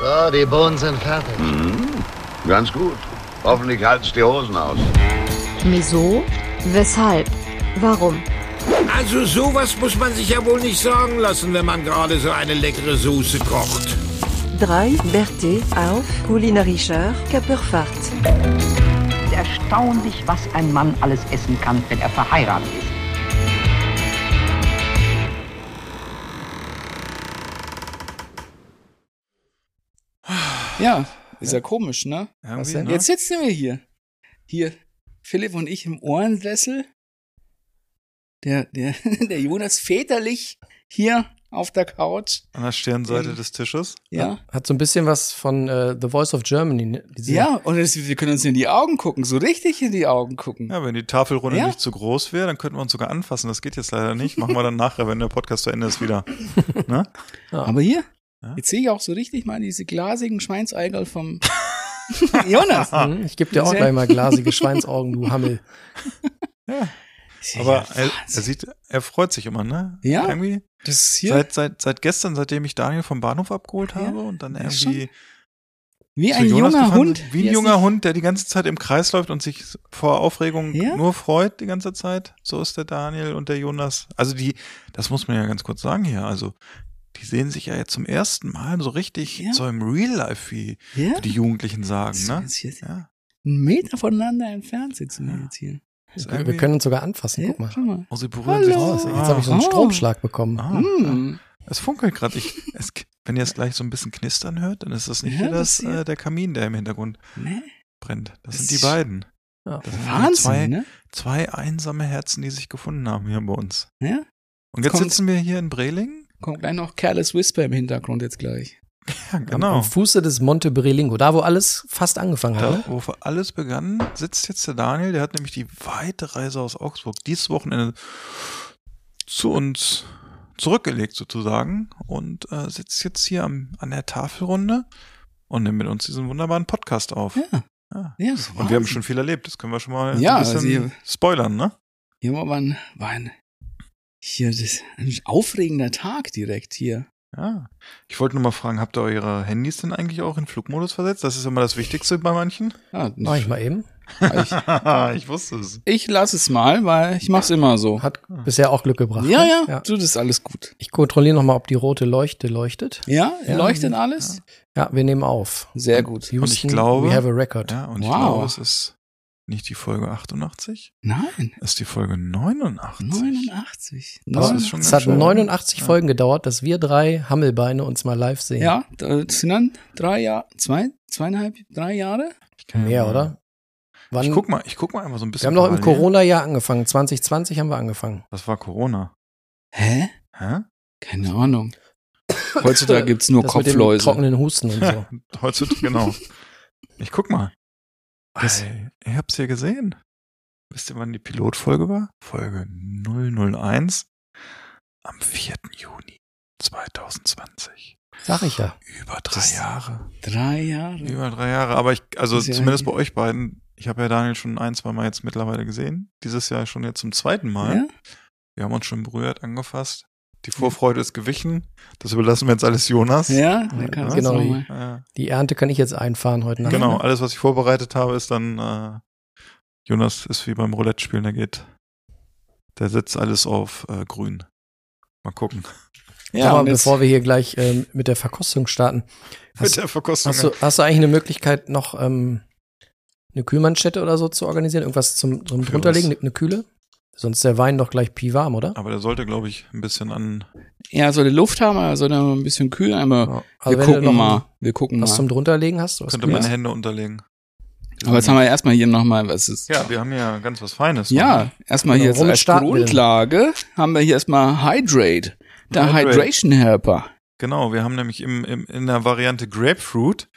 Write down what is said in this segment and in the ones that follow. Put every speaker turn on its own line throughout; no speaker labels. So, die Bohnen sind fertig.
Ganz gut. Hoffentlich halten's die Hosen aus.
Wieso? Weshalb? Warum?
Also sowas muss man sich ja wohl nicht sagen lassen, wenn man gerade so eine leckere Soße kocht.
3. Berthe auf kulinarischer Körperfahrt.
erstaunlich, was ein Mann alles essen kann, wenn er verheiratet ist.
Ja, ist ja komisch, ne?
Irgendwie,
denn?
ne?
Jetzt sitzen wir hier. Hier, Philipp und ich im Ohrensessel. Der, der, der Jonas väterlich hier auf der Couch.
An der
Ähm,
Stirnseite des Tisches.
Ja.
Hat so ein bisschen was von äh, The Voice of Germany. ne? Diese-
Ja, und es, wir können uns in die Augen gucken, so richtig in die Augen gucken.
Ja, wenn die Tafelrunde
Ja.
nicht zu groß wäre, dann könnten wir uns sogar anfassen. Das geht jetzt leider nicht. Machen wir dann nachher, wenn der Podcast zu Ende ist, wieder. Ne?
Aber hier,
Ja.
jetzt sehe ich auch so richtig mal diese glasigen Schweinseigel vom Jonas.
Ah.
Hm, Ich gebe dir auch
Sehr-
gleich mal glasige Schweinsaugen, du Hammel.
Aber
Ja,
er, er sieht, er freut sich immer, ne?
Ja.
Irgendwie.
das ist hier
Seit, seit, seit gestern, seitdem ich Daniel vom Bahnhof abgeholt habe und dann
Ja,
irgendwie
wie
zu
ein
Jonas
junger
gefahren
Hund.
sind, Wie ein
der es
junger
nicht-
Hund, der die ganze Zeit im Kreis läuft und sich vor Aufregung
Ja.
nur freut die ganze Zeit. So ist der Daniel und der Jonas. Also die, das muss man ja ganz kurz sagen hier. Also die sehen sich ja jetzt zum ersten Mal so richtig
Ja.
so im Real Life, wie
Ja,
die Jugendlichen sagen,
das
ne?
ist jetzt hier
Ja.
einen Meter voneinander entfernt sitzen wir
Ja.
jetzt hier.
Ist
Wir, wir
irgendwie-
können uns sogar anfassen,
Ja,
guck mal.
schau mal.
Oh, sie berühren
Hallo.
sich.
Jetzt habe ich so einen
Oh.
Stromschlag bekommen.
Ah,
Hm.
Es funkelt gerade. Ich- es- Wenn ihr es gleich so ein bisschen knistern hört, dann ist das nicht
Ja,
hier
das
das,
hier.
äh, der Kamin, der im Hintergrund
Ne?
brennt. Das,
Das
sind die
ist-
beiden.
Ja.
Das sind
Wahnsinn,
zwei,
ne?
zwei einsame Herzen, die sich gefunden haben hier bei uns.
Ja?
Und jetzt
Kommt-
sitzen wir hier in Breling.
Kommt gleich noch Careless Whisper im Hintergrund jetzt gleich.
Ja,
Am
genau.
Fuße des Monte Brelingo, da wo alles fast angefangen hat.
Da,
ne?
wo alles begann, sitzt jetzt der Daniel. Der hat nämlich die weite Reise aus Augsburg dieses Wochenende zu uns zurückgelegt sozusagen und äh, sitzt jetzt hier am, an der Tafelrunde und nimmt mit uns diesen wunderbaren Podcast auf.
Ja.
Ja.
Ja, das
Und wir haben schon viel erlebt, das können wir schon mal
Ja,
ein bisschen
also ihr-
spoilern, ne?
Hier war ein, war ein, hier, das, ein aufregender Tag direkt hier.
Ja. Ich wollte nur mal fragen, habt ihr eure Handys denn eigentlich auch in Flugmodus versetzt? Das ist immer das Wichtigste bei manchen.
Ja,
Mach ich mal eben.
ich
ich wusste es.
ich lasse es mal, weil ich mach's immer so.
Hat
Ah.
bisher auch Glück gebracht.
Ja,
ne?
ja, du, das ist alles gut.
Ich kontrolliere nochmal, ob die rote Leuchte leuchtet.
Ja,
Ja.
leuchtet alles?
Ja, wir nehmen auf.
Sehr gut.
Houston,
glaube-
we have a record.
Ja, und ich
Wow.
glaube, es ist nicht die Folge 88,
Nein,
es ist die Folge 89.
89.
Das
Aber
ist schon
es
ganz
hat
schön.
89
Ja.
Folgen gedauert, dass wir drei Hammelbeine uns mal live sehen.
Ja, das sind dann drei Jahre, zwei, zweieinhalb, drei Jahre?
Ich kann ja
Mehr,
mal-
oder? Wann,
Ich guck mal, ich guck mal einfach so ein bisschen.
wir haben doch im
parallel.
Corona-Jahr angefangen. 2020 haben wir angefangen.
Das war Corona.
Hä?
Hä?
Keine Ahnung. Heutzutage gibt's nur
das mit dem
Kopfläuse.
trockenen Husten und so.
Heutzutage, genau. Ich guck mal.
Das-
Ey, ich hab's hier gesehen. Wisst ihr, wann die Pilotfolge war? Folge 001 am 4. Juni 2020.
Sag ich ja.
Über drei
Das-
Jahre.
Drei Jahre.
Über drei Jahre. Aber ich, also
Das ist ja
zumindest bei
irgendwie-
euch beiden, ich habe ja Daniel schon ein, zwei Mal jetzt mittlerweile gesehen. Dieses Jahr schon jetzt zum zweiten Mal.
Ja?
Wir haben uns schon berührt, angefasst. Die Vorfreude ist gewichen. Das überlassen wir jetzt alles Jonas. ne?
Ja, dann kannst
Genau.
du nochmal.
Ja.
Die Ernte kann ich jetzt einfahren heute Nacht.
Genau, alles, was ich vorbereitet habe, ist dann, äh, Jonas ist wie beim Roulette-Spielen, der geht, der setzt alles auf äh, grün. Mal gucken.
Ja, Aber
und jetzt-
bevor wir hier gleich ähm, mit der Verkostung starten,
Mit
hast,
der Verkostung.
hast, du, hast du eigentlich eine Möglichkeit, noch ähm, eine Kühlmanschette oder so zu organisieren? Irgendwas zum, zum
Für
drunterlegen,
was?
eine Kühle? Sonst ist der Wein doch gleich piwarm, oder?
Aber der sollte, glaube ich, ein bisschen an,
Ja, soll die Luft haben, aber soll dann ein bisschen kühl einmal. wir
Also wenn du noch
gucken mal. Wir
ein-
gucken
was zum
mal.
drunterlegen hast? Was
könnte
Ja.
meine Hände unterlegen.
Aber jetzt haben wir erstmal hier nochmal, was ist.
ja, wir haben ja ganz was Feines.
Ja, erstmal
Genau,
hier jetzt
womit
als
starten wir denn?
Grundlage haben wir hier erstmal Hydrate, der
Hydrate.
Hydration Helper.
Genau, wir haben nämlich im, im, in der Variante Grapefruit,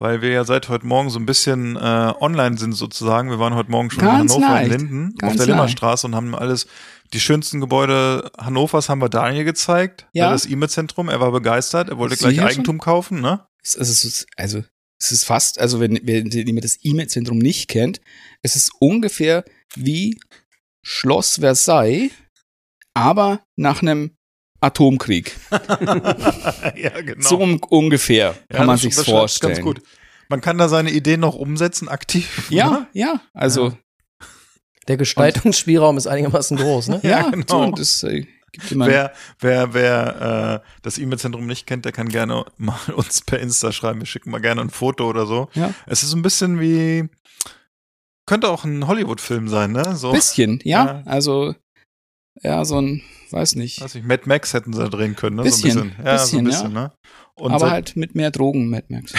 weil wir ja seit heute Morgen so ein bisschen äh, online sind sozusagen. Wir waren heute Morgen schon
Ganz
in Hannover
leicht,
in Linden
ganz
auf der
leicht.
Limmerstraße und haben alles, die schönsten Gebäude Hannovers haben wir Daniel gezeigt.
Ja.
Das E-Mail-Zentrum, er war begeistert, er wollte
Ist
gleich
hier
Eigentum kaufen, ne?
Es, es ist, also, es ist fast, also wenn, wenn jemand das E-Mail-Zentrum nicht kennt, es ist ungefähr wie Schloss Versailles, aber nach einem Atomkrieg.
ja, genau.
So um, ungefähr kann
Ja,
man
das-
sich's
das schreibt's
vorstellen.
Ganz gut. Man kann da seine Ideen noch umsetzen, aktiv.
Ja,
ne?
ja, also
Der Gestaltungsspielraum ist einigermaßen groß, ne?
ja,
Ja, genau.
so, das äh, gibt immer
Wer, wer, wer äh, das E-Mail-Zentrum nicht kennt, der kann gerne mal uns per Insta schreiben. Wir schicken mal gerne ein Foto oder so.
Ja.
Es ist ein bisschen wie. Könnte auch ein Hollywood-Film sein, ne? So.
ein bisschen, ja,
Ja.
also ja, so ein, weiß nicht,
Weiß nicht, Mad Max hätten sie da drehen können, ne? so ein
Bisschen,
bisschen. Ja, so ein
bisschen,
bisschen, ne? Und
aber
seit-
halt mit mehr Drogen, Mad Max.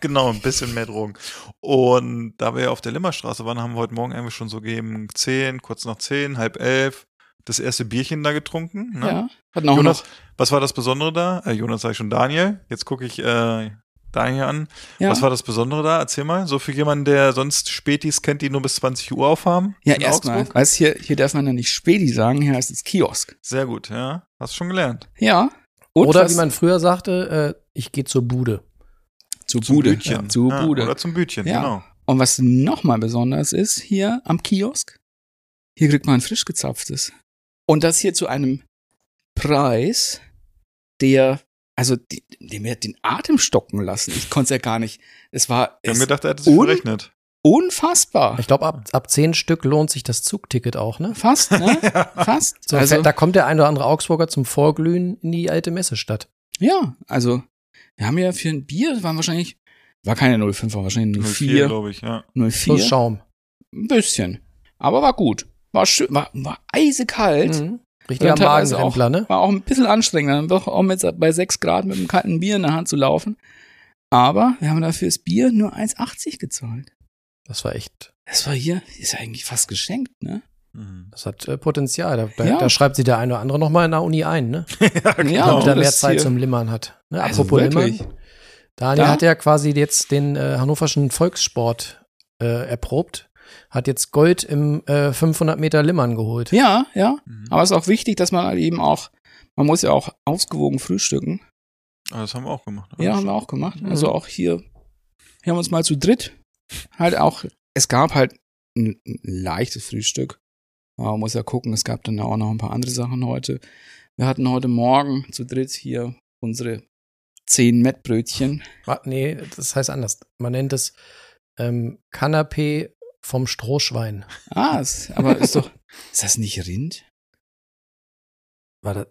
genau, ein bisschen mehr Drogen. Und da wir auf der Limmerstraße waren, haben wir heute Morgen eigentlich schon so gegen zehn, kurz nach zehn, halb elf, das erste Bierchen da getrunken. Ne?
Ja, hat noch
Jonas,
noch,
was war das Besondere da? Äh, Jonas sag ich schon Daniel. Jetzt gucke ich äh, Daniel an.
ja,
Was war das Besondere da? Erzähl mal. So für jemanden, der sonst Spätis kennt, die nur bis 20 Uhr aufhaben.
ja
in
erstmal,
Augsburg.
weißt hier, hier darf man ja nicht Spedi sagen, hier heißt es Kiosk.
Sehr gut, ja. Hast schon gelernt.
Ja. Und
Oder
was-
wie man früher sagte, äh, ich gehe zur Bude.
zu
Zum
Bude,
Bütchen.
ja, zu
Ja,
Bude.
Oder zum Bütchen,
Ja.
genau.
Und was nochmal besonders ist, hier am Kiosk, hier kriegt man ein frisch gezapftes. Und das hier zu einem Preis, der, also, die, der mir hat den Atem stocken lassen. Ich konnte es ja gar nicht. Es war
Wir haben
es
gedacht, er hätte sich
un-
verrechnet.
unfassbar.
Ich glaube, ab, ab zehn Stück lohnt sich das Zugticket auch, ne?
Fast, ne? Fast.
So,
also,
da kommt der ein oder andere Augsburger zum Vorglühen in die alte Messestadt.
ja, also, wir haben ja für ein Bier, waren wahrscheinlich, war keine 05, war wahrscheinlich 04,
glaube ich, ja.
04.
So Schaum.
ein bisschen. Aber war gut. War schön, war, war eisekalt.
Mhm. Richtiger
Ja, teilweise
Magenrempler, ne?
War auch ein bisschen anstrengend, dann doch auch mit, bei 6 Grad mit einem kalten Bier in der Hand zu laufen. Aber wir haben dafür das Bier nur 1,80 gezahlt.
Das war echt,
Das war hier, ist ja eigentlich fast geschenkt, ne?
Mhm.
das hat äh, Potenzial. Da, da,
Ja.
da schreibt sich der eine oder andere nochmal in der Uni ein, ne?
Ja, genau.
damit
genau.
er
das
mehr Zeit
hier-
zum Limmern hat. Ne?
Also
Apropos
wirklich.
Limmern. Daniel
Da-
hat ja quasi jetzt den äh, hannoverschen Volkssport äh, erprobt, hat jetzt Gold im äh, 500 Meter Limmern geholt.
Ja, ja.
Mhm.
Aber es ist auch wichtig, dass man halt eben auch, man muss ja auch ausgewogen frühstücken.
Ah, Das haben wir auch gemacht.
Ja, haben wir auch gemacht. Also auch hier, wir haben uns mal zu dritt halt auch, es gab halt ein, ein leichtes Frühstück. Aber Man muss ja gucken, es gab dann auch noch ein paar andere Sachen heute. Wir hatten heute Morgen zu dritt hier unsere zehn Mettbrötchen.
Ah, Nee, das heißt anders. Man nennt es ähm, Kanapé vom Strohschwein.
Ah, es, aber ist doch, ist das nicht Rind?
War das,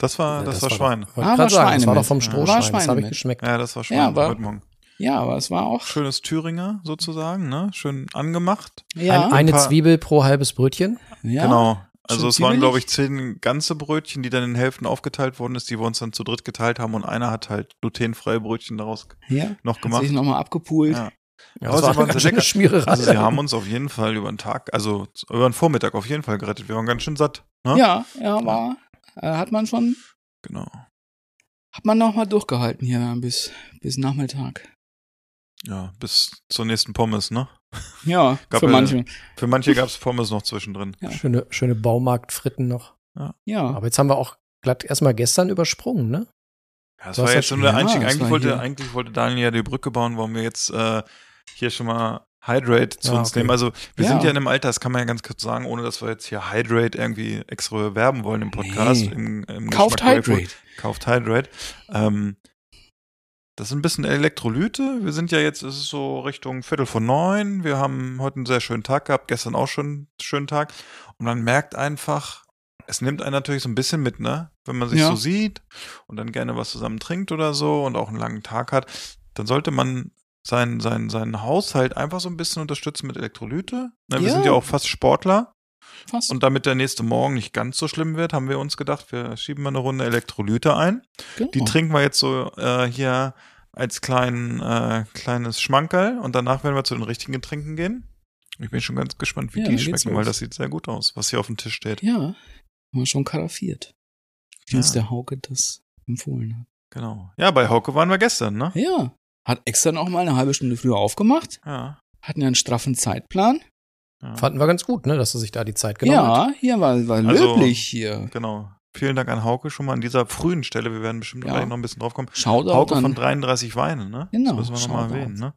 Das war, das, war Schwein.
Doch, wollte
Ah, war
grad sagen, das war
Schweinemilch.
doch vom
Ja.
Strohschwein.
War
das habe ich
Schweinemilch.
geschmeckt.
Ja, das war Schwein
Ja, war-
heute Morgen.
Ja, aber es war auch,
Schönes Thüringer sozusagen, ne? Schön angemacht.
ja,
Ein, eine
Ein paar-
Zwiebel pro halbes Brötchen.
ja.
Genau. Also
Schön
es waren,
zwiebelig.
glaube ich, zehn ganze Brötchen, die dann in Hälften aufgeteilt worden ist, die wir uns dann zu dritt geteilt haben und einer hat halt glutenfreie Brötchen daraus
ja.
noch
Hat
gemacht.
sich nochmal abgepult.
Ja. Aber
Ja, das
sie
war
waren
eine ganz
sehr
schöne
lecker.
Schmiererei.
Also sie haben uns auf jeden Fall über den Tag, also über den Vormittag auf jeden Fall gerettet. Wir waren ganz schön satt. Ne?
Ja, ja, war, äh, hat man schon,
Genau.
hat man nochmal durchgehalten hier dann bis, bis Nachmittag.
Ja, bis zur nächsten Pommes, ne?
Ja,
Gab
für
ja-
manche.
Für manche gab es Pommes noch zwischendrin.
Ja.
Schöne, schöne Baumarktfritten noch.
Ja.
Aber jetzt haben wir auch glatt erstmal gestern übersprungen, ne?
Ja, das
Du
war
hast
jetzt
ja
schon
schon-
der
ja,
Einstieg.
das
Eigentlich
war
wollte,
hier.
eigentlich wollte Daniel ja die Brücke bauen, warum wir jetzt äh, hier schon mal Hydrate zu
Ja,
uns
okay.
nehmen. Also wir
Ja.
sind ja in einem Alter, das kann man ja ganz kurz sagen, ohne dass wir jetzt hier Hydrate irgendwie extra werben wollen im Podcast.
Nee.
Im, im
Kauft
Geschmack Grapefruit.
Hydrate.
Kauft Hydrate. Ähm, das sind ein bisschen Elektrolyte. Wir sind ja jetzt, es ist so Richtung Viertel vor neun. Wir haben heute einen sehr schönen Tag gehabt, gestern auch schon einen schönen Tag. Und man merkt einfach, es nimmt einen natürlich so ein bisschen mit, ne? Wenn man sich
Ja.
so sieht und dann gerne was zusammen trinkt oder so und auch einen langen Tag hat, dann sollte man seinen, seinen, seinen Haushalt einfach so ein bisschen unterstützen mit Elektrolyte. Ne, wir
Ja.
sind ja auch fast Sportler.
Fast.
Und damit der nächste Morgen nicht ganz so schlimm wird, haben wir uns gedacht, wir schieben mal eine Runde Elektrolyte ein.
genau.
Die trinken wir jetzt so äh, hier als kleinen, äh, kleines Schmankerl und danach werden wir zu den richtigen Getränken gehen. Ich bin schon ganz gespannt, wie
Ja,
die
dann geht's
schmecken, weil
los.
das sieht sehr gut aus, was hier auf dem Tisch steht.
Ja, haben wir schon karaffiert. Wie uns
Ja.
der Hauke das empfohlen hat.
Genau. Ja, bei Hauke waren wir gestern, ne?
Ja. Hat extra noch mal eine halbe Stunde früher aufgemacht,
Ja.
hatten ja einen straffen Zeitplan.
ja.
Fanden wir ganz gut, ne? Dass er sich da die Zeit genommen hat.
ja, hier war, war
Genau. Also-
löblich hier.
Genau. Vielen Dank an Hauke schon mal an dieser frühen Stelle. Wir werden bestimmt
Ja.
gleich noch ein bisschen draufkommen.
Shoutout
Hauke
an,
von 33 Weinen, ne?
Genau,
Das müssen wir nochmal
Shoutout.
erwähnen, ne?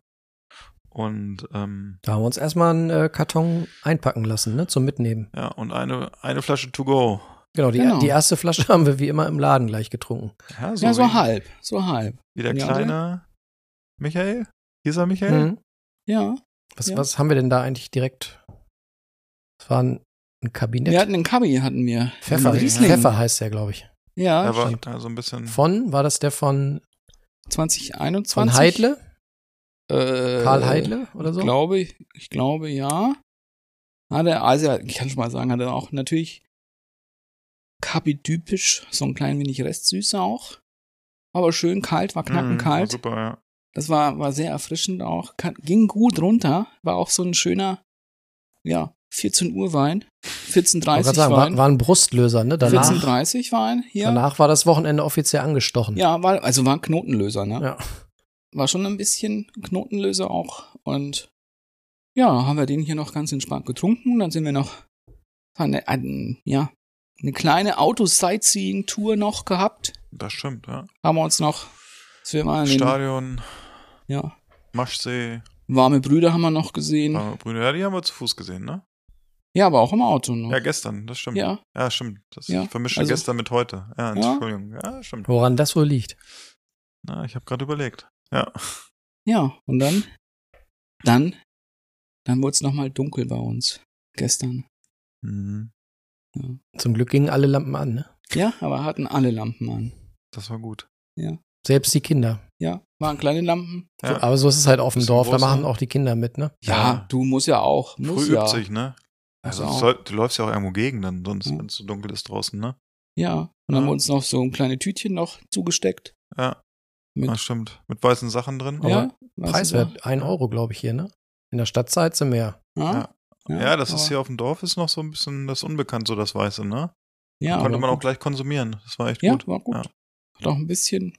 Und ähm,
Da haben wir uns erstmal einen äh, Karton einpacken lassen, ne? Zum Mitnehmen.
ja, und eine, eine Flasche to go.
Genau die,
Genau.
die erste Flasche haben wir wie immer im Laden gleich getrunken.
Ja, so,
ja, so
wie,
halb, so halb.
wie der
Ja, ne? Hm.
kleine Michael. Dieser Michael?
Mhm.
Ja.
Was,
Ja.
was haben wir denn da eigentlich direkt? Das war ein, ein Kabinett.
Wir hatten einen Kabi, hatten wir.
Pfeffer,
Einen Riesling.
Pfeffer heißt der, glaube ich.
Ja,
Der war
Ah, stimmt.
da so ein bisschen.
Von, war das der von,
2021.
von Heidle?
Äh,
Karl Heidle oder so?
Glaube ich, ich glaube ja. Hat er, also ich kann schon mal sagen, hat er auch natürlich kapitypisch so ein klein wenig Restsüße auch. Aber schön kalt, war
Mhm, war
knackenkalt.
Super, ja.
Das war, war sehr erfrischend auch. Kann, ging gut runter. War auch so ein schöner, ja, 14 Uhr Wein.
Ich wollte
14.30
gerade sagen, war,
Wein.
war ein Brustlöser, ne? Danach,
14.30 Wein hier.
danach war das Wochenende offiziell angestochen.
Ja, war, also war ein Knotenlöser, ne?
Ja.
war schon ein bisschen Knotenlöser auch. Und ja, haben wir den hier noch ganz entspannt getrunken. Dann sind wir noch eine, ein, ja, eine kleine Auto-Sightseeing-Tour noch gehabt.
Das stimmt, ja.
Haben wir uns noch, dass wir mal in den,
Stadion,
ja,
Maschsee,
warme Brüder haben wir noch gesehen.
Palme Brüne. Ja, die haben wir zu Fuß gesehen, ne?
Ja, aber auch im Auto noch.
Ja, genau. gestern, das stimmt.
Ja.
Ja, stimmt. Das
Ja,
ich vermische
also-
gestern mit heute. Ja,
Ja.
Entschuldigung. Ja, stimmt.
Woran das wohl liegt?
Na, ich habe gerade überlegt. Ja.
Ja, und dann, dann, dann wurde es nochmal dunkel bei uns gestern.
Mhm.
Zum Glück gingen alle Lampen an, ne?
Ja, aber hatten alle Lampen an.
Das war gut.
Selbst die Kinder.
Ja, waren kleine Lampen.
Ja.
So, aber so ist es halt auf dem
Bisschen
Dorf, da
größer.
machen auch die Kinder mit, ne?
Ja,
Ja.
du musst ja auch. Muss
Früh
ja.
übt sich, ne? Also,
auch.
soll, du läufst ja auch irgendwo gegen, dann sonst,
Mhm.
wenn es so dunkel ist draußen, ne?
Ja, und dann
Ja.
haben wir uns noch so ein kleine Tütchen noch zugesteckt.
Ja.
Mit-
Das stimmt. Mit weißen Sachen drin.
ja, weißt du
Preiswert, ein Euro, glaube ich, hier, ne? In der Stadt zahlt sie mehr.
noch? Ja,
Ja, das ist hier auf dem Dorf ist noch so ein bisschen das Unbekannt, so das Weiße, ne?
ja,
Konnte
aber
man auch
gut.
gleich konsumieren. Das war echt
Ja,
gut.
war gut.
Ja.
Hat auch ein bisschen,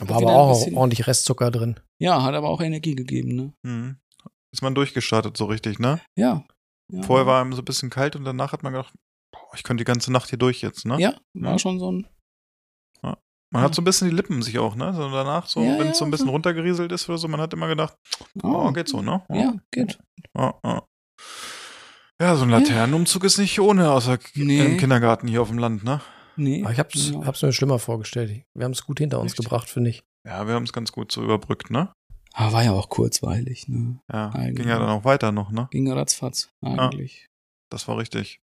Aber,
wieder
aber
ein
auch
bisschen-
ordentlich Restzucker drin.
ja, hat aber auch Energie gegeben, ne?
Mhm. Ist man durchgestartet so richtig, ne?
Ja. ja.
Vorher war einem so ein bisschen kalt und danach hat man gedacht, boah, ich könnte die ganze Nacht hier durch jetzt, ne?
Ja, war schon so ein.
Man hat so ein bisschen die Lippen sich auch, ne? So danach, so,
Ja,
wenn es
ja,
so ein bisschen
so.
runtergerieselt ist oder so, man hat immer gedacht,
Oh,
oh, geht so, ne? Oh,
Ja, geht.
Oh, oh. Ja, so ein Laternenumzug ist nicht ohne, außer k-
Nee.
im Kindergarten hier auf dem Land, ne?
Nee.
Aber ich hab's,
genau.
Ja.
hab's mir schlimmer vorgestellt. Wir haben es gut hinter uns
Richtig.
gebracht, finde ich.
Ja, wir haben es ganz gut so überbrückt, ne?
Aber Ah, war ja auch kurzweilig, ne?
Ja,
Eigentlich.
ging ja dann auch weiter noch, ne?
Ging ja ratzfatz, eigentlich.
Das war richtig.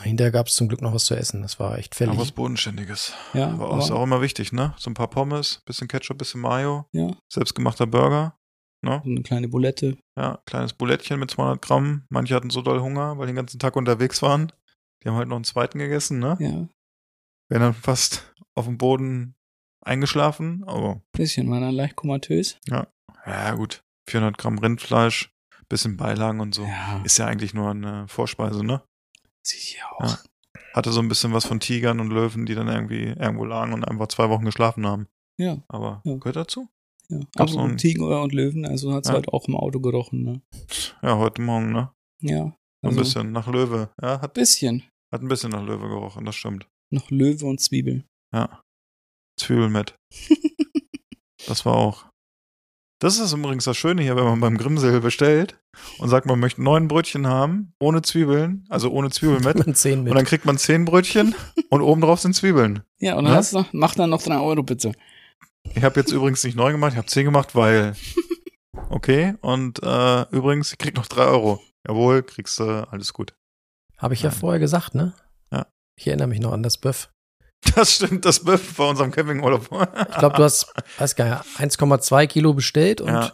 Hinterher gab's zum Glück noch was zu essen. Das war echt
Aber was
fällig.
Bodenständiges.
Ja,
Aber
war-
auch, ist auch immer wichtig, ne? So ein paar Pommes, bisschen Ketchup, bisschen Mayo,
ja. Mhm.
selbstgemachter Burger, ne?
So eine kleine Bulette.
Ja, kleines Bulettchen mit 200 Gramm. Manche hatten so doll Hunger, weil die den ganzen Tag unterwegs waren. Die haben halt noch einen zweiten gegessen, ne?
Ja,
Wären dann fast auf dem Boden eingeschlafen, aber
bisschen, war dann leicht komatös.
ja gut. 400 Gramm Rindfleisch, bisschen Beilagen und so.
Ja,
Ist ja eigentlich nur eine Vorspeise, ne?
sich ja auch.
Ja. Hatte so ein bisschen was von Tigern und Löwen, die dann irgendwie irgendwo lagen und einfach zwei Wochen geschlafen haben.
Ja.
Aber
Ja.
gehört dazu?
Ja.
Gab's noch
Aber
einen-
Tiger und Löwen, also hat's
Ja.
halt auch im Auto gerochen, ne?
Ja, heute Morgen, ne?
Ja.
So ein
Also,
bisschen nach Löwe. Ja, hat,
bisschen.
hat ein bisschen nach Löwe gerochen, das stimmt.
Noch Löwe und Zwiebel.
Ja. Zwiebel mit. Das war auch. Das ist übrigens das Schöne hier, wenn man beim Grimsel bestellt und sagt, man möchte neun Brötchen haben, ohne Zwiebeln, also ohne Zwiebel mit.
Man zehn
Und dann
mit.
kriegt man zehn Brötchen und obendrauf sind Zwiebeln.
Ja, und dann
Ja?
hast du, mach dann noch 3 Euro bitte.
Ich habe jetzt übrigens nicht neun gemacht, ich habe zehn gemacht, weil. Okay, und äh, übrigens, ich krieg noch drei Euro. Jawohl, kriegst du, alles gut.
Habe ich ja
Nein.
vorher gesagt, ne?
Ja.
Ich erinnere mich noch an das Böff.
Das stimmt, das Böff bei unserem Campingurlaub.
Ich glaube, du hast, weiß gar nicht, 1,2 Kilo bestellt und
Ja.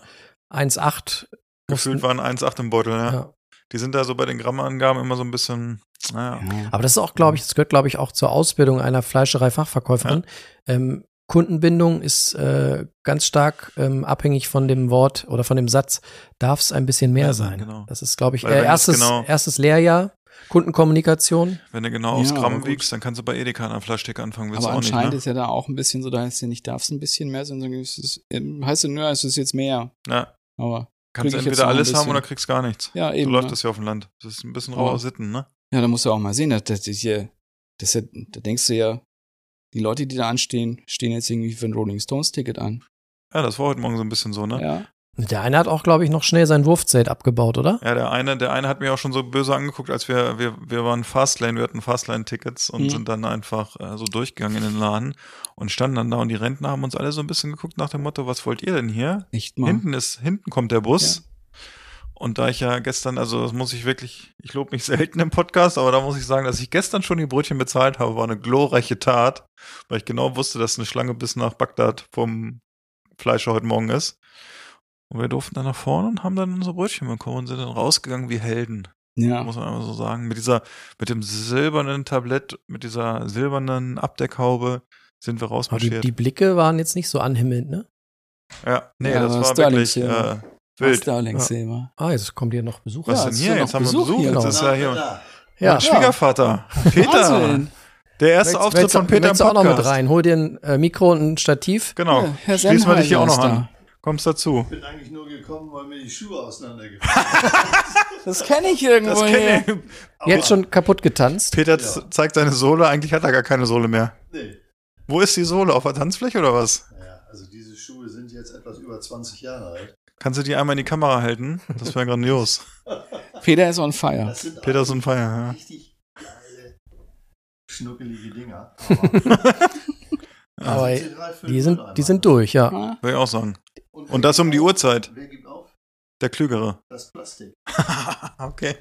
1,8
Gefühlt
mussten-
waren 1,8 im Beutel, ja.
Ja.
Die sind da so bei den Grammangaben immer so ein bisschen, naja,
Aber das ist auch, glaube ich,
Mhm.
das gehört, glaube ich, auch zur Ausbildung einer Fleischerei-Fachverkäuferin. Ähm, Kundenbindung ist äh, ganz stark ähm, abhängig von dem Wort oder von dem Satz, darf es ein bisschen mehr
Ja,
sein.
genau.
Das ist, glaube ich,
Weil
äh,
wenn das
erstes,
genau-
erstes Lehrjahr, Kundenkommunikation.
Wenn du genau
Ja,
aufs
aber
Gramm
gut.
wiegst, dann kannst du bei Edeka an der Flaschtheke anfangen, willst
Aber
du auch nicht,
anscheinend
ne?
ist ja da auch ein bisschen so, da heißt ja nicht, darfst ein bisschen mehr, sondern es ist, ähm, heißt ja nur, es ist jetzt mehr.
Ja,
Aber
kannst
krieg
du
ich jetzt
entweder
noch ein
alles haben
bisschen.
oder kriegst gar nichts.
ja,
so
eben.
läuft
ne?
das ja auf dem Land. Das ist ein bisschen
Aber-
rauer Sitten, ne?
Ja, da musst du auch mal sehen, dass das ist hier, das ist, ja- da denkst du ja, die Leute, die da anstehen, stehen jetzt irgendwie für ein Rolling Stones Ticket an.
Ja, das war heute Morgen so ein bisschen so, ne?
Ja,
Der eine hat auch, glaube ich, noch schnell sein Wurfzelt abgebaut, oder?
Ja, der eine, der eine hat mich auch schon so böse angeguckt, als wir, wir, wir waren Fastlane, wir hatten Fastlane-Tickets und
Mhm.
sind dann einfach äh, so durchgegangen in den Laden und standen dann da und die Rentner haben uns alle so ein bisschen geguckt nach dem Motto, was wollt ihr denn hier?
Nicht mal.
Hinten ist, hinten kommt der Bus. Und da ich ja gestern, also das muss ich wirklich, ich lobe mich selten im Podcast, aber da muss ich sagen, dass ich gestern schon die Brötchen bezahlt habe, war eine glorreiche Tat, weil ich genau wusste, dass eine Schlange bis nach Bagdad vom Fleischer heute Morgen ist. Und wir durften dann nach vorne und haben dann unsere Brötchen bekommen und sind dann rausgegangen wie Helden,
Ja.
muss man einmal so sagen. Mit dieser, mit dem silbernen Tablett, mit dieser silbernen Abdeckhaube sind
Oh,
wir
Aber die,
rausmarschiert.
die Blicke waren jetzt nicht so anhimmelnd, ne?
ja, nee,
Ja,
das
aber
war
Starlings,
wirklich
ja.
äh, wild.
Starlink
Ja.
Silber.
Ah, jetzt kommt hier noch Besuch.
Was
Ja,
denn
ist
hier?
ja
Jetzt
noch
haben wir
Besuch
Besuch,
hier
jetzt
noch.
ist ja hier.
ja.
Mein Schwiegervater. Peter.
Wahnsinn.
Der erste
Willst-
Auftritt
willst du-
von Peter im
willst du auch
Podcast.
noch mit rein. Hol dir ein äh, Mikro und ein Stativ.
Genau.
Ja, Herr
Schließen wir dich hier auch noch
Sennheiser
an. Kommst dazu.
bin eigentlich nur gekommen, weil mir die Schuhe auseinandergefallen
Das kenne ich
Oh
irgendwo.
Das
her.
kenn ich. Genau.
Jetzt schon kaputt getanzt.
Peter z- zeigt seine Sohle. Eigentlich hat er gar keine Sohle mehr.
Nee.
Wo ist die Sohle? Auf der Tanzfläche oder was?
Naja, also diese Schuhe sind jetzt etwas über 20 Jahre alt.
Kannst du die einmal in die Kamera halten? Das wäre grandios.
Peter ist on fire.
Das sind
Peter ist
auch
on fire.
richtig geile, schnuckelige Dinger.
Aber die sind, die sind
durch.
durch, ja.
Ja.
Ja, würde ich auch sagen. Und das um die Uhrzeit.
Wer gibt auf?
Der Klügere.
Das Plastik.
okay.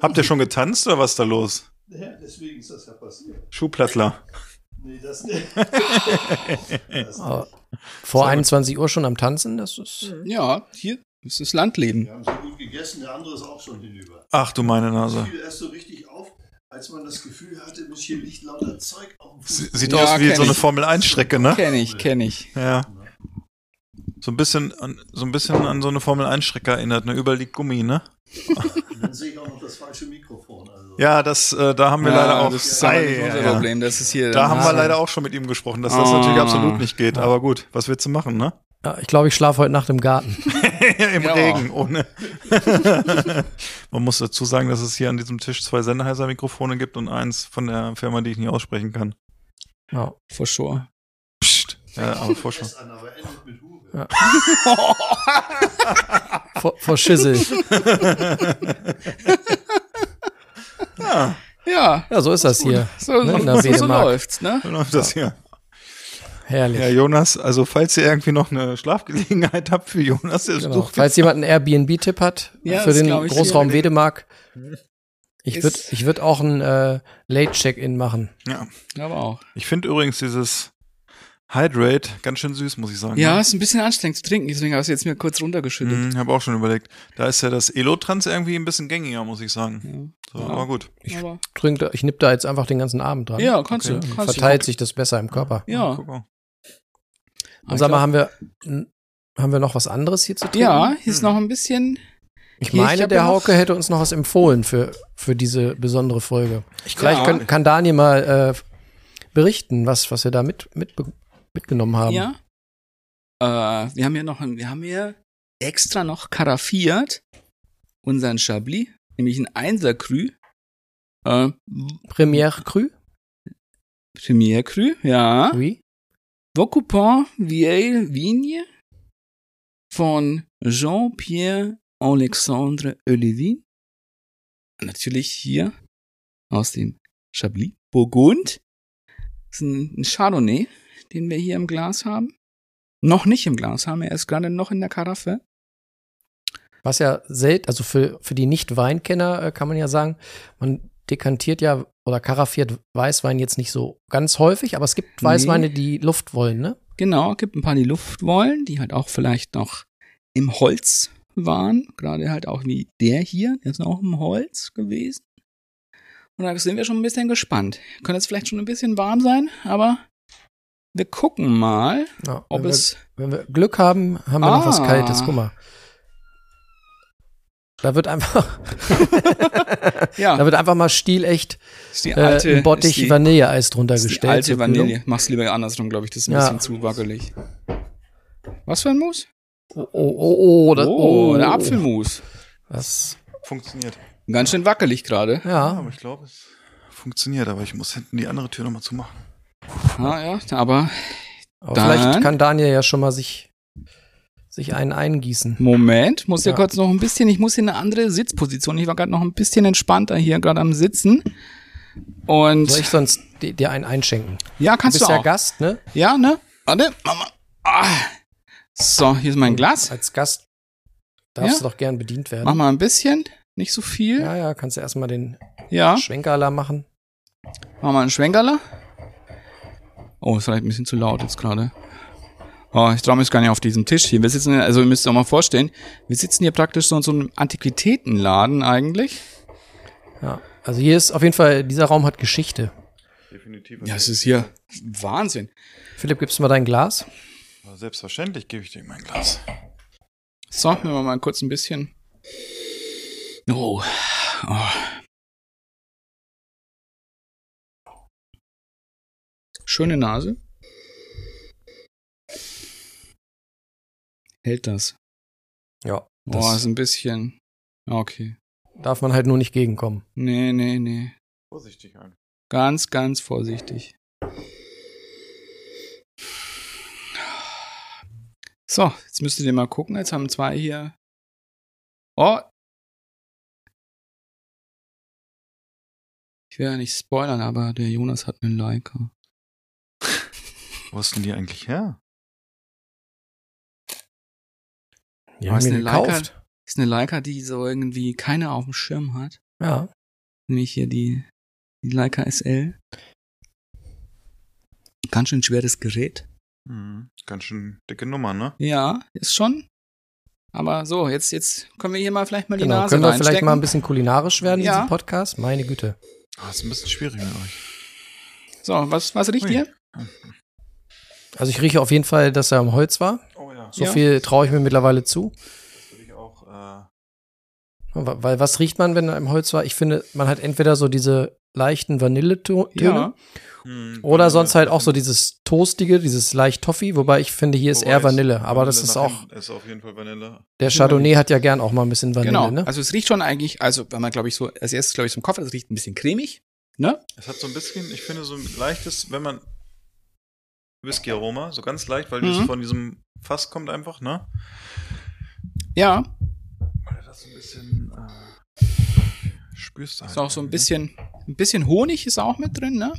Habt ihr schon getanzt oder was ist da los?
Naja, deswegen ist das ja passiert.
Schuhplattler.
Nee, das nicht. das
Aber
nicht.
Ah, vor 21 Uhr schon am Tanzen, das ist.
ja, hier ist das Landleben.
Wir haben so gut gegessen, der andere ist auch schon hinüber.
Ach du meine
Das
Nase.
fiel erst so richtig auf, als man das Gefühl hatte, Mensch, hier liegt lauter Zeug auf dem Fuß.
Sie- Sieht
Ja,
aus wie
kenn
so eine
ich.
Formel-1-Strecke, ne?
Kenne ich, kenne ich.
Ja. So ein bisschen an, so ein bisschen an so eine Formel 1 Strecke erinnert, ne? Überall liegt Gummi, ne?
Und dann sehe ich auch noch das falsche Mikrofon. Also.
Ja, das äh, da haben wir leider auch
das ist aber nicht
Ei,
unser
ja, ja.
Problem. Das ist hier.
Da haben wir
Ah.
leider auch schon mit ihm gesprochen, dass das
Ah.
natürlich absolut nicht geht, aber gut, was willst du machen, ne?
Ja, ich glaube, ich schlafe heute Nacht im Garten.
Im
Ja.
Regen ohne. Man muss dazu sagen, dass es hier an diesem Tisch zwei Sennheiser Mikrofone gibt und eins von der Firma, die ich nicht aussprechen kann.
Ja.
For sure.
Psst. Ja, aber Vorschau.
Erst an, aber endet mit Hure.
Vor, vor Schissel.
Ja,
Ja.
Ja, so ist das hier.
So,
Ne, in der
so, so
Wedemark.
läuft's, ne?
dann läuft das hier. Ja,
Herrlich.
Jonas, also falls ihr irgendwie noch eine Schlafgelegenheit habt für Jonas, der
Genau.
sucht
Falls jemand einen Airbnb-Tipp hat äh,
Ja,
für
das
den
glaub ich
Großraum
hier.
Wedemark, ich
Ist-
würde ich würd auch ein äh, Late-Check-In machen.
Ja,
Aber auch.
ich finde übrigens dieses Hydrate ganz schön süß, muss ich sagen. ne? Mhm,
Ja, ist ein bisschen anstrengend zu trinken, deswegen habe ich jetzt mir kurz runtergeschüttet.
Ich habe auch schon überlegt. Da ist ja das Elotrans irgendwie ein bisschen gängiger, muss ich sagen. So,
Ja.
Aber gut.
Ja. Aber,
Trink, da- ich nipp da jetzt einfach den ganzen Abend dran.
ja, kannst
Okay.
du. Kannst
Verteilt sich das besser im Körper.
du. Ja.
Guck mal.
Und sag mal, haben wir, n- haben wir noch was anderes hier zu trinken?
ja, hier
Hm.
ist noch ein bisschen.
Ich
Hier, ich
meine,
hab
der
ja noch-
Hauke hätte uns noch was empfohlen für, für diese besondere Folge. Vielleicht
Ja.
können, kann Daniel mal äh, berichten, was, was wir da mit, mit, mitgenommen haben.
Ja. Ähm, Äh, wir haben hier noch, ein- wir haben hier extra noch karaffiert unseren Chablis, nämlich ein Einser-Krü. Äh,
Premiere Cru?
Premier-Krü, ja.
Oui.
Vaucoupon Vieille Vigne von Jean-Pierre Alexandre Olivin. Natürlich hier aus dem Chablis Burgund. Das ist ein ein Chardonnay, den wir hier im Glas haben. Noch nicht im Glas haben, er ist gerade noch in der Karaffe.
Was ja selten, also für, für die Nicht-Weinkenner äh, kann man ja sagen, man dekantiert ja oder karaffiert Weißwein jetzt nicht so ganz häufig, aber es gibt
Nee.
Weißweine, die Luft wollen, ne?
Genau, gibt ein paar, die Luft wollen, die halt auch vielleicht noch im Holz waren. Gerade halt auch wie der hier, der ist auch im Holz gewesen. Und da sind wir schon ein bisschen gespannt. Könnte jetzt vielleicht schon ein bisschen warm sein, aber wir gucken mal,
Ja,
ob
wenn, wir,
es.
wenn wir Glück haben, haben wir noch was
Ah.
Kaltes. Guck mal. Da wird einfach, da
Ja,
wird einfach mal stilecht
ist die
äh,
alte.
ein Bottich
ist die,
Vanilleeis drunter
ist die
gestellt.
alte
zur
Vanille. Mach's lieber andersrum, glaube ich, das ist ein
Ja.
bisschen zu wackelig. Was für ein Mus?
Kühlung. Oh, oh, oh, das,
oh,
oh,
der Apfelmus.
Das,
Funktioniert.
Ganz schön wackelig gerade.
Ja,
ja,
aber ich glaube, es funktioniert, aber ich muss hinten die andere Tür nochmal zumachen.
Ah, ja, aber
aber
Dann-
vielleicht kann Daniel ja schon mal sich sich einen eingießen.
Moment, muss ja,
Ja.
kurz noch ein bisschen, ich muss hier eine andere Sitzposition. Ich war gerade noch ein bisschen entspannter hier, gerade am Sitzen. Und
Soll ich sonst di- dir einen einschenken?
ja,
Du
kannst du
bist ja
auch.
Gast, ne?
Ja, ne? Warte, Mama. Ah. So, hier ist mein Glas.
Als Gast darfst
Ja.
du doch gern bedient werden.
Mach mal ein bisschen, nicht so viel.
Ja, ja, kannst du erstmal den
Ja,
Schwenkeralarm machen.
mach mal einen Schwenkerler. Oh, ist vielleicht ein bisschen zu laut jetzt gerade. Oh, ich traue mich gar nicht auf diesem Tisch hier. Wir sitzen, also ihr müsst euch auch mal vorstellen, wir sitzen hier praktisch so in so einem Antiquitätenladen eigentlich.
Ja. Also hier ist auf jeden Fall, dieser Raum hat Geschichte.
Definitiv.
Ja, es ist hier Wahnsinn.
Philipp, gibst du mal dein Glas?
Selbstverständlich gebe ich dir mein Glas.
So, nehmen wir mal kurz ein bisschen. Oh. oh. Schöne Nase. Hält das.
Ja. Das
Boah, ist ein bisschen. Okay.
darf man halt nur nicht gegenkommen.
Nee, nee, nee.
Vorsichtig an.
Ganz, ganz vorsichtig. So, jetzt müsstet ihr mal gucken. Jetzt haben zwei hier. Oh! Ich will ja nicht spoilern, aber der Jonas hat einen Leica.
Wo hast denn die eigentlich her?
Die
Aber
haben
ist
mir
eine Leica-
gekauft.
Ist eine Leica, die so irgendwie keiner auf dem Schirm hat.
Ja.
Nämlich hier die, die Leica SL. Ganz schön schweres Gerät.
Mhm. Ganz schön dicke Nummer, ne?
Ja, ist schon. Aber so, jetzt, jetzt können wir hier mal vielleicht mal die
Genau.
Nase
Können wir vielleicht
reinstecken.
mal ein bisschen kulinarisch werden,
Ja.
diesen Podcast? Meine Güte.
Ah, ist ein bisschen schwierig mit euch.
So, was, was riecht
Ui.
ihr?
Also ich rieche auf jeden Fall, dass er am Holz war.
Oh ja.
So
Ja.
viel traue ich mir mittlerweile zu.
Würde ich auch. Äh,
Weil was riecht man, wenn er am Holz war? Ich finde, man hat entweder so diese leichten Vanilletöne
Ja.
hm,
oder
Vanille.
sonst halt auch so dieses Toastige, dieses leicht Toffee, wobei ich finde, hier ist
Wobei
eher
es-
Vanille, aber das
Vanille
ist
nach
auch,
hinten Ist auf jeden Fall Vanille.
der Chardonnay hat ja gern auch mal ein bisschen Vanille,
genau.
ne?
Also es riecht schon eigentlich, also wenn man glaube ich so, als erstes glaube ich zum Kopf, es riecht ein bisschen cremig. Ne?
Es hat so ein bisschen, ich finde, so ein leichtes, wenn man Whisky-Aroma, so ganz leicht, weil das
Mhm.
von diesem Fass kommt einfach, ne?
Ja.
Weil das so ein bisschen äh, spürst du halt
Ist auch so ein
irgendwie,
bisschen, ein bisschen Honig ist auch mit drin, ne?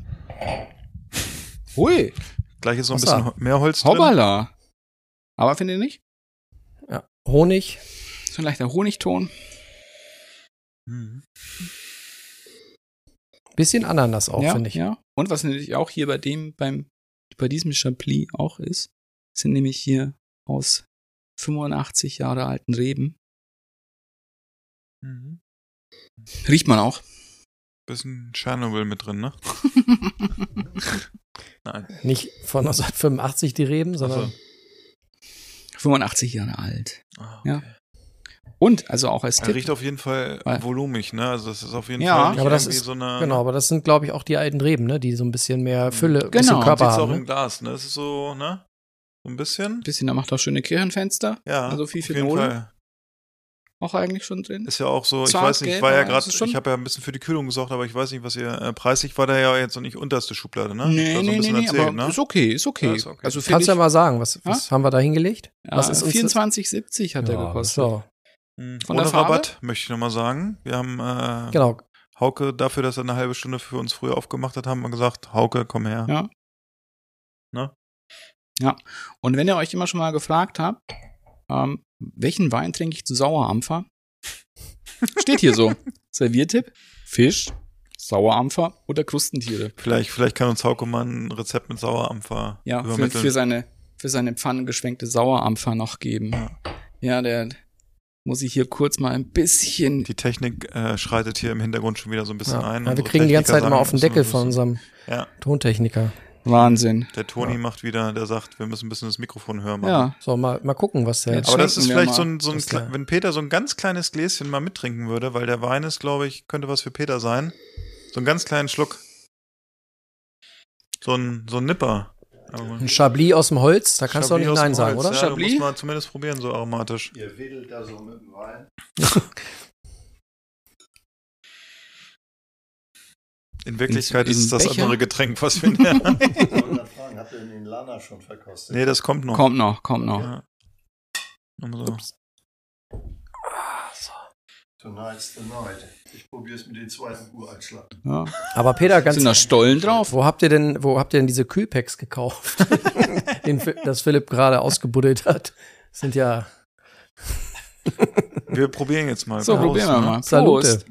Hui,
Ne? Gleich ist noch ein
Was
bisschen ho- mehr Holz drin.
hoppala. Aber findet ihr nicht?
Ja. Honig,
So ein leichter Honigton.
Mhm.
bisschen Ananas auch,
ja,
finde ich.
Ja. Und was natürlich auch hier bei dem, beim, bei diesem Chablis auch ist, sind nämlich hier aus 85 Jahre alten Reben.
Mhm.
Riecht man auch.
Bisschen Tschernobyl mit drin, ne? Nein.
Nicht von 1985 die Reben, sondern
Also,
85 Jahre alt.
ah,
ja.
okay.
Und also auch als
Er
Tipp.
riecht auf jeden Fall
Weil-
volumig, ne? Also das ist auf jeden
Ja.
Fall nicht
Aber das
irgendwie
ist-
so eine.
genau, aber das sind glaube ich auch die alten Reben, ne, die so ein bisschen mehr Fülle, ein bisschen
Genau.
Man sieht
Körper
es auch
haben.
im
Ne?
Glas, ne? Es ist so, ne? So ein bisschen.
Ein bisschen, da macht auch schöne Kirchenfenster.
Ja,
Also viel
auf jeden
Phenole.
Fall.
Auch eigentlich schon drin.
Ist ja auch so, ich
Zart,
weiß nicht, ich
gelb,
war ja
aber
gerade,
es ist schon-
ich habe ja ein bisschen für die Kühlung gesorgt, aber ich weiß nicht, was ihr äh, preislich war, da ja jetzt noch nicht unterste Schublade, ne? Hab da
Nee,
so ein
nee, nee,
bisschen
nee,
erzählt,
aber
ne?
ist okay, ist okay.
Ja, ist okay.
Also finde
Kannst
ich,
du ja mal sagen, was, was haben wir da hingelegt?
ja,
was ist uns das-
24,70 hat der
Ja,
gekostet.
So.
Mhm.
Von
Ohne
der Farbe?
Rabatt, möchte ich nochmal sagen. Wir haben äh,
Genau,
Hauke dafür, dass er eine halbe Stunde für uns früher aufgemacht hat, haben wir gesagt, Hauke, komm her.
Ja.
Ne?
Ja. Und wenn ihr euch immer schon mal gefragt habt, ähm, welchen Wein trinke ich zu Sauerampfer? Steht hier so. Serviertipp, Fisch, Sauerampfer oder Krustentiere.
Vielleicht, vielleicht kann uns Hauke mal ein Rezept mit Sauerampfer
Ja, für,
übermitteln.
für, seine, für seine pfannengeschwenkte Sauerampfer noch geben.
Ja.
Ja, der muss ich hier kurz mal ein bisschen.
die Technik äh, schreitet hier im Hintergrund schon wieder so ein bisschen
Ja,
ein.
ja, wir
Unsere
kriegen die ganze
Techniker
Zeit immer
sagen,
auf den
wir müssen
Deckel
ein
von
bisschen-
unserem
Ja.
Tontechniker.
Wahnsinn.
Der Toni
Ja.
macht wieder, der sagt, wir müssen ein bisschen das Mikrofon hören.
Ja.
So, mal, mal gucken, was der.
Jetzt
Aber das
Schenken
ist
wir
vielleicht
mal.
so ein, so ein
Das ist ja-
kle- wenn Peter so ein ganz kleines Gläschen mal mittrinken würde, weil der Wein ist, glaube ich, könnte was für Peter sein. So einen ganz kleinen Schluck. So ein, so ein Nipper. Aber-
Ein Chablis aus dem Holz, da kannst
Chablis
du
aus
auch nicht
dem
Nein sagen,
Holz,
oder?
Ja, du
Chablis?
musst mal zumindest probieren, so aromatisch.
Ihr wedelt da so mit dem Wein.
In Wirklichkeit
In-
ist es
in
das
Becher?
andere Getränk, was wir näher haben.
Ich wollte gerade fragen, habt ihr den Lana schon verkostet?
Nee, das kommt noch.
Kommt noch, kommt noch.
Ja. Nochmal so.
Ups.
Tonight's the night. Ich probiere es mit dem zweiten Ureinschlag.
Ja.
Aber Peter, ganz
Sind da Stollen drauf?
Wo habt ihr denn, wo habt ihr denn diese Kühlpacks gekauft? Den, Fi- das Philipp gerade ausgebuddelt hat. Sind ja
Wir probieren jetzt mal.
So,
Prost,
probieren wir
ne?
mal.
Salute.
Prost.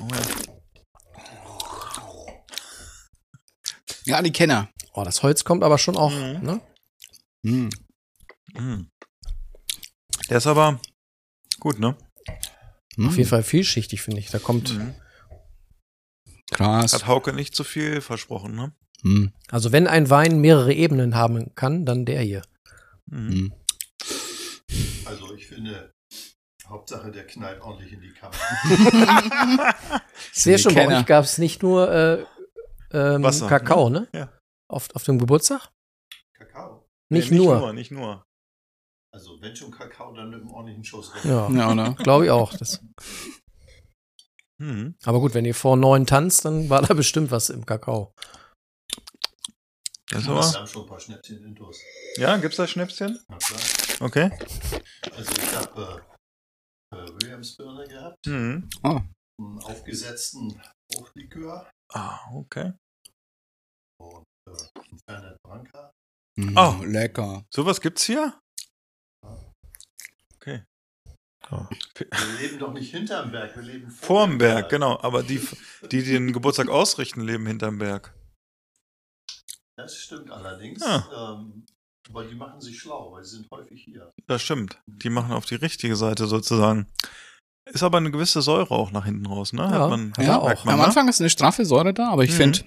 Oh, ja.
Ja, die Kenner.
Oh, das Holz kommt aber schon auch,
Mhm.
ne?
Hm.
Mm. Der ist aber gut, ne?
hm,
Auf jeden Fall vielschichtig, finde ich. Da kommt,
Mhm.
Krass.
Hat Hauke nicht zu viel versprochen, ne?
Hm.
also wenn ein Wein mehrere Ebenen haben kann, dann der hier.
Mhm.
Hm.
Also ich finde, Hauptsache der knallt ordentlich in die Kamera.
Ich sehe schon, bei
Kenner.
euch gab es nicht nur äh, ähm,
Wasser,
Kakao, ne?
Ja.
Auf, auf dem Geburtstag?
Kakao.
Nicht,
Nee,
nur.
Nicht nur.
Also wenn schon Kakao, dann mit einem ordentlichen Schuss.
Ja,
Ja, oder?
glaube ich auch. Das,
Mhm.
aber gut, wenn ihr vor neun tanzt, dann war da bestimmt was im Kakao.
Das ist
Wir
aber,
haben schon ein paar Schnäppchen in Durst.
ja, gibt's da Schnäpschen?
Na klar.
Okay.
Also ich habe äh, äh, Williamsbirne gehabt,
Mhm.
einen aufgesetzten Fruchtlikör
Ah, okay.
und äh, einen Fernet Branca.
Hm.
Oh.
lecker.
Sowas gibt's hier? Okay.
Wir leben doch nicht hinterm Berg, wir leben
Vorm Berg,
Berg.
genau. Aber die, die die den Geburtstag ausrichten, leben hinterm Berg.
Das stimmt allerdings.
Ah.
Ähm, aber die machen sich schlau, weil sie sind häufig hier.
Das stimmt. Die machen auf die richtige Seite sozusagen. Ist aber eine gewisse Säure auch nach hinten raus, ne?
Ja, hat er
Ja,
auch.
merkt
Am
ne?
Anfang ist eine straffe Säure da, aber ich
Mhm.
finde.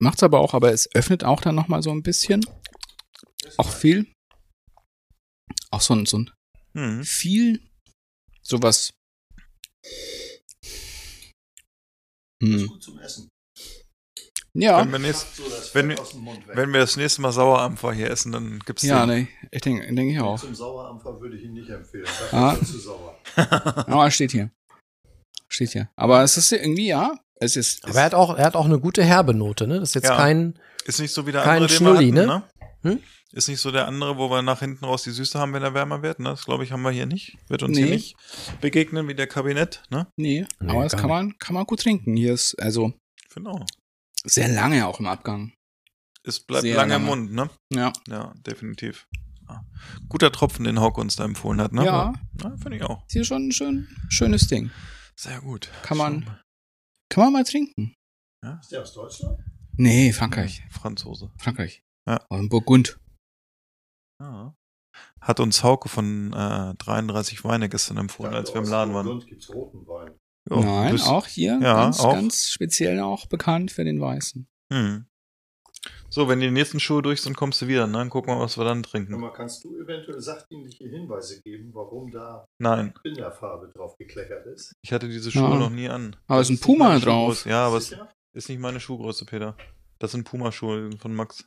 Macht's aber auch, aber es öffnet auch dann nochmal so ein bisschen. Auch viel. Auch so ein, so ein
Mhm.
viel sowas.
Das ist
Hm.
gut zum Essen.
Ja,
Wenn wir nächst,
Schafft so das Fett
wenn wir-
aus dem Mund weg.
Wenn wir das nächste Mal Sauerampfer hier essen, dann gibt's
ja,
den.
ne, ich denke denk ich auch.
Zum Sauerampfer würde ich ihn nicht empfehlen. Dafür
Ah.
ist er zu sauer.
Aber steht hier. Steht hier. Aber es ist irgendwie, ja, es ist.
Aber er hat auch, er hat auch eine gute herbe Note, ne? Das ist jetzt
Ja.
kein,
Ist nicht so wie der
Kein
andere,
Schnulli,
den wir
ne?
hatten, ne?
Hm?
Ist nicht so der andere, wo wir nach hinten raus die Süße haben, wenn er wärmer wird, ne? Das glaube ich, haben wir hier nicht. Wird uns
Nee.
hier nicht begegnen wie der Kabinett, ne?
nee,
Nee,
aber das
gar
kann man, kann man gut trinken. Hier ist also
Ich finde auch.
sehr lange auch im Abgang.
Es bleibt
Sehr
lange im
lange.
Mund, ne?
Ja.
Ja, definitiv. Ah. Guter Tropfen, den Hauke uns da empfohlen hat, ne?
Ja.
Na, finde ich auch.
Ist hier schon ein schön, schönes Ding.
Sehr gut.
Kann man-
Schon.
Kann man mal trinken.
Ist der aus Deutschland?
Nee, Frankreich.
Franzose.
Frankreich.
Ja.
Und Burgund.
Ja. Hat uns Hauke von äh, 33 Weine gestern empfohlen, als wir im Laden Hm. waren.
Und gibt's roten Wein.
Oh,
Ja,
Nein,
bis-
auch hier
Ja,
ganz,
auch.
ganz speziell auch bekannt für den Weißen.
Hm. So, wenn die nächsten Schuhe durch sind, kommst du wieder. Ne? Dann gucken wir, was wir dann
Sag
trinken.
mal, kannst du eventuell sachdienliche Hinweise geben, warum da
Nein,
Binderfarbe drauf gekleckert ist?
ich hatte diese Schuhe
Ja.
noch nie an.
Aber es ist ein
nicht
Puma
meine
drauf.
Schuhgröße. Ja, aber es
Sicher?
ist nicht meine Schuhgröße, Peter. Das sind Puma-Schuhe von Max.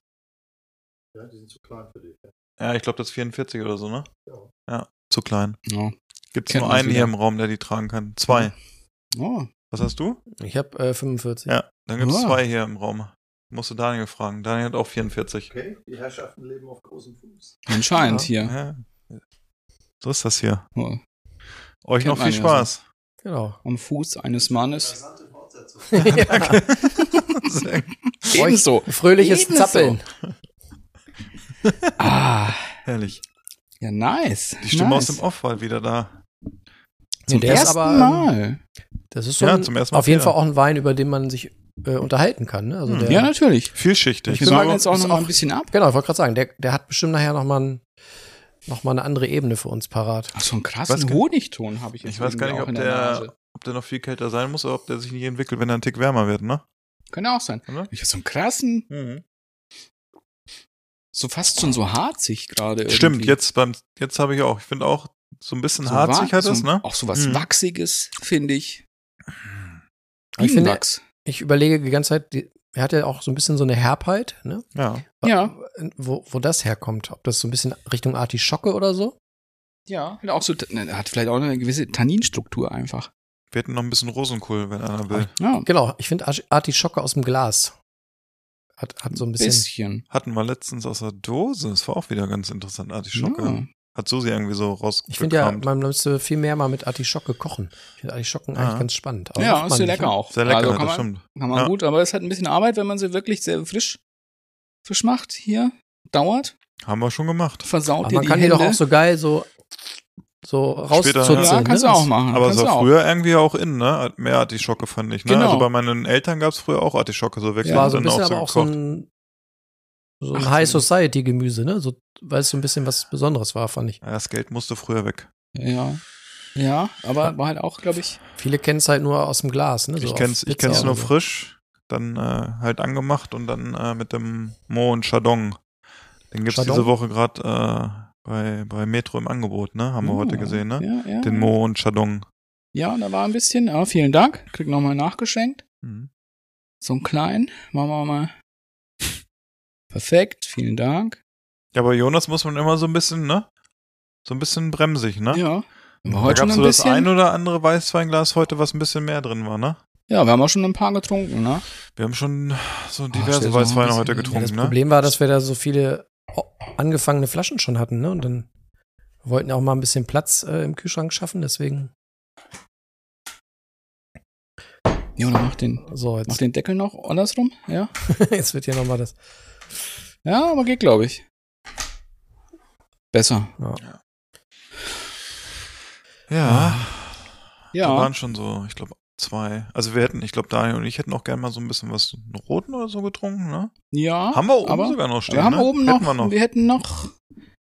Ja, die sind zu klein für dich.
Ja, ich glaube, das ist 44 oder so, ne?
Ja.
Ja, zu klein.
Ja.
Gibt es
Kennt
nur
man
einen
wieder.
hier im Raum, der die tragen kann. Zwei.
Oh,
Was hast du?
ich habe äh, 45.
Ja, dann gibt es
Ja.
zwei hier im Raum. Musst du Daniel fragen. Daniel hat auch 44.
Okay, die Herrschaften leben auf großem Fuß.
anscheinend
Ja.
hier.
Ja. So ist das hier.
Oh,
Euch
Kennt
noch viel
man ja
Spaß.
Genau.
am Fuß eines Mannes.
Interessante Fortsetzung.
ja.
Sehr
Ebenso.
Fröhliches
Ebenso.
Zappeln.
Ah,
herrlich.
ja, nice.
Die Stimme
nice.
aus dem Off war wieder da.
Nee,
Zum
der ist
ersten
aber, ähm,
Mal.
Das ist so
Ja,
ein,
zum ersten Mal
auf jeden
Peter.
Fall auch ein Wein, über den man sich äh, unterhalten kann. Ne? Also
Hm.
der,
ja, natürlich.
Vielschichtig.
ähm, Ich wir sagen
So-
jetzt auch
ist
noch mal
auch-
ein bisschen ab.
Genau, ich wollte gerade sagen, der, der hat bestimmt nachher nochmal ein, noch mal eine andere Ebene für uns parat.
Ach, so einen
weiß
krassen
gar-
Honigton habe ich jetzt
ich weiß gar
irgendwie
nicht,
auch
ob
in der,
der,
Nase.
ob der noch viel kälter sein muss oder ob der sich nicht entwickelt, wenn er ein Tick wärmer wird, ne?
Könnte auch sein.
Oder?
Ich habe so einen krassen, so fast schon so harzig gerade. irgendwie.
Stimmt, jetzt beim, jetzt habe ich auch. Ich finde auch, so ein bisschen
So
harzig
wa-
hat
so,
es, ne?
Auch so was
Mhm.
Wachsiges, finde ich.
Ich finde-
Bienenwachs.
Ich überlege die ganze Zeit, die, er hat ja auch so ein bisschen so eine Herbheit, ne?
Ja.
Ja.
Wo, wo das herkommt. Ob das so ein bisschen Richtung Artischocke oder so?
Ja, hat auch so, ne, hat vielleicht auch eine gewisse Tanninstruktur einfach.
Wir Äh. hätten noch ein bisschen Rosenkohl, wenn einer will.
Ja.
Genau, ich finde Artischocke aus dem Glas Hat, hat so ein bisschen.
Bisschen.
Hatten wir letztens aus der Dose. Das war auch wieder ganz interessant. Artischocke.
Ja.
Hat Susi irgendwie so rausgekramt.
Ich finde ja, man müsste viel mehr mal mit Artischocke kochen. Ich finde Artischocken
Ah.
eigentlich ganz spannend. Aber
Ja,
macht
ist
man
sehr
nicht,
lecker
ne?
auch.
Sehr lecker, halt,
also
das
kann man,
stimmt.
kann man
Ja.
gut, aber es hat ein bisschen Arbeit, wenn man sie wirklich sehr frisch, frisch macht hier. Dauert,
Haben wir schon gemacht.
versaut
Aber
dir
man
die
kann die
Hände.
doch auch so geil so, so
Später,
rauszuzeln.
ja, kannst du
ne?
auch machen.
Aber es
kannst du
war
auch.
früher irgendwie auch in, ne? Mehr Artischocke fand ich, ne?
Genau.
Also bei meinen Eltern gab es früher auch Artischocke, so wirklich.
Ja,
war
und
so ein
dann
bisschen aber auch so
gekocht.
ein, so
Ach,
ein
so.
High Society Gemüse, ne? So, weil es so ein bisschen was Besonderes war, fand ich.
Ja, das Geld musste früher weg.
Ja. Ja, aber war halt auch, glaube ich,
Viele kennen es halt nur aus dem Glas, ne? So
Also
ich
auf
kenn's, ich
Pizza
kenn's
oder
nur
so.
frisch, dann äh, halt angemacht und dann äh, mit dem Mo und Chardon. Den gibt's
Chardon?
diese Woche gerade äh, bei, bei Metro im Angebot, ne? Haben wir
Ja,
heute gesehen, ne?
Hm. Ja, ja.
Den Mo und Chardon.
Ja, da war ein bisschen. Aber vielen Dank. Krieg nochmal nachgeschenkt.
Mhm.
So einen kleinen. Machen wir mal. Perfekt. Vielen Dank.
Ja, aber Jonas muss man immer so ein bisschen, ne? So ein bisschen bremsig, ne?
Ja. Aber
Da
heute schon
gab's
ein
so das ein
bisschen.
oder andere Weißweinglas heute, was ein bisschen mehr drin war, ne?
Ja, wir haben auch schon ein paar getrunken, ne?
Wir haben schon so
Oh, stell dir
diverse
mal
Weißweine
ein
heute
bisschen-
Ja, das
getrunken, ne?
Problem war, dass wir da so viele o- angefangene Flaschen schon hatten, ne? Und dann wollten auch mal ein bisschen Platz äh, im Kühlschrank schaffen, deswegen.
Ja, dann mach den,
So,
mach
jetzt,
den Deckel noch andersrum. Ja.
jetzt wird hier nochmal das.
Ja, aber geht, glaube ich. Besser. Ah.
Ja. Da
Ja.
waren schon so, ich glaube, zwei. Also wir hätten, ich glaube, Daniel und ich hätten auch gerne mal so ein bisschen was einen roten oder so getrunken, ne?
Ja.
haben wir oben
aber
sogar noch stehen.
Wir haben
ne?
oben
Hätten
noch,
Wir, noch.
Wir hätten noch.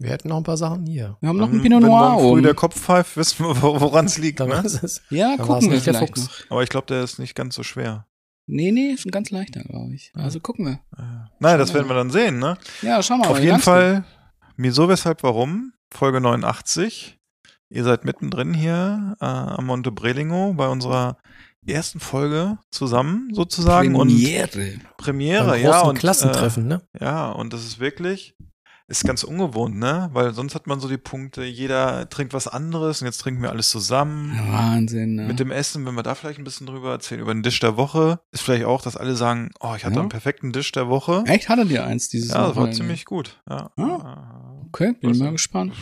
Wir hätten noch ein paar Sachen hier.
Wir haben noch einen
Wenn-
Pinot
wenn
Noir
morgen früh
oben.
der Kopf pfeift, wissen wir, woran es liegt,
Dann
ne?
ist es.
Ja,
Da war's
gucken wir
nicht der
vielleicht
Fuchs.
noch.
Aber ich glaube, der ist nicht ganz so schwer.
Nee, nee, ist ein ganz leichter, glaube ich. Also gucken wir.
Äh, Naja, das werden
Schauen wir
wir
mal.
dann sehen, ne?
Ja, schau mal.
Auf
wie
jeden
lang's geht.
Fall, wieso, weshalb, warum, Folge 89. Ihr seid mittendrin hier äh, am Monte Brelingo bei unserer ersten Folge zusammen sozusagen
Premiere.
und Premiere,
Beim
ja
großen
und äh,
Klassentreffen, ne?
Ja, und das ist wirklich, ist ganz ungewohnt, ne? Weil sonst hat man so die Punkte, jeder trinkt was anderes und jetzt trinken wir alles zusammen.
Wahnsinn. Ne?
Mit dem Essen, wenn wir da vielleicht ein bisschen drüber erzählen, über den Disch der Woche, ist vielleicht auch, dass alle sagen, oh, ich hatte
Ja.
einen perfekten Disch der Woche.
Echt, hattet ihr eins dieses
Ja, das war
Wochenende? Ah.
ziemlich gut. Ja.
Okay, bin
Weiß
mal
nicht.
gespannt.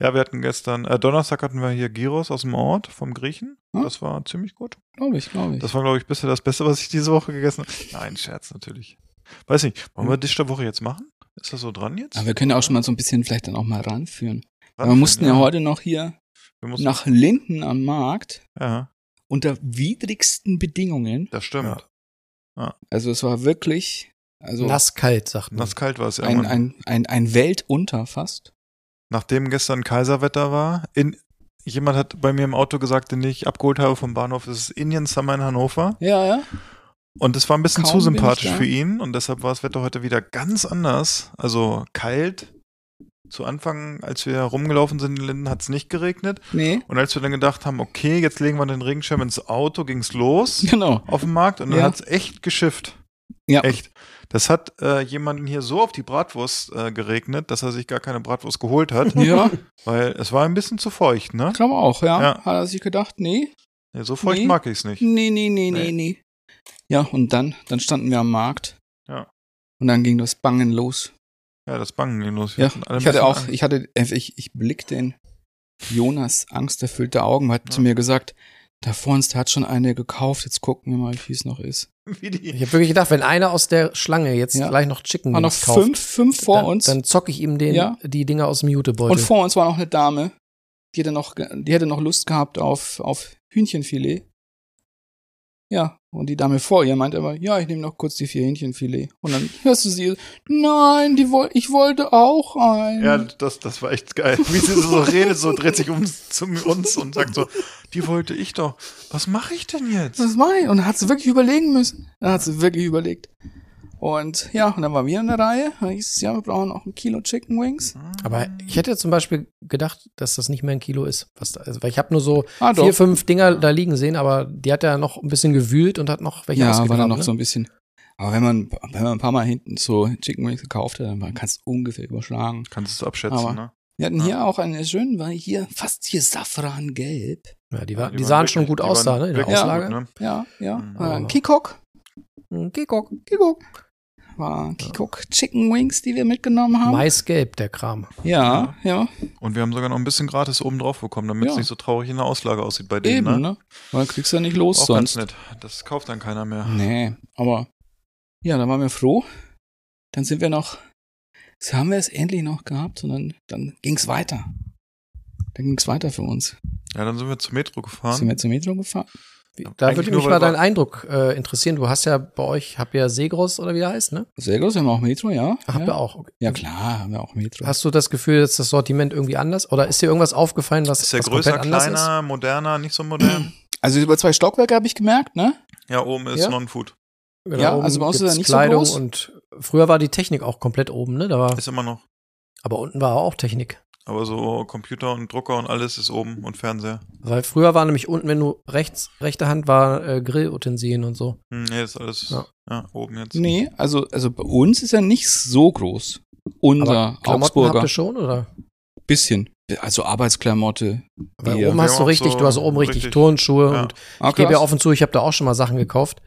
ja, wir hatten gestern, äh, Donnerstag hatten wir hier Gyros aus dem Ort vom Griechen.
Hm?
Das war ziemlich gut.
Glaube ich, glaube ich.
Das war, glaube ich, bisher das Beste, was ich diese Woche gegessen habe. Nein, Scherz natürlich. Weiß nicht, wollen wir Disch der Woche jetzt machen? Ist das so dran jetzt?
Aber wir können Hm. ja auch schon mal so ein bisschen vielleicht dann auch mal ranführen.
Dran
wir
sind,
mussten ja, heute noch hier
Wir mussten,
nach Linden am Markt
ja,
unter widrigsten Bedingungen.
das stimmt.
Ja.
Also es war wirklich, also
Nasskalt, sagt man.
Nass kalt war es
ein,
irgendwann.
ein, ein, ein Weltunter fast.
Nachdem gestern Kaiserwetter war, in, jemand hat bei mir im Auto gesagt, den ich abgeholt habe vom Bahnhof, es ist Indian Summer in Hannover.
Ja, ja.
Und es war ein bisschen
Kaum
zu
bin ich
sympathisch
da.
für ihn und deshalb war das Wetter heute wieder ganz anders. Also kalt. Zu Anfang, als wir rumgelaufen sind in Linden, hat es nicht geregnet.
Nee.
Und als wir dann gedacht haben, okay, jetzt legen wir den Regenschirm ins Auto, ging's los
Genau.
auf dem Markt und dann
Ja.
hat's echt geschifft.
Ja.
Echt. Das hat äh, jemanden hier so auf die Bratwurst äh, geregnet, dass er sich gar keine Bratwurst geholt hat,
Ja,
weil es war ein bisschen zu feucht, ne?
ich glaube auch, ja.
Ja.
Hat er sich gedacht, nee,
Ja, so feucht
Nee.
mag ich's nicht.
Nee, nee,
Nee.
nee, nee, nee. Ja, und dann, dann standen wir am Markt.
Ja.
Und dann ging das Bangen los.
Ja, das Bangen ging los. Wir
Ja,
hatten alle
ich
ein bisschen
hatte auch,
Angst.
ich hatte, äh, ich, ich blickte in Jonas angsterfüllte Augen, hat
Ja.
zu mir gesagt, da vorne ist- da hat schon eine gekauft, jetzt gucken wir mal, wie es noch ist.
Wie die-
Ich habe wirklich gedacht, wenn einer aus der Schlange jetzt
Ja.
gleich noch Chicken
Waren noch
Wings kauft,
fünf, fünf vor
dann,
uns
dann zocke ich ihm den,
Ja.
die Dinger aus dem
und
Jutebeutel.
vor uns war noch eine Dame, die hätte noch, ge- die hätte noch Lust gehabt auf, auf Hühnchenfilet. Ja, und die Dame vor ihr meint immer, ja, ich nehme noch kurz die vier Hähnchenfilet. Und dann hörst du sie, nein, die woll ich wollte auch ein.
Ja, das, das war echt geil. Wie sie so redet, so dreht sich um zu uns und sagt so, die wollte ich doch. Was mache ich denn jetzt?
Das war ich. Und dann hat sie wirklich überlegen müssen. Dann hat sie wirklich überlegt. Und ja, und dann waren wir in der Reihe. Dann hieß es, ja, wir brauchen auch ein Kilo Chicken Wings.
Aber
Ah.
ich hätte zum Beispiel gedacht, dass das nicht mehr ein Kilo ist. Was da, also, weil ich habe nur so
Ah, doch.
vier, fünf Dinger da liegen sehen, aber die hat ja noch ein bisschen gewühlt und hat noch welche
ja, war
ausgegraben.
dann noch
ne?
so ein bisschen. Aber wenn man, wenn man ein paar Mal hinten so Chicken Wings gekauft hat, dann kannst du ungefähr überschlagen.
Kannst du es abschätzen,
Aber-
ne?
Wir hatten
Ja.
hier auch eine schöne, war hier fast hier Safrangelb.
ja, die, war, die,
waren
sahen
wirklich-
schon gut
die
aus da,
waren
ne? In der
wirklich
Auslage.
gut, ne?
Ja, ja.
Mhm.
Äh, Kikok.
Ein Kikok.
Kikok. war Kikuk Chicken Wings, die wir mitgenommen haben.
Maisgelb, der Kram.
Ja, ja,
Und wir haben sogar noch ein bisschen gratis oben drauf bekommen, damit es
Ja.
nicht so traurig in der Auslage aussieht bei denen.
eben,
ne?
ne? Weil kriegst du ja nicht los
Auch
sonst.
ganz nett. Das kauft dann keiner mehr.
Hm.
Nee, aber ja, da waren wir froh. Dann sind wir noch, so haben wir es endlich noch gehabt und dann, dann ging es weiter. Dann ging es weiter für uns.
Ja, dann sind wir zum Metro
Sind wir
gefahren.
zur Metro gefahren?
Wie- Da
Eigentlich
würde
nur,
mich
weil
mal dein
wir-
Eindruck äh, interessieren. Du hast ja bei euch, habt ihr Segros oder wie der heißt, ne?
Sehr groß, haben wir auch Metro, ja.
Habt
ja.
ihr auch. Okay.
Ja, klar, haben wir auch Metro.
Hast du das Gefühl, dass das Sortiment irgendwie anders oder ist dir irgendwas aufgefallen, was,
Ist der
was
größer,
komplett anders
kleiner, moderner, nicht so modern?
Also über zwei Stockwerke habe ich gemerkt, ne?
Ja, oben ist
Ja?
Non-Food.
ist? Genau,
Ja,
oben
also bei uns ist er
gibt's
nicht so
Kleidung
groß.
und früher war die Technik auch komplett oben, ne? Da war,
Ist immer noch.
aber unten war auch Technik.
Aber so Computer und Drucker und alles ist oben und Fernseher.
Weil früher war nämlich unten, wenn du rechts, rechte Hand war äh, Grillutensilien und so.
Hm, nee, ist alles
Ja.
ja. oben jetzt.
Nee, also, also bei uns ist er nicht so groß.
Aber
Unser
Klamotten habt
Augsburger.
ihr schon, oder?
Bisschen. Also Arbeitsklamotte.
Weil
Ja,
oben
wir
hast
haben
du
auch
richtig,
so
du hast oben richtig,
richtig-
Turnschuhe
Ja.
und
Ah,
ich gebe ja
krass.
offen zu, ich habe da auch schon mal Sachen gekauft.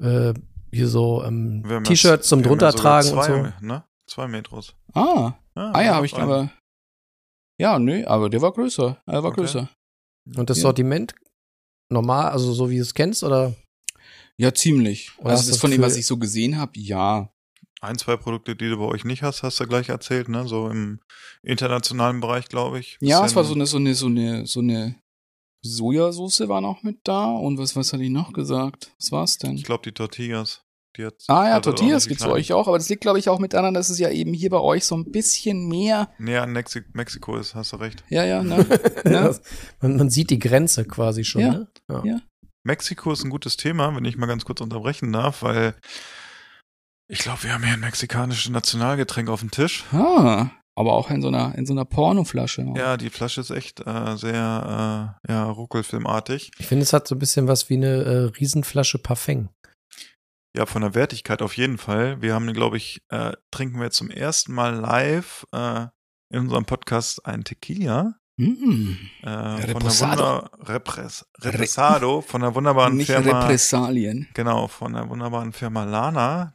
Äh, hier so ähm,
Wir haben ja
T-Shirts zum
wir haben ja sogar
druntertragen und so.
zwei, Ne? Zwei Metros.
Ah, ah ja, habe ich
noch einen.
aber. Ja, nö, aber der war größer. Er war
Okay.
größer.
Und das
Ja.
Sortiment normal, also so wie du es kennst, oder?
Ja, ziemlich.
Oder hast
also
du
das
das
von dem, was
Gefühl-
ich so gesehen habe, ja.
Ein, zwei Produkte, die du bei euch nicht hast, hast du gleich erzählt, ne? So im internationalen Bereich, glaube ich.
Ja,
Bisschen-
es war so ne eine, so eine, so eine, so eine Sojasauce war noch mit da. Und was, was hatte ich noch gesagt? Was war's denn?
Ich glaube, die Tortillas. Die hat,
Ah ja,
hat er auch
Tortillas
nicht
gibt's bei
geknallt.
euch auch, aber das liegt, glaube ich, auch mit daran, dass es ja eben hier bei euch so ein bisschen mehr.
Näher an Nexi Mexiko ist, hast du recht.
Ja, ja, ne? ne?
Das- man, man sieht die Grenze quasi schon,
Ja.
ne? Ja.
Ja.
Mexiko ist ein gutes Thema, wenn ich mal ganz kurz unterbrechen darf, weil ich glaube, wir haben hier ein mexikanisches Nationalgetränk auf dem Tisch.
Ah, aber auch in so einer, in so einer Pornoflasche.
Ja, die Flasche ist echt äh, sehr äh, ja, ruckelfilmartig.
Ich finde, es hat so ein bisschen was wie eine äh, Riesenflasche Parfum.
Ja, von der Wertigkeit auf jeden Fall. Wir haben, glaube ich, äh, trinken wir jetzt zum ersten Mal live äh, in unserem Podcast einen Tequila.
Mm.
Äh, von der
Reposado.
Wunder Repres Reposado, von der wunderbaren
Nicht
Firma.
Repressalien.
Genau, von der wunderbaren Firma Lana.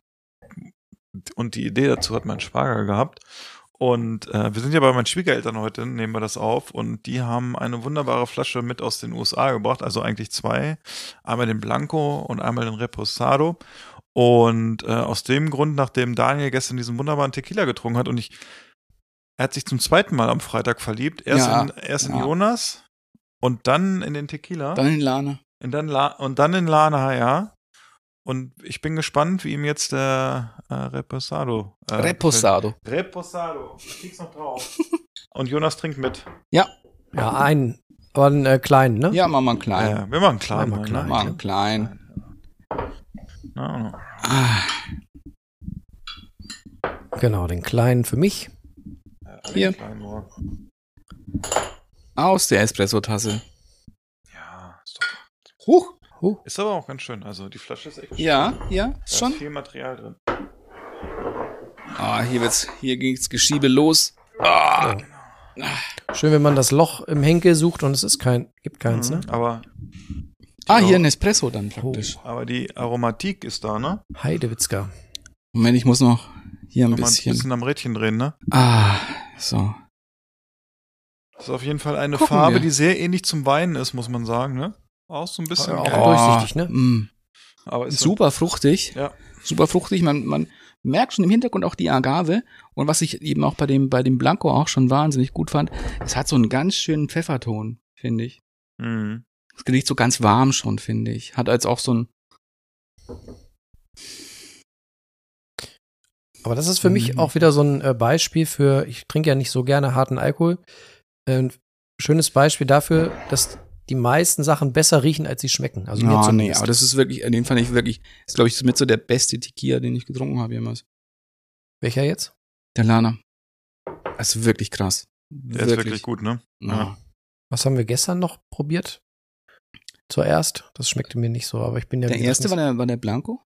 Und die Idee dazu hat mein Schwager gehabt. Und äh, wir sind ja bei meinen Schwiegereltern heute, nehmen wir das auf. Und die haben eine wunderbare Flasche mit aus den USA gebracht, also eigentlich zwei. Einmal den Blanco und einmal den Reposado. Und äh, aus dem Grund, nachdem Daniel gestern diesen wunderbaren Tequila getrunken hat und ich, er hat sich zum zweiten Mal am Freitag verliebt. Erst
Ja,
in, erst in
ja.
Jonas und dann in den Tequila.
Dann in Lana.
Und dann, La und dann in Lana, ja. Und ich bin gespannt, wie ihm jetzt der äh, Reposado. Äh,
Reposado.
gefällt. Reposado. Ich krieg's noch drauf. und Jonas trinkt mit.
Ja, einen, aber einen äh, kleinen, ne?
Ja, mach mal klein.
Ja, wir machen klein.
Machen wir
ne?
klein.
Mach mal klein.
Na,
Ah,
Genau, den kleinen für mich.
hier,
klein nur.
aus der Espresso-Tasse.
Ja, ist, doch,
Huch.
ist aber auch ganz schön. Also die Flasche ist echt schön.
Ja, ja,
Da
ist schon.
ist viel Material drin.
Ah, hier wird's, hier ging's Geschiebe los. Ah,
Schön, wenn man das Loch im Henkel sucht und es ist kein, gibt keins, ne?
Mhm, aber,
ah hier ein Espresso dann praktisch.
aber die Aromatik ist da, ne?
Heidewitzka.
Moment, ich muss noch hier ein
Nochmal ein
bisschen.
bisschen am Rädchen drehen, ne?
Ah, so.
Das ist auf jeden Fall eine
Gucken
Farbe,
wir.
die sehr ähnlich zum Weinen ist, muss man sagen, ne? Auch so ein bisschen.
Ja, auch
gelb,
durch- durchsichtig, ne?
mm.
aber ist
Super fruchtig.
Ja.
Super fruchtig. Man, man merkt schon im Hintergrund auch die Agave. Und was ich eben auch bei dem, bei dem Blanco auch schon wahnsinnig gut fand, es hat so einen ganz schönen Pfefferton, finde ich.
Mhm.
Es riecht so ganz warm schon, finde ich. Hat als auch so ein.
Aber das ist für mich
Mhm.
auch wieder so ein äh, Beispiel für, ich trinke ja nicht so gerne harten Alkohol. Ein schönes Beispiel dafür, dass die meisten Sachen besser riechen, als sie schmecken. Also mir
Ah, nee,
zumindest.
aber das ist wirklich, den fand ich wirklich, ist glaube ich mit so der beste Tequila, den ich getrunken habe jemals.
Welcher jetzt?
Der Lana. Das ist wirklich krass.
Der ist wirklich gut, ne?
Ja.
Was haben wir gestern noch probiert? Zuerst, das schmeckte mir nicht so, aber ich bin ja
Der
wie gesagt,
erste war
nicht-
der, war der Blanco.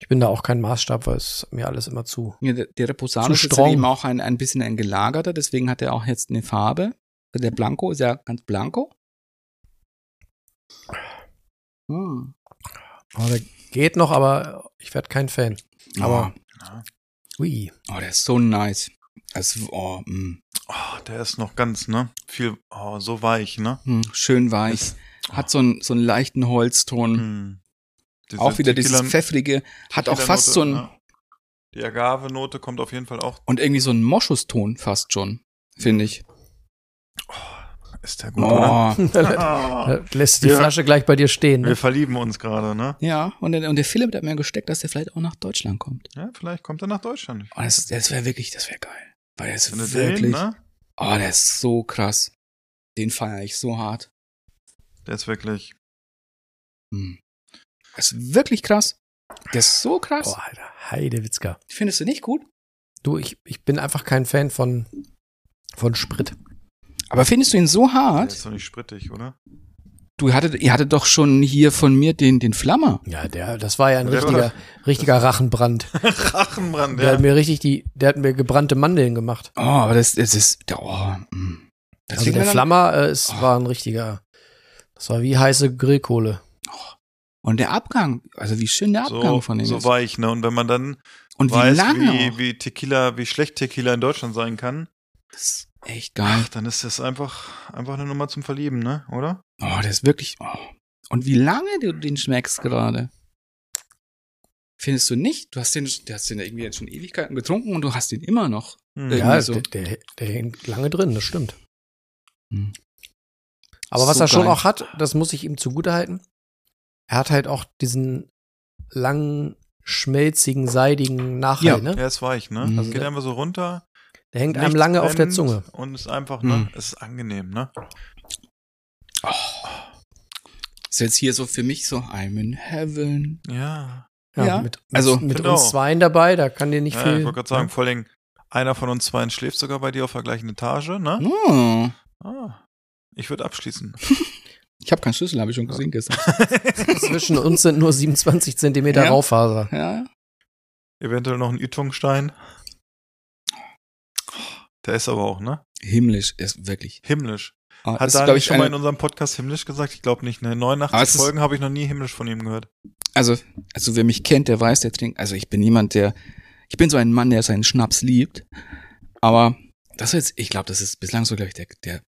ich bin da auch kein Maßstab, weil es mir alles immer zu.
Ja, der, der Reposado
Zu
ist jetzt
strong.
eben auch ein, ein bisschen ein gelagerter, deswegen hat er auch jetzt eine Farbe. Also Der Blanco ist ja ganz blanco. Hm.
Oh,
Aber der Geht noch, aber ich werde kein Fan. Aber,
Ja.
ui.
Oh, der ist so nice. Das, oh, mm,
Oh, der ist noch ganz, ne? Viel, oh, so weich, ne?
mm, schön weich.
Das-
Hat so einen, so einen leichten Holzton.
Hm. Diese
Mhm. Auch wieder dieses
Tequila-
pfeffrige. Hat auch fast
Tequila-Note,
so einen,
ja. Die Agave-Note kommt auf jeden Fall auch.
und irgendwie so einen Moschuston fast schon, finde ich.
Ist der gut, oder?
Oh,
Ah,
Da lässt die
Ja.
Flasche gleich bei dir stehen.
wir
Ne?
verlieben uns gerade, ne?
ja, und der, und der Philipp hat mir gesteckt, dass der vielleicht auch nach Deutschland kommt.
Ja, vielleicht kommt er nach Deutschland.
Oh, das das wäre wirklich, das wäre geil. Weil der ist
Wenn du
wirklich,
den, ne?
oh, der ist so krass. Den feiere ich so hart.
Der ist wirklich.
Hm. Das ist wirklich krass. Der ist so krass.
Boah, Alter, Heidewitzka.
Findest du nicht gut?
Du, ich, ich bin einfach kein Fan von, von Sprit.
Aber findest du ihn so
Der
hart?
ist doch nicht sprittig, oder?
Du hattet, ihr hattet doch schon hier von mir den, den Flammer.
Ja, der, das war ja ein
Der war
richtiger, richtiger Rachenbrand.
Rachenbrand,
Der
ja.
hat mir richtig die, der hat mir gebrannte Mandeln gemacht.
Oh, aber das, das ist, oh, mm. das liegt
Also
mir
der
dann-
Flammer, äh, es
Oh.
war ein richtiger, das war wie heiße Grillkohle.
Und der Abgang, also wie schön der Abgang
So,
von dem
so
ist.
weich, ne? Und wenn man dann
Und wie
weiß,
lange?
wie,
auch.
wie Tequila, wie schlecht Tequila in Deutschland sein kann,
das ist echt geil.
Hm.
dann ist das einfach, einfach eine Nummer zum Verlieben, ne? Oder?
Oh, der ist wirklich. Oh. Und wie lange du den schmeckst gerade? Findest du nicht? Du hast den, du hast den irgendwie jetzt schon Ewigkeiten getrunken und du hast den immer noch.
Hm.
Ja,
Äh, Ja,
so.
der, der, der hängt lange drin, das stimmt.
Hm.
Aber was
So
er schon
geil.
auch hat, das muss ich ihm zugutehalten. Er hat halt auch diesen langen, schmelzigen, seidigen Nachhall,
Ja.
ne?
Der ist weich, ne?
Mhm.
Das geht einfach so runter.
Der hängt einem
nichts
lange auf der
brennt
Zunge. Hm.
Und ist einfach, ne?
Mhm.
Es ist angenehm, ne?
Ist jetzt hier so für mich so, I'm in heaven.
Ja.
Ja,
Ja.
mit, mit,
Also-
mit
Genau.
uns zweien dabei, da kann dir nicht
ja
viel. ne?
ich wollte gerade sagen, vor allem, einer von uns beiden schläft sogar bei dir auf der gleichen Etage,
Hm.
ne?
Oh,
Ah. Ich würde abschließen.
ich habe keinen Schlüssel, habe ich schon gesehen gestern.
Zwischen uns sind nur 27 Zentimeter
Ja.
Raufaser.
ja.
Eventuell noch ein Ytungstein. Der ist aber auch, ne?
Himmlisch, er ist wirklich.
Himmlisch.
Ah,
Hat
ist,
da
glaub
nicht schon mal in
eine-
unserem Podcast himmlisch gesagt? Ich glaube
Ah,
nicht. Ne?
Aber
89
es ist-
Folgen habe ich noch nie himmlisch von ihm gehört.
also, also wer mich kennt, der weiß, der trinkt. Also ich bin jemand, der, ich bin so ein Mann, der seinen Schnaps liebt. Aber das ist, ich glaube, das ist bislang so, glaube ich, der, der,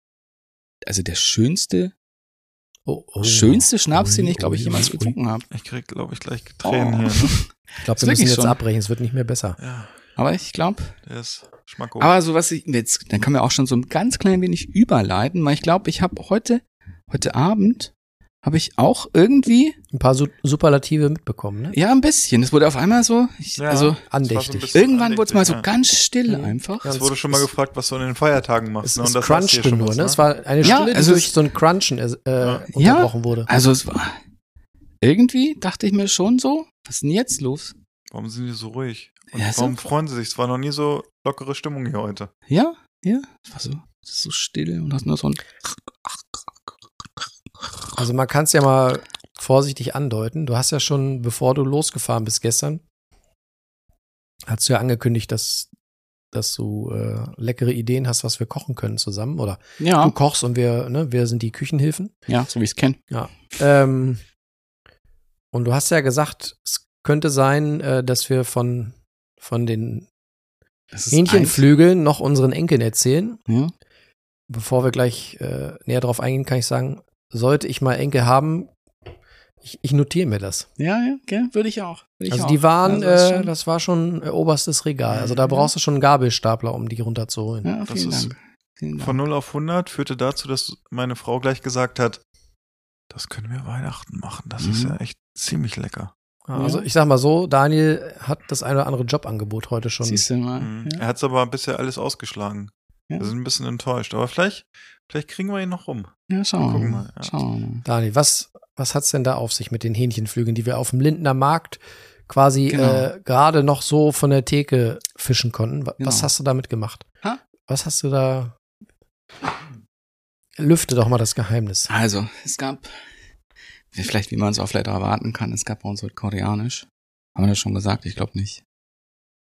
also der schönste,
Oh, oh.
schönste Schnaps, den
Ui,
ich, glaube ich,
ui,
jemals
ui.
getrunken habe.
Ich krieg, glaube ich, gleich Tränen
Oh.
hier. Ne?
Ich glaube,
Ist
wir müssen
wirklich
jetzt
schon.
abbrechen, es wird nicht mehr besser.
Ja,
Aber ich glaube,
der ist
Oh.
Schmacko.
aber so was ich jetzt, dann kann man auch schon so ein ganz klein wenig überleiten, weil ich glaube, ich habe heute, heute Abend habe ich auch irgendwie,
Ein paar Su Superlative mitbekommen, ne?
ja, ein bisschen. Es wurde auf einmal so, ich,
Ja,
also
Andächtig.
bisschen
irgendwann wurde es mal so
andächtig,
ganz still
Mhm.
einfach.
Ja,
Es wurde schon mal gefragt, was du an den Feiertagen machst.
Es,
ne?
es
das sagt dir
crunchte
schon
nur,
was,
ne? Es war eine
Ja,
Stille, die
also
durch
es-
so ein Crunchen äh,
Ja.
unterbrochen wurde.
Also es war irgendwie dachte ich mir schon so, was ist denn jetzt los?
Warum sind die so ruhig? Und
Ja, so-
warum freuen sie sich? Es war noch nie so lockere Stimmung hier heute.
Ja, ja, es war so, es ist so still und hast nur so ein
Also man kann es ja mal vorsichtig andeuten. Du hast ja schon, bevor du losgefahren bist gestern, hast du ja angekündigt, dass, dass du äh, leckere Ideen hast, was wir kochen können zusammen. Oder du
ja,
kochst und wir, ne, wir sind die Küchenhilfen.
ja, so wie ich es kenne.
Ähm, und du hast ja gesagt, es könnte sein, äh, dass wir von, von den Hähnchenflügeln noch unseren Enkeln erzählen.
Ja.
bevor wir gleich äh, näher drauf eingehen, kann ich sagen, sollte ich mal Enkel haben, ich, ich notiere mir das.
Ja, ja, gell? würde ich auch. Würde ich
also
auch.
die waren,
Also ist
äh,
schon- Mhm.
das war schon äh, oberstes Regal. Also da brauchst du schon einen Gabelstapler, um die runterzuholen.
ja,
das
vielen
ist
Dank. genau. Vielen
Von
Dank.
0 auf 100 führte dazu, dass meine Frau gleich gesagt hat, das können wir Weihnachten machen. Das ist
Mhm.
ja echt ziemlich lecker.
Also
Ja.
ich sag mal so, Daniel hat das eine oder andere Jobangebot heute schon.
Siehst du mal.
Mhm.
Ja.
Er hat es aber bisher alles ausgeschlagen.
Ja.
Wir sind ein bisschen enttäuscht. Aber vielleicht, vielleicht kriegen wir ihn noch rum.
ja, schauen wir
Gucken
mal.
wir, ja.
Schauen wir mal.
Daniel, was, was hat's denn da auf sich mit den Hähnchenflügeln, die wir auf dem Lindner Markt quasi
Genau.
äh, gerade noch so von der Theke fischen konnten? Wa- Was
Genau.
hast du damit gemacht?
Ha?
Was hast du da? Lüfte doch mal das Geheimnis.
Also, es gab, wie- vielleicht wie man es auch vielleicht erwarten kann, es gab bei uns heute Koreanisch. Haben wir das schon gesagt? Ich glaube nicht.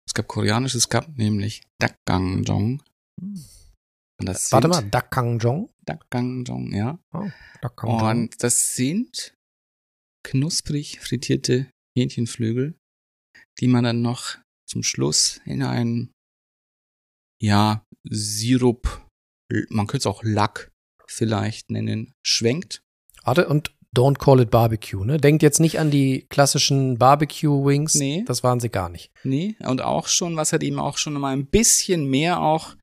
Es gab Koreanisch, es gab nämlich Dakgangjong. Und das
Warte
sind-
mal, Oh, Dakangjong.
Dakgangjong, ja.
Dakangjong.
Und das sind knusprig frittierte Hähnchenflügel, die man dann noch zum Schluss in einen, ja, Sirup, man könnte es auch Lack vielleicht nennen, schwenkt.
Warte, und don't call it Barbecue, ne? Denkt jetzt nicht an die klassischen Barbecue-Wings.
Nee.
Das waren sie gar nicht.
Nee, und auch schon, was halt eben auch schon mal ein bisschen mehr auch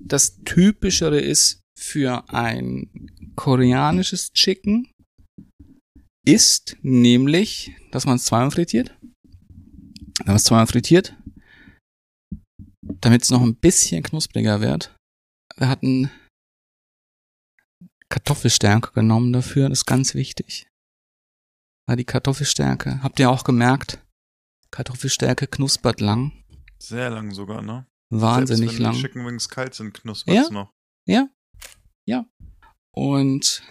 das typischere ist für ein koreanisches Chicken, ist nämlich, dass man es zweimal frittiert. Wenn man es zweimal frittiert, damit es noch ein bisschen knuspriger wird. Wir hatten Kartoffelstärke genommen dafür, das ist ganz wichtig. War die Kartoffelstärke. Habt ihr auch gemerkt, Kartoffelstärke knuspert lang.
Sehr lang sogar, ne?
Wahnsinnig
Selbst wenn
lang.
Die Chicken Wings kalt sind, knuspert
Ja.
noch.
Und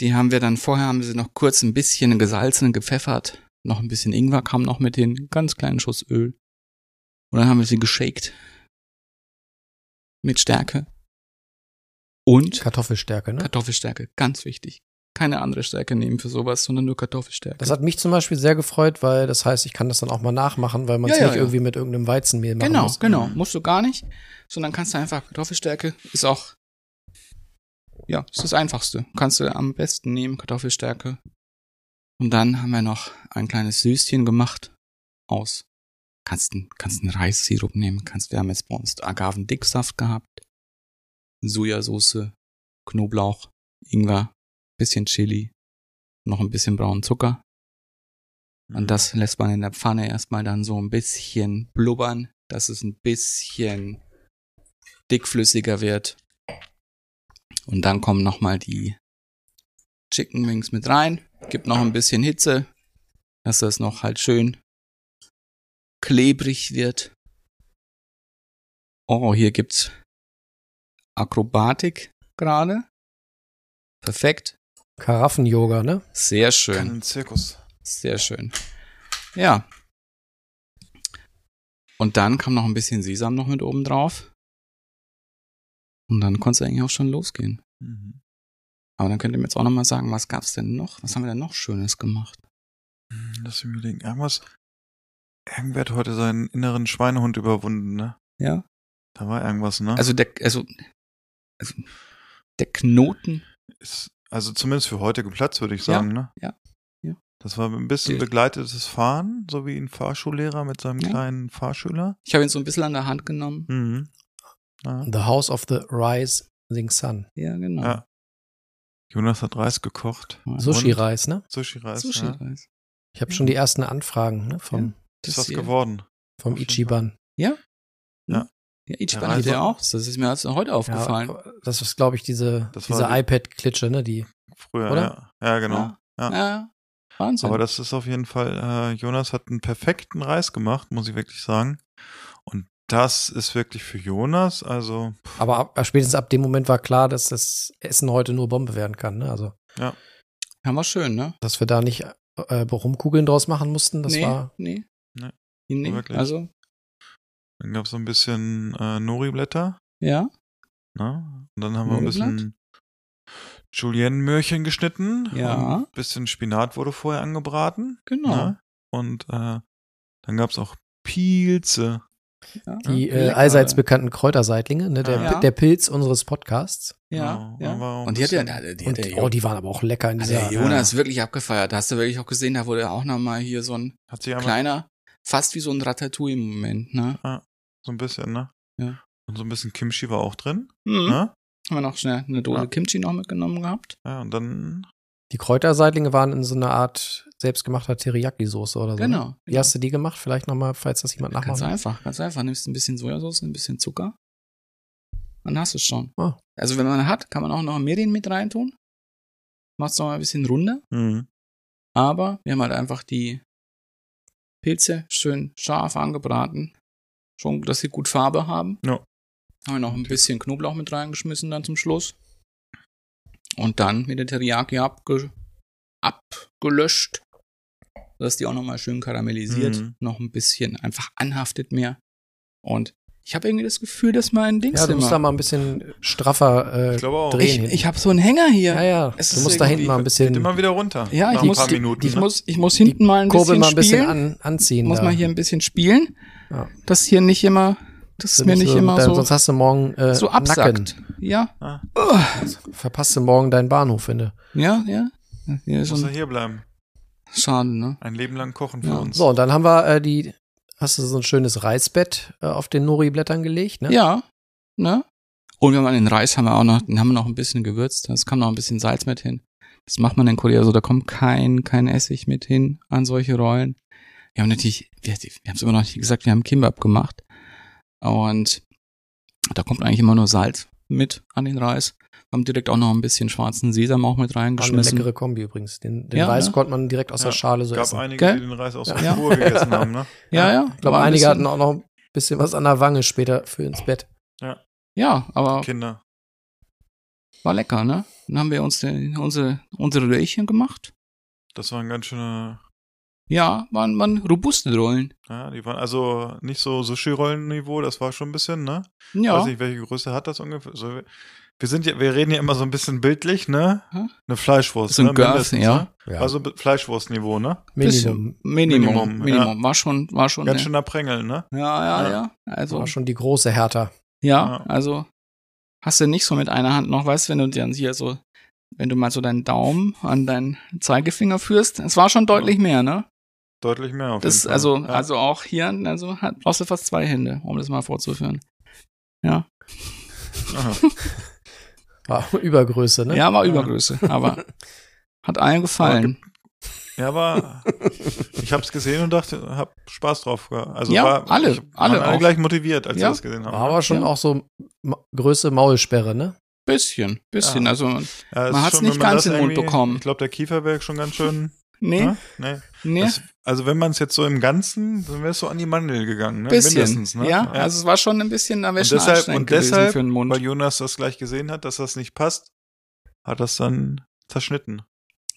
die haben wir dann vorher, haben wir sie noch kurz ein bisschen gesalzen und gepfeffert. Noch ein bisschen Ingwer kam noch mit hin, ganz kleinen Schuss Öl. Und dann haben wir sie geshaked. Mit Stärke. Und
Kartoffelstärke, ne?
Kartoffelstärke, ganz wichtig. Keine andere Stärke nehmen für sowas, sondern nur Kartoffelstärke.
Das hat mich zum Beispiel sehr gefreut, weil das heißt, ich kann das dann auch mal nachmachen, weil man es
Ja, ja,
nicht
ja.
irgendwie mit irgendeinem Weizenmehl machen
genau,
muss. Mhm.
genau. Musst du gar nicht, sondern kannst du einfach Kartoffelstärke, ist auch, ja, ist das einfachste. Kannst du am besten nehmen, Kartoffelstärke. Und dann haben wir noch ein kleines Süßchen gemacht aus. Kannst, n- kannst einen Reissirup nehmen, kannst, wir haben jetzt bei uns Agavendicksaft gehabt, Sojasauce, Knoblauch, Ingwer, bisschen Chili, noch ein bisschen braunen Zucker. Und das lässt man in der Pfanne erstmal dann so ein bisschen blubbern, dass es ein bisschen dickflüssiger wird. Und dann kommen nochmal die Chicken Wings mit rein. Gibt noch ein bisschen Hitze, dass das noch halt schön klebrig wird. Oh, hier gibt's Akrobatik gerade. Perfekt.
Karaffen-Yoga, ne?
Sehr
Kann
schön.
in den Zirkus.
Sehr schön. Ja. Und dann kam noch ein bisschen Sesam noch mit oben drauf. Und dann konnte es eigentlich auch schon losgehen.
Mhm.
Aber dann könnt ihr mir jetzt auch nochmal sagen, was gab's denn noch? Was haben wir denn noch Schönes gemacht?
Mhm, Lass mich überlegen. Irgendwas. Irgendwer hat heute seinen inneren Schweinehund überwunden, ne?
Ja.
Da war irgendwas, ne?
Also der, also, also der Knoten,
ist, also zumindest für heutigen Platz, würde ich
Ja,
sagen, ne?
ja, ja.
Das war ein bisschen
Die-
begleitetes Fahren, so wie ein Fahrschullehrer mit seinem
Ja.
kleinen Fahrschüler.
ich habe ihn so ein bisschen an der Hand genommen.
Mhm. Ja.
The House of the Rising Sun.
Ja, genau.
Ja. Jonas hat Reis gekocht.
Ja.
Sushi-Reis, ne?
Sushi-Reis.
Sushi
Ja.
Reis.
Ich habe schon
Mhm.
die ersten Anfragen ne? vom,
Ist
Das
was
hier.
geworden.
vom Ichiban.
Ja,
Der
Ichiban
Reis
geht ja
war-
auch. Das ist mir erst heute aufgefallen.
Ja, aber das ist, glaube ich, diese,
Das war
diese
die-
iPad-Klitsche, ne? Die
Früher,
Oder?
ja. Ja, genau.
Ja.
Ja.
ja. Wahnsinn.
Aber das ist auf jeden Fall, äh, Jonas hat einen perfekten Reis gemacht, muss ich wirklich sagen. Und das ist wirklich für Jonas, also
Aber ab, ab- spätestens ab dem Moment war klar, dass das Essen heute nur Bombe werden kann. Ne? Also,
ja, war schön, ne?
dass wir da nicht äh, Rumkugeln draus machen mussten, das
nee,
war.
Nee.
Nee.
Nee,
Wirklich.
Also,
dann gab es so ein bisschen äh, Nori-Blätter.
ja.
Ne? Und dann haben wir ein
Nudelblatt?
bisschen Julienne-Möhrchen geschnitten.
Ja.
Ein bisschen Spinat wurde vorher angebraten.
Genau.
Ne? Und äh, dann gab es auch Pilze.
Ja.
Die äh,
Hm? Lecker. Ah,
allseits bekannten Kräuterseitlinge, ne? der,
Ja.
der Pilz unseres Podcasts.
Ja,
Genau.
ja.
Aber auch ein
Und die hat ja,
bisschen-
die hat
Und,
ja,
oh, die waren aber auch lecker in
hat
dieser.
Ah,
äh,
der Jonas wirklich abgefeiert. Da hast du wirklich auch gesehen, da wurde auch nochmal hier so ein
Hat sich einmal
kleiner, fast wie so ein Ratatouille im Moment, ne?
so ein bisschen, ne?
Ja.
Und so ein bisschen Kimchi war auch drin.
Mhm.
Ne?
Haben wir noch schnell eine Dose
Ja.
Kimchi noch mitgenommen gehabt?
Ja, und dann
Die Kräuterseitlinge waren in so einer Art selbstgemachter Teriyaki-Soße oder so. Ne?
Genau.
Wie hast du die gemacht? Vielleicht nochmal, falls das jemand
Ganz
nachmacht.
einfach, ganz einfach. Nimmst ein bisschen Sojasauce, ein bisschen Zucker. Dann hast du es schon.
Oh.
Also, wenn man hat, kann man auch noch Medien mit reintun. Machst noch mal ein bisschen runder.
mhm.
Aber wir haben halt einfach die Pilze schön scharf angebraten. Schon, dass sie gut Farbe haben.
Ja.
Haben wir noch ein bisschen Knoblauch mit reingeschmissen dann zum Schluss. Und dann mit der Teriyaki abge abgelöscht. Dass die auch nochmal schön karamellisiert.
Mhm.
Noch ein bisschen einfach anhaftet mehr. Und Ich habe irgendwie das Gefühl, dass mein Dings
Ja, du musst da
immer-
mal ein bisschen straffer äh,
Ich glaube auch.
drehen.
ich
hinten.
ich habe so einen Hänger hier.
ja, ja.
Es
Du
ist
musst da hinten
irgendwie-
mal ein
Geht
bisschen
immer wieder runter.
Hm. Ja, ich
nach ein
muss,
paar
die,
Minuten.
ich,
ne?
muss, ich muss hinten mal ein
Kurbel
bisschen
mal ein bisschen
spielen.
an, anziehen.
muss
da.
man hier ein bisschen spielen,
Ja.
dass hier nicht immer, dass
Sonst
mir nicht
so-
immer
dann,
so,
Sonst hast du morgen äh,
so absackt. Ja,
Nacken. Verpasst du morgen deinen Bahnhof, wenn du.
ja, ja. Hier ist
Muss er
schon
hier bleiben.
schade, ne?
Ein Leben lang kochen für
Ja.
uns.
So, und dann haben wir äh, die. Hast du so ein schönes Reisbett äh, auf den Nori-Blättern gelegt? Ne?
Ja, ne? Und wir haben an den Reis haben wir auch noch, den haben wir noch ein bisschen gewürzt. Das kam noch ein bisschen Salz mit hin. Das macht man in Korea so, da kommt kein, kein Essig mit hin an solche Rollen. Wir haben natürlich, wir, wir haben es immer noch nicht gesagt, wir haben Kimbap gemacht. Und da kommt eigentlich immer nur Salz mit an den Reis. Wir haben direkt auch noch ein bisschen schwarzen Sesam auch mit
War eine
reingeschmissen.
leckere Kombi übrigens. Den, den
Ja,
Reis
ne?
konnte man direkt aus
Ja,
der Schale so
gab
essen.
einige,
Gell?
die den Reis aus
Ja.
der Ruhe gegessen haben, ne?
Ja, ja.
Ich glaube,
war ein
einige
bisschen-
hatten auch noch ein bisschen was an der Wange später für ins Bett.
Ja, aber
Kinder.
war lecker, ne? Dann haben wir uns den, unsere, unsere Röhrchen gemacht.
Das waren ganz schöne,
Ja, waren, waren robuste Rollen.
ja, die waren also nicht so Sushi-Rollen-Niveau, das war schon ein bisschen, ne?
Ja.
Weiß nicht, welche Größe hat das ungefähr? So, wir sind ja, wir reden ja immer so ein bisschen bildlich, ne?
Hm?
Eine Fleischwurst,
So ein
ne?
Girth,
Mindestens,
ja.
Ne?
Ja.
Also be- Fleischwurstniveau, ne?
Minimum.
Bisschen. Minimum.
Minimum,
Minimum.
ja.
War schon, war schon.
Ganz
ne?
schöner Prängel, ne?
ja, ja,
Ja.
ja.
Das
Also,
war schon die große Hertha.
ja,
Ja.
also hast du nicht so mit einer Hand noch, weißt du, wenn du dann hier so, wenn du mal so deinen Daumen an deinen Zeigefinger führst, es war schon deutlich mehr, ne?
Deutlich mehr auf
Das,
jeden Fall.
also,
ja.
also auch hier, also hat, brauchst du fast zwei Hände, um das mal vorzuführen. also
Aha.
War Übergröße, ne?
Ja, war
Ja.
Übergröße, aber hat allen gefallen.
Ja, aber ich hab's gesehen und dachte, hab Spaß drauf. ge- Also
Ja,
war,
alle,
ich, waren
alle auch.
gleich motiviert, als
Ja.
wir das gesehen
War
haben.
aber schon
Ja.
auch so Ma Größe Maulsperre, ne?
Bisschen, bisschen.
Ja.
Also,
Ja, es
Man
ist
hat's
schon, wenn
nicht ganz
das
in den Mund
irgendwie-
bekommen.
Ich glaube, der Kieferberg schon ganz schön.
nee,
ne? Nee.
nee.
Das, also wenn man es jetzt so im Ganzen, dann wäre es so an die Mandel gegangen, ne?
bisschen.
Mindestens, ne?
Ja, also es war schon ein bisschen, da wäre
und
schon
deshalb,
anstrengend
und deshalb
gewesen für den Mund.
weil Jonas das gleich gesehen hat, dass das nicht passt, hat das dann zerschnitten.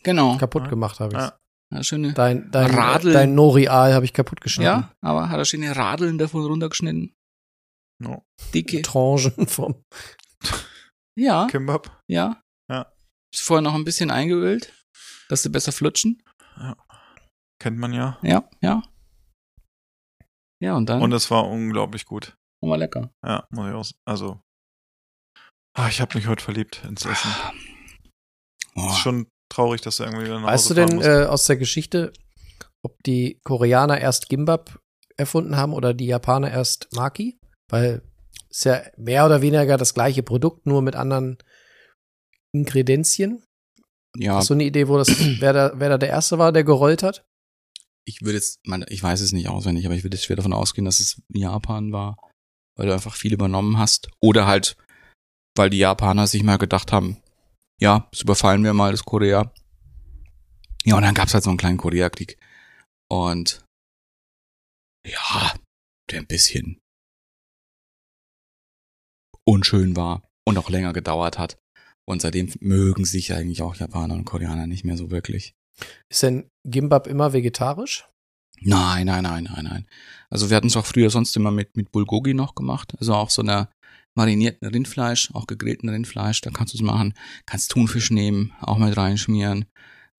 Genau.
Kaputt
Ja.
gemacht habe ich.
Ja.
Ja, schöne.
Dein, dein,
Radeln.
dein Norial habe ich kaputt geschnitten.
Ja, aber hat er schöne Radeln davon runtergeschnitten.
No.
Dicke.
Tranchen vom.
Ja,
Kimbab.
ja.
Ja.
Ist vorher noch ein bisschen eingeölt, dass sie besser flutschen.
Kennt man ja.
Ja, ja. Ja, und dann
Und es war unglaublich gut.
war lecker.
Ja, muss ich auch. s- Also. Ah, ich habe mich heute verliebt ins Essen. Ist schon traurig, dass du irgendwie wieder nach
Weißt du
Hause fahren
denn
musst.
äh, aus der Geschichte, ob die Koreaner erst Gimbap erfunden haben oder die Japaner erst Maki? Weil ist ja mehr oder weniger das gleiche Produkt, nur mit anderen Ingredienzien.
Ja,
Hast du eine Idee, wo das, wer da, wer da der Erste war, der gerollt hat?
ich würde jetzt, man, ich weiß es nicht auswendig, aber ich würde jetzt schwer davon ausgehen, dass es Japan war, weil du einfach viel übernommen hast. Oder halt, weil die Japaner sich mal gedacht haben, ja, das überfallen wir mal, das Korea. Ja, und dann gab's halt so einen kleinen Koreakrieg. Und ja, der ein bisschen unschön war und auch länger gedauert hat. Und seitdem mögen sich eigentlich auch Japaner und Koreaner nicht mehr so wirklich.
Ist denn Gimbap immer vegetarisch?
Nein, nein, nein, nein, nein. Also wir hatten es auch früher sonst immer mit, mit Bulgogi noch gemacht. Also auch so einer marinierten Rindfleisch, auch gegrillten Rindfleisch, da kannst du es machen. Kannst Thunfisch nehmen, auch mit reinschmieren.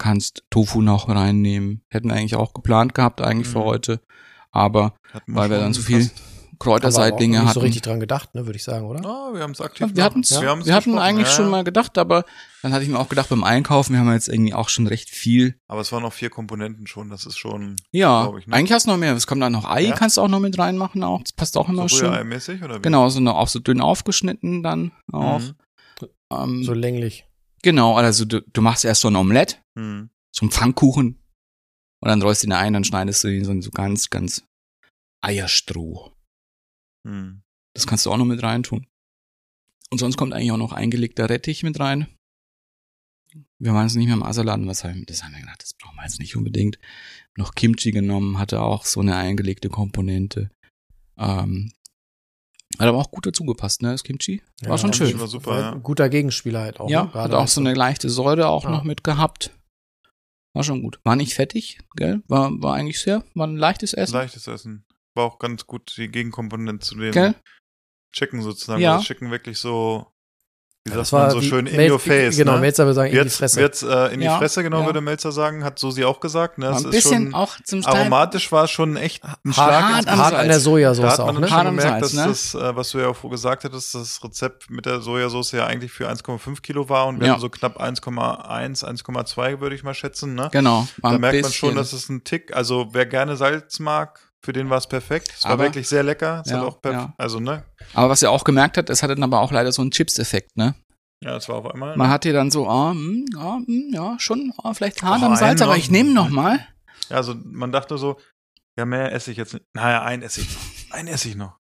Kannst Tofu noch reinnehmen. Hätten wir eigentlich auch geplant gehabt, eigentlich für
Mhm.
heute. Aber
Hatten
weil wir
schon
dann so viel
fast-
Kräuterseitlinge
Aber auch nicht
hatten.
so richtig dran gedacht, ne, würde ich sagen, oder?
Ah, wir haben es aktiv
wir hatten's,
gemacht. haben's
wir hatten
besprochen,
eigentlich
ja,
schon
ja.
mal gedacht, aber dann hatte ich mir auch gedacht, beim Einkaufen, wir haben jetzt irgendwie auch schon recht viel.
Aber es waren noch vier Komponenten schon, das ist schon
Ja,
Glaub ich, ne?
eigentlich hast du noch mehr. Es kommt dann noch Ei,
Ja.
kannst du auch noch mit reinmachen auch. Das passt auch immer
so
schön.
rührei-mäßig, oder wie?
Genau, so eine, auch so dünn aufgeschnitten dann auch.
Mhm.
Ähm,
So länglich.
Genau, also du, du machst erst so ein Omelett,
Mhm.
so einen Pfannkuchen und dann rollst du ihn ein, dann schneidest du ihn so, in so ganz, ganz Eierstroh.
Mhm.
Das kannst du auch noch mit reintun. Und sonst kommt eigentlich auch noch eingelegter Rettich mit rein. Wir waren es nicht mehr im Asaladen, was haben, das haben wir gedacht, das brauchen wir jetzt nicht unbedingt. Noch Kimchi genommen, hatte auch so eine eingelegte Komponente. Ähm, hat aber auch gut dazu gepasst, ne, das Kimchi. War schon
Kimchi
schön.
war super,
War
ja.
Ein guter Gegenspieler halt auch. ne?
ja, hat
Gerade
auch
als-
so eine leichte Säure auch
Ja.
noch mit gehabt. War schon gut. War nicht fettig, gell? War, war eigentlich sehr, war ein leichtes Essen.
Leichtes Essen. War auch ganz gut die Gegenkomponente zu den
Gell?
Chicken sozusagen.
Ja.
Ja. Das Chicken wirklich so, wie
Ja,
sagt man so
wie
schön, in
Mel-
your face.
Genau,
ne?
Melzer würde sagen, in die
Jetzt,
Fresse.
jetzt äh, in die
Ja,
Fresse, genau,
ja.
würde Melzer sagen, hat Susi auch gesagt. Ne?
War
Das
ein
ist
bisschen
schon,
auch zum Teil.
aromatisch war es schon echt ein
Hart-
Schlag
hart
ins
am
Gesicht.
Hart an der
Da
Sojasauce
hat
auch,
man dann
ne?
Hart
schon
am
gemerkt,
Salz,
dass
Also ne?
das, äh, was du ja auch vorher gesagt hattest, das Rezept mit der Sojasauce ja eigentlich für 1,5 Kilo war und wir
Ja.
hatten so knapp 1,1, 1,2 würde ich mal schätzen. Ne?
Genau. war
Da
ein
merkt man
bisschen-
schon, dass es ein Tick, also wer gerne Salz mag, für den war es perfekt. Es war
Aber-
wirklich sehr lecker. Es
Ja,
hat auch perf
ja.
also ne?
Aber was er auch gemerkt hat, es hatte dann aber auch leider so einen Chips-Effekt, ne?
Ja, es war auf einmal.
Man hat hier dann so, ah, hm, ja, hm, ja, schon, ah, vielleicht hart
Oh,
am Salz,
einen
aber
noch.
ich nehme noch mal.
Ja, also man dachte so, ja, mehr esse ich jetzt nicht. Naja, ein esse ich noch. Ein esse ich noch.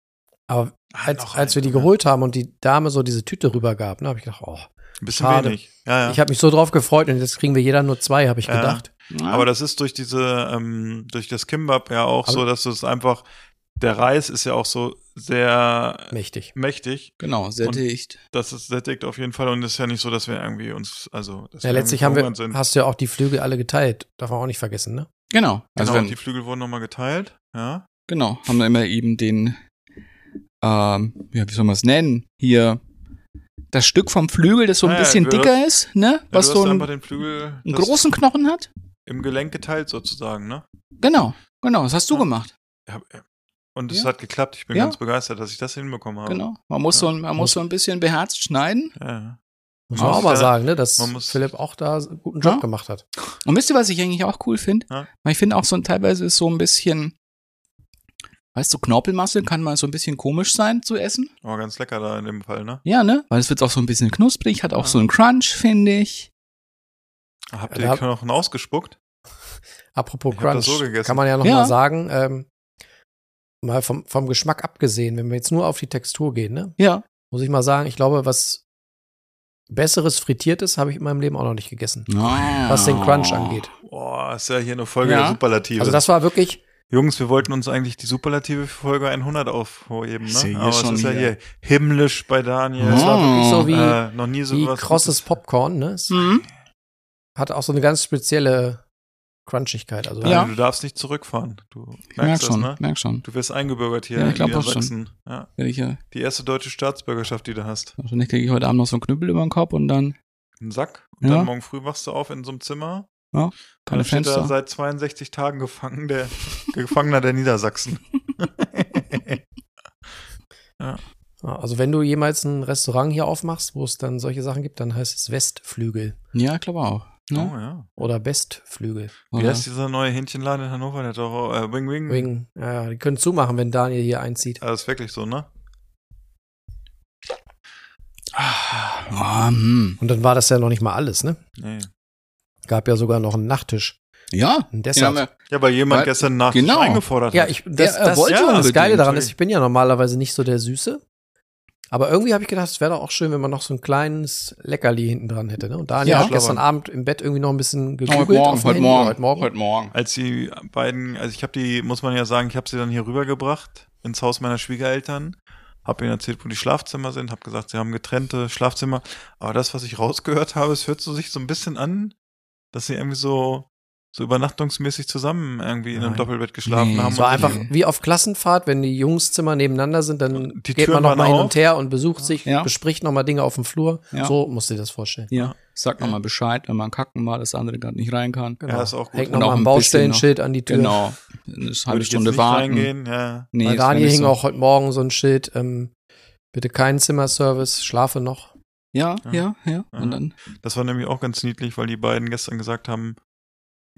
Aber
Ah,
als,
noch
als wir
einen.
die geholt haben und die Dame so diese Tüte rübergab, ne, habe ich gedacht, oh,
Ein bisschen
Schade.
wenig. Ja, ja.
ich habe mich so drauf gefreut und jetzt kriegen wir jeder nur zwei, habe ich
Ja.
gedacht.
Ja.
Aber das ist durch diese, ähm, durch das Kimbap ja auch
Aber-
so, dass du es einfach, der Reis ist ja auch so sehr
Mächtig.
mächtig.
genau, sehr
Und-
dicht.
Das ist sättigt auf jeden Fall und es ist ja nicht so, dass wir irgendwie uns, also, dass
Ja,
wir
letztlich
irgendwie
haben wir,
verhungert sind.
hast du ja auch die Flügel alle geteilt. Darf man auch nicht vergessen, ne?
Genau. Also
Genau,
wenn,
die Flügel wurden nochmal geteilt. Ja.
genau, haben wir immer eben den, ähm, ja, wie soll man es nennen? Hier, das Stück vom Flügel, das so ein
Ah, ja,
bisschen
du
dicker
hast-
ist, ne?
Ja,
Was
du
so
hast
ein,
einfach den Flügel
einen
das
großen Knochen hat.
im Gelenk geteilt sozusagen, ne?
Genau, genau, das hast du
Ja.
gemacht.
Ja, Und es
Ja.
hat geklappt. Ich bin
Ja.
ganz begeistert, dass ich das hinbekommen habe.
Genau. Man muss,
Ja.
so, ein- man muss so ein bisschen beherzt schneiden.
Ja.
Muss
Man
man
muss
auch mal
da-
sagen, ne, dass
man muss-
Philipp auch da einen guten Job
Ja.
gemacht hat.
Und wisst ihr, was ich eigentlich auch cool finde?
Ja.
Weil ich finde auch so ein, teilweise ist so ein bisschen, weißt du, Knorpelmasse kann mal so ein bisschen komisch sein zu essen.
Aber ganz lecker da in dem Fall, ne?
Ja, ne? Weil es wird auch so ein bisschen knusprig, hat auch
Ja.
so einen Crunch, finde ich.
Habt
Ja,
ihr
da-
die Knochen ausgespuckt?
Apropos
Ich hab
Crunch,
das so gegessen.
kann man ja noch
Ja.
mal sagen, ähm, mal vom, vom Geschmack abgesehen, wenn wir jetzt nur auf die Textur gehen, ne,
Ja.
muss ich mal sagen, ich glaube, was besseres Frittiertes habe ich in meinem Leben auch noch nicht gegessen, was den Crunch
Ah.
angeht.
Boah, ist ja hier eine Folge
Ja.
der Superlative.
Also das war wirklich,
Jungs, wir wollten uns eigentlich die Superlative für Folge 100 aufheben,
Ist ja
ne?
hier
Aber es
schon
ist ja
hier.
hier himmlisch bei Daniel.
das war
Oh.
wirklich so wie,
äh, noch nie so
wie
was.
krosses Popcorn, ne, es
Mhm.
hat auch so eine ganz spezielle Crunchigkeit, also
Daniel,
Ja.
Du darfst nicht zurückfahren. Du
Ich merk
merkst das,
schon,
ne?
merk schon.
Du wirst eingebürgert hier
Ja, ich
in
glaub auch schon.
Niedersachsen. Ja.
Wenn ich ja,
Die erste deutsche Staatsbürgerschaft, die du hast.
wahrscheinlich kriege ich heute Abend noch so einen Knüppel über den Kopf und dann
Einen Sack. Und
Ja.
dann morgen früh wachst du auf in so einem Zimmer
keine
Dann steht da
Fenster.
seit 62 Tagen gefangen, der Gefangener der Niedersachsen.
Ja, Also wenn du jemals ein Restaurant hier aufmachst, wo es dann solche Sachen gibt, dann heißt es Westflügel
Ja, ich glaube auch. Ne?
Oh, ja.
oder Bestflügel.
Oh, Wie heißt dieser neue Hähnchenladen in Hannover? Der hat doch äh, Wing
Hm.
Wing.
Wegen, ja, ja, die können zumachen, wenn Daniel hier einzieht.
Ah, ist wirklich so, ne?
Ah, hm.
Und dann war das ja noch nicht mal alles, ne?
Nee.
Gab ja sogar noch einen Nachtisch,
Ja,
einen
den haben
Dessert.
wir.
Ja, weil jemand
Weil-
gestern Nacht
genau.
eingefordert
Ja,
hat.
ich, das,
Der, äh,
das,
wollte
ja, das
unbedingt.
Geile daran ist, ich bin ja normalerweise nicht so der Süße. Aber irgendwie habe ich gedacht, es wäre doch auch schön, wenn man noch so ein kleines Leckerli hinten dran hätte. Ne? Und Daniel
Ja.
hat gestern
Schlabbern.
Abend im Bett irgendwie noch ein bisschen gegoogelt.
Heute Morgen,
auf dem
heute
Handy,
Morgen,
Heute Morgen.
Heute Morgen.
Als die beiden, also ich habe die, muss man ja sagen, ich habe sie dann hier rübergebracht ins Haus meiner Schwiegereltern. Hab ihnen erzählt, wo die Schlafzimmer sind, hab gesagt, sie haben getrennte Schlafzimmer. Aber das, was ich rausgehört habe, es hört so sich so ein bisschen an, dass sie irgendwie so, so übernachtungsmäßig zusammen irgendwie in einem
Nein.
Doppelbett geschlafen
Nee,
haben.
Es war
und
einfach
Mhm.
wie auf Klassenfahrt, wenn die Jungszimmer nebeneinander sind, dann
Die
geht
Türen
man noch
waren
mal hin
auf.
und her und besucht sich,
Ja.
bespricht noch mal Dinge auf dem Flur.
Ja.
So musst du dir das vorstellen.
Ja. Sag nochmal Bescheid, wenn man kacken war, das andere gerade nicht rein kann.
Ja, ist auch gut.
Hängt
Genau. Und
noch mal
auch
ein
ein bisschen
Baustellenschild an die Tür.
Genau. Eine halbe
Würde ich jetzt
Stunde
nicht
warten.
reingehen, ja.
Nee,
Bei
das wär
Daniel
nicht
hing
so.
auch heute Morgen so ein Schild, ähm, bitte keinen Zimmerservice, schlafe noch.
Ja,
Ja.
ja, ja.
Ja.
Und dann.
Das war nämlich auch ganz niedlich, weil die beiden gestern gesagt haben,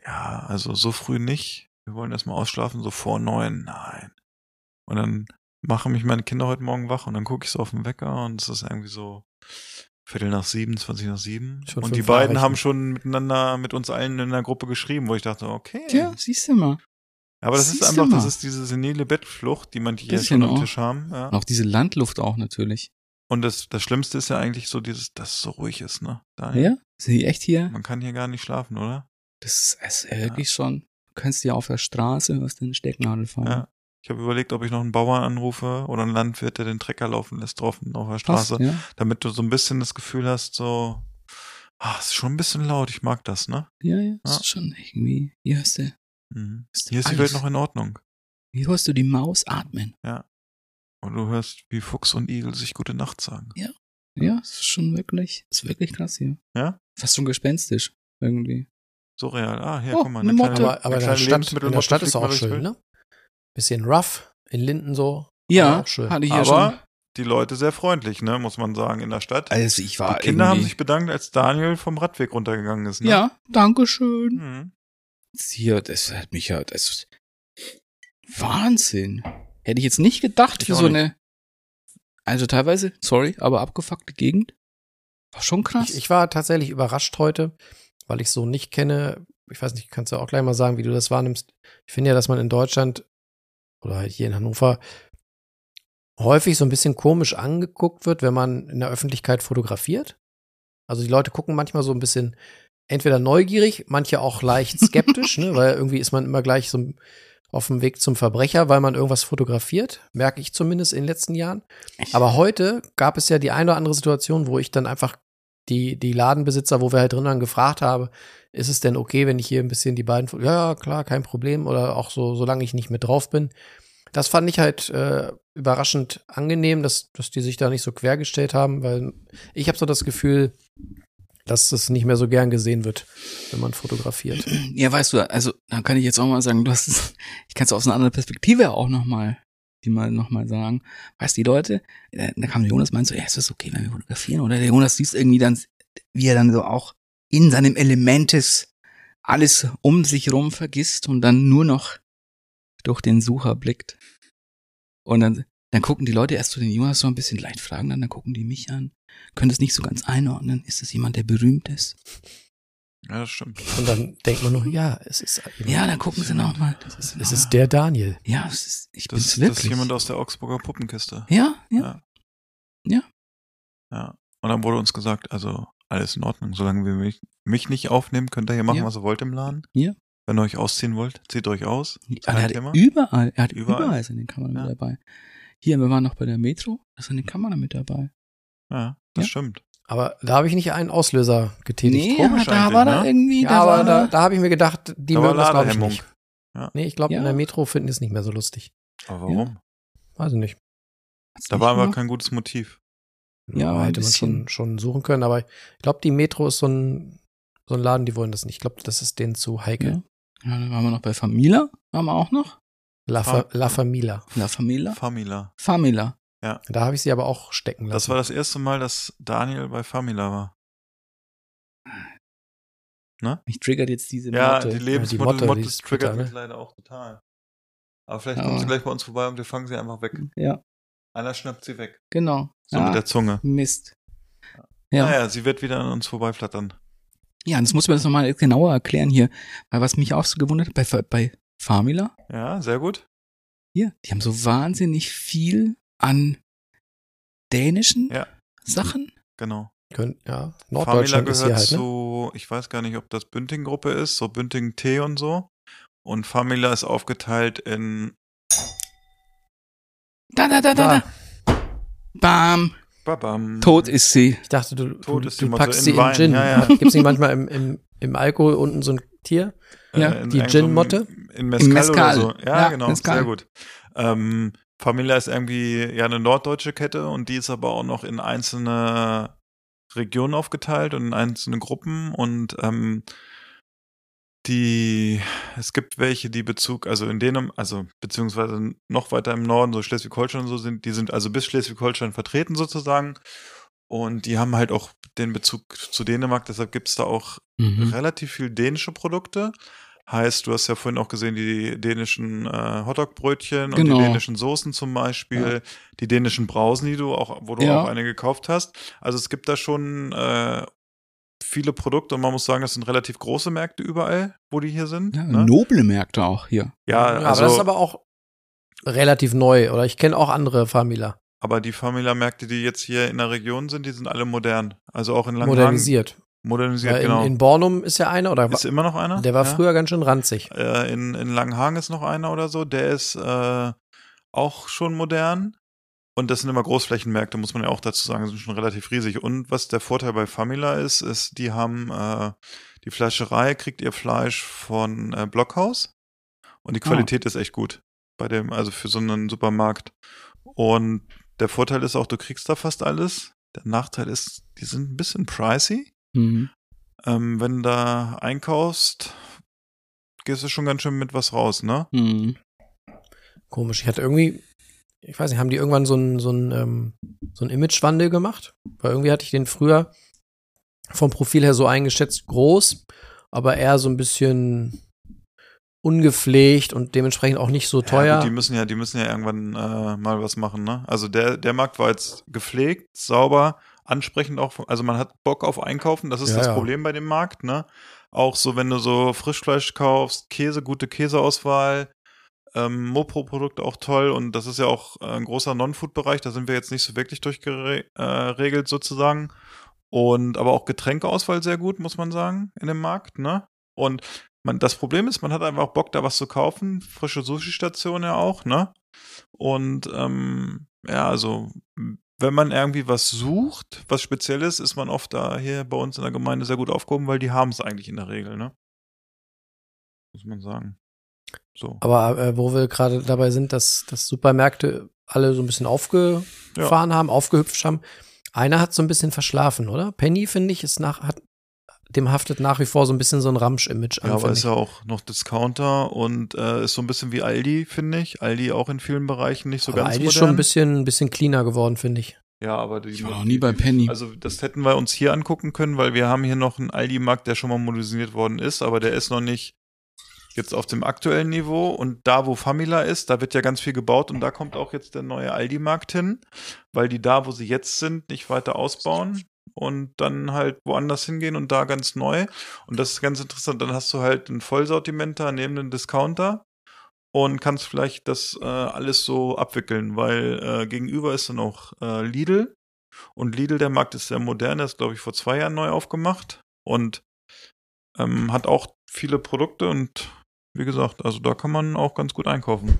ja, also so früh nicht. Wir wollen erstmal ausschlafen, so vor neun. Nein. Und dann machen mich meine Kinder heute Morgen wach und dann gucke ich so auf den Wecker und es ist irgendwie so Viertel nach sieben, zwanzig nach sieben.
Schon
und
fünf
die beiden
Nachrichten.
haben schon miteinander, mit uns allen in einer Gruppe geschrieben, wo ich dachte, okay.
Tja, siehst du mal.
Aber das ist
siehst du
einfach, das
mal.
ist diese senile Bettflucht, die manche hier
Bisschen
schon am
auch.
Tisch haben. Ja.
Und auch diese Landluft auch natürlich.
Und das, das Schlimmste ist ja eigentlich so dieses, dass es so ruhig ist, ne? Daniel?
Ja? Sind die echt hier?
Man kann hier gar nicht schlafen, oder?
Das ist es wirklich schon. Du kannst dir auf der Straße aus den Stecknadel fahren.
Ja. Ich habe überlegt, ob ich noch einen Bauern anrufe oder einen Landwirt, der den Trecker laufen lässt draußen auf der Straße,
ja.
damit du so ein bisschen das Gefühl hast, so, ah, ist schon ein bisschen laut, ich mag das, ne?
Ja, ja. Das
Ja.
ist schon irgendwie. Hier hörst du,
Mhm.
Ist
Hier ist die
alles.
Welt noch in Ordnung.
hier hörst du die Maus atmen.
Und du hörst, wie Fuchs und Igel sich gute Nacht sagen.
Ja, es ist schon wirklich, ist wirklich krass hier.
Ja?
Fast schon gespenstisch, irgendwie.
So real. Ah, hier,
Oh,
guck mal.
eine Motte.
kleine,
Aber, aber
eine
in der
kleine
Stadt,
Lebensmittelmotte
in der Stadt
fliegt
ist auch
mal durchs
schön,
Bild.
ne? Bisschen rough. In Linden so.
Ja,
auch schön.
hatte ich ja
Ah, Aber-
schon.
Die Leute sehr freundlich, ne, muss man sagen, in der Stadt.
Also ich
Die
war
Kinder haben
irgendwie-
sich bedankt, als Daniel vom Radweg runtergegangen ist. Ne?
Ja, danke schön.
Mhm.
Hier, das hat mich ja, das ist Wahnsinn. Hätte ich jetzt nicht gedacht
Ich
für
auch
so
nicht.
eine, also teilweise, sorry, aber abgefuckte Gegend. War schon krass.
Ich, ich war tatsächlich überrascht heute, weil ich so nicht kenne. Ich weiß nicht, kannst du auch gleich mal sagen, wie du das wahrnimmst. Ich finde ja, dass man in Deutschland oder halt hier in Hannover häufig so ein bisschen komisch angeguckt wird, wenn man in der Öffentlichkeit fotografiert. Also die Leute gucken manchmal so ein bisschen entweder neugierig, manche auch leicht skeptisch, ne, weil irgendwie ist man immer gleich so auf dem Weg zum Verbrecher, weil man irgendwas fotografiert, merke ich zumindest in den letzten Jahren. Aber heute gab es ja die eine oder andere Situation, wo ich dann einfach die, die Ladenbesitzer, wo wir halt drin waren, gefragt habe, ist es denn okay, wenn ich hier ein bisschen die beiden, Fo- ja, ja, klar, kein Problem, oder auch so, solange ich nicht mit drauf bin. Das fand ich halt äh, überraschend angenehm, dass, dass die sich da nicht so quergestellt haben, weil ich habe so das Gefühl, dass das nicht mehr so gern gesehen wird, wenn man fotografiert.
ja, weißt du, also da kann ich jetzt auch mal sagen, du hast es, ich kann es aus einer anderen Perspektive auch nochmal, die mal nochmal sagen. Weißt du, die Leute, äh, da, da kam der Jonas meint so, ja, ist das okay, wenn wir fotografieren? Oder der Jonas siehst irgendwie dann, wie er dann so auch in seinem Element ist, alles um sich rum vergisst und dann nur noch durch den Sucher blickt. Und dann, dann gucken die Leute erst zu den Jonas so ein bisschen leicht fragen, dann, dann gucken die mich an, können das nicht so ganz einordnen. Ist das jemand, der berühmt ist?
Ja, das stimmt.
Und dann denkt man nur, ja, es ist
Ja, dann gucken sie nochmal.
es ist der Daniel.
Ja, es ist, ich
Das,
bin's
ist-
wirklich.
das ist jemand aus der Augsburger Puppenkiste.
ja, ja.
Ja. Und dann wurde uns gesagt, also alles in Ordnung, solange wir mich, mich nicht aufnehmen, könnt ihr hier machen,
Ja.
was ihr wollt im Laden.
Ja.
Wenn ihr euch ausziehen wollt, zieht euch aus.
Aber er
Kein
hat
Thema.
überall, er hat überall,
Überall.
seine Kamera
Ja.
mit dabei. Hier, wir waren noch bei der Metro, da ist eine Kamera mit dabei.
Ja, das
Ja.
stimmt.
Aber da hat- habe ich nicht einen Auslöser getätigt.
komisch
da
eigentlich,
war da
ne?
irgendwie,
Ja,
da
aber
war
da,
da.
da habe ich mir gedacht, die
Da war
mögen das, glaube ich,
Ladehemmung.
nicht.
Ja.
Nee, ich glaube,
Ja.
in der Metro finden die es nicht mehr so lustig.
Aber warum?
Weiß ich nicht.
Hat's
Da
nicht
war aber
gemacht?
kein gutes Motiv.
Ja,
Aber
ein
hätte man
bisschen.
schon, schon suchen können, aber ich glaube, die Metro ist so ein, so ein Laden, die wollen das nicht. Ich glaube, das ist denen zu heikel.
Ja. Ja, dann waren wir noch bei Famila, waren wir auch noch.
La, Fa La Famila.
La Famila.
Famila.
Famila.
Da habe ich sie aber auch stecken lassen.
Das war das erste Mal, dass Daniel bei Famila war.
Mich triggert jetzt diese
Ja,
Motte.
die
Ja, die Motte,
Lebensmittel Motte,
die ist
triggert
bitter,
mich
ne?
leider auch total. Aber vielleicht
Ja. Mhm.
kommen sie gleich bei uns vorbei und wir fangen sie einfach weg.
ja,
Einer schnappt sie weg.
genau.
So
ah,
mit der Ah, Zunge.
Mist. Ja.
Naja, sie wird wieder an uns vorbeiflattern.
ja, das muss man das nochmal genauer erklären hier. Weil was mich auch so gewundert hat, bei, Fa- bei Famila,
Ja, sehr gut.
Hier, die haben so wahnsinnig viel an dänischen
Ja.
Sachen.
Genau.
Können, ja,
Famila
Norddeutschland
gehört
ist hier halt, ne?
zu, ich weiß gar nicht, ob das Bünding-Gruppe ist, so Bünding Tee und so. Und Famila ist aufgeteilt in
Da, da, da, da, da. Bam.
Babam.
Tot ist sie.
Ich dachte, du, du,
Tot ist die
du
Motte
packst
in
sie in
Wein.
Gin.
Ja, ja.
Gibt es nicht manchmal im, im, im Alkohol unten so ein Tier?
Ja,
äh, in
die
irgendeinem-
Gin-Motte?
In Mezcal,
Im Mezcal.
oder so. Ja,
Ja,
genau,
Mezcal.
sehr gut. Ähm, Famila ist irgendwie ja eine norddeutsche Kette und die ist aber auch noch in einzelne Regionen aufgeteilt und in einzelne Gruppen und ähm, die, es gibt welche, die Bezug, also in denen, also beziehungsweise noch weiter im Norden, so Schleswig-Holstein und so sind, die sind also bis Schleswig-Holstein vertreten sozusagen und die haben halt auch den Bezug zu Dänemark, deshalb gibt es da auch
Mhm.
relativ viel dänische Produkte. Heißt, du hast ja vorhin auch gesehen, die dänischen äh, Hotdog-Brötchen
Genau.
und die dänischen Soßen zum Beispiel, die dänischen Brausen, die du auch, wo du
Ja.
auch eine gekauft hast. Also es gibt da schon äh, viele Produkte und man muss sagen, das sind relativ große Märkte überall, wo die hier sind.
Ja,
ne?
Noble Märkte auch hier.
ja also,
aber das ist aber auch relativ neu, oder? Ich kenne auch andere Famila.
aber die Famila-Märkte, die jetzt hier in der Region sind, die sind alle modern. Also auch in Langenhagen.
Modernisiert.
Modernisiert,
Weil
genau.
in, in Bornum ist ja einer, oder?
ist immer noch einer?
der war
Ja.
früher ganz schön ranzig.
Äh, in, in Langenhagen ist noch einer oder so, der ist äh, auch schon modern. Und das sind immer Großflächenmärkte, muss man ja auch dazu sagen, sind schon relativ riesig. Und was der Vorteil bei Famila ist, ist, die haben äh, die Fleischerei, kriegt ihr Fleisch von äh, Blockhaus und die Qualität ist echt gut. bei dem, also für so einen Supermarkt. Und der Vorteil ist auch, du kriegst da fast alles. Der Nachteil ist, die sind ein bisschen pricey.
Mhm.
Ähm, wenn du da einkaufst, gehst du schon ganz schön mit was raus, ne?
Mhm.
Komisch. Ich hatte irgendwie, ich weiß nicht, haben die irgendwann so einen so einen, ähm, so einen Imagewandel gemacht? Weil irgendwie hatte ich den früher vom Profil her so eingeschätzt, groß, aber eher so ein bisschen ungepflegt und dementsprechend auch nicht so
Ja,
teuer.
gut, die müssen ja, die müssen ja irgendwann äh, mal was machen, ne? Also der, der Markt war jetzt gepflegt, sauber, ansprechend auch. vom- Also man hat Bock auf Einkaufen, das ist
Ja,
das
ja.
Problem bei dem Markt, ne? Auch so, wenn du so Frischfleisch kaufst, Käse, gute Käseauswahl, ähm, Mopro-Produkte auch toll und das ist ja auch äh, ein großer Non-Food-Bereich, da sind wir jetzt nicht so wirklich durchgeregelt sozusagen. Und aber auch Getränkeauswahl sehr gut, muss man sagen, in dem Markt, ne? Und man, das Problem ist, man hat einfach Bock, da was zu kaufen. Frische Sushi-Station ja auch, ne? Und ähm, ja, also, wenn man irgendwie was sucht, was Spezielles, ist man oft da hier bei uns in der Gemeinde sehr gut aufgehoben, weil die haben es eigentlich in der Regel, ne? Muss man sagen. So.
Aber äh, wo wir gerade dabei sind, dass, dass Supermärkte alle so ein bisschen aufgefahren haben, aufgehüpft haben. Einer hat so ein bisschen verschlafen, oder? Penny, finde ich, ist nach, hat, dem haftet nach wie vor so ein bisschen so ein Ramsch-Image
Ja,
an.
aber
finde
ist
ich.
ja auch noch Discounter und äh, ist so ein bisschen wie Aldi, finde ich. Aldi auch in vielen Bereichen nicht so
aber
ganz
Aldi
modern.
ist schon ein bisschen, ein bisschen cleaner geworden, finde ich.
ja, aber die,
Ich war noch nie bei Penny.
Also das hätten wir uns hier angucken können, weil wir haben hier noch einen Aldi-Markt, der schon mal modernisiert worden ist, aber der ist noch nicht jetzt auf dem aktuellen Niveau. Und da, wo Famila ist, da wird ja ganz viel gebaut und da kommt auch jetzt der neue Aldi-Markt hin, weil die da, wo sie jetzt sind, nicht weiter ausbauen und dann halt woanders hingehen und da ganz neu. Und das ist ganz interessant. Dann hast du halt einen Vollsortiment da neben einem Discounter und kannst vielleicht das äh, alles so abwickeln, weil äh, gegenüber ist dann auch äh, Lidl und Lidl, der Markt ist sehr modern, der ist, glaube ich, vor zwei Jahren neu aufgemacht und ähm, hat auch viele Produkte und wie gesagt, also da kann man auch ganz gut einkaufen.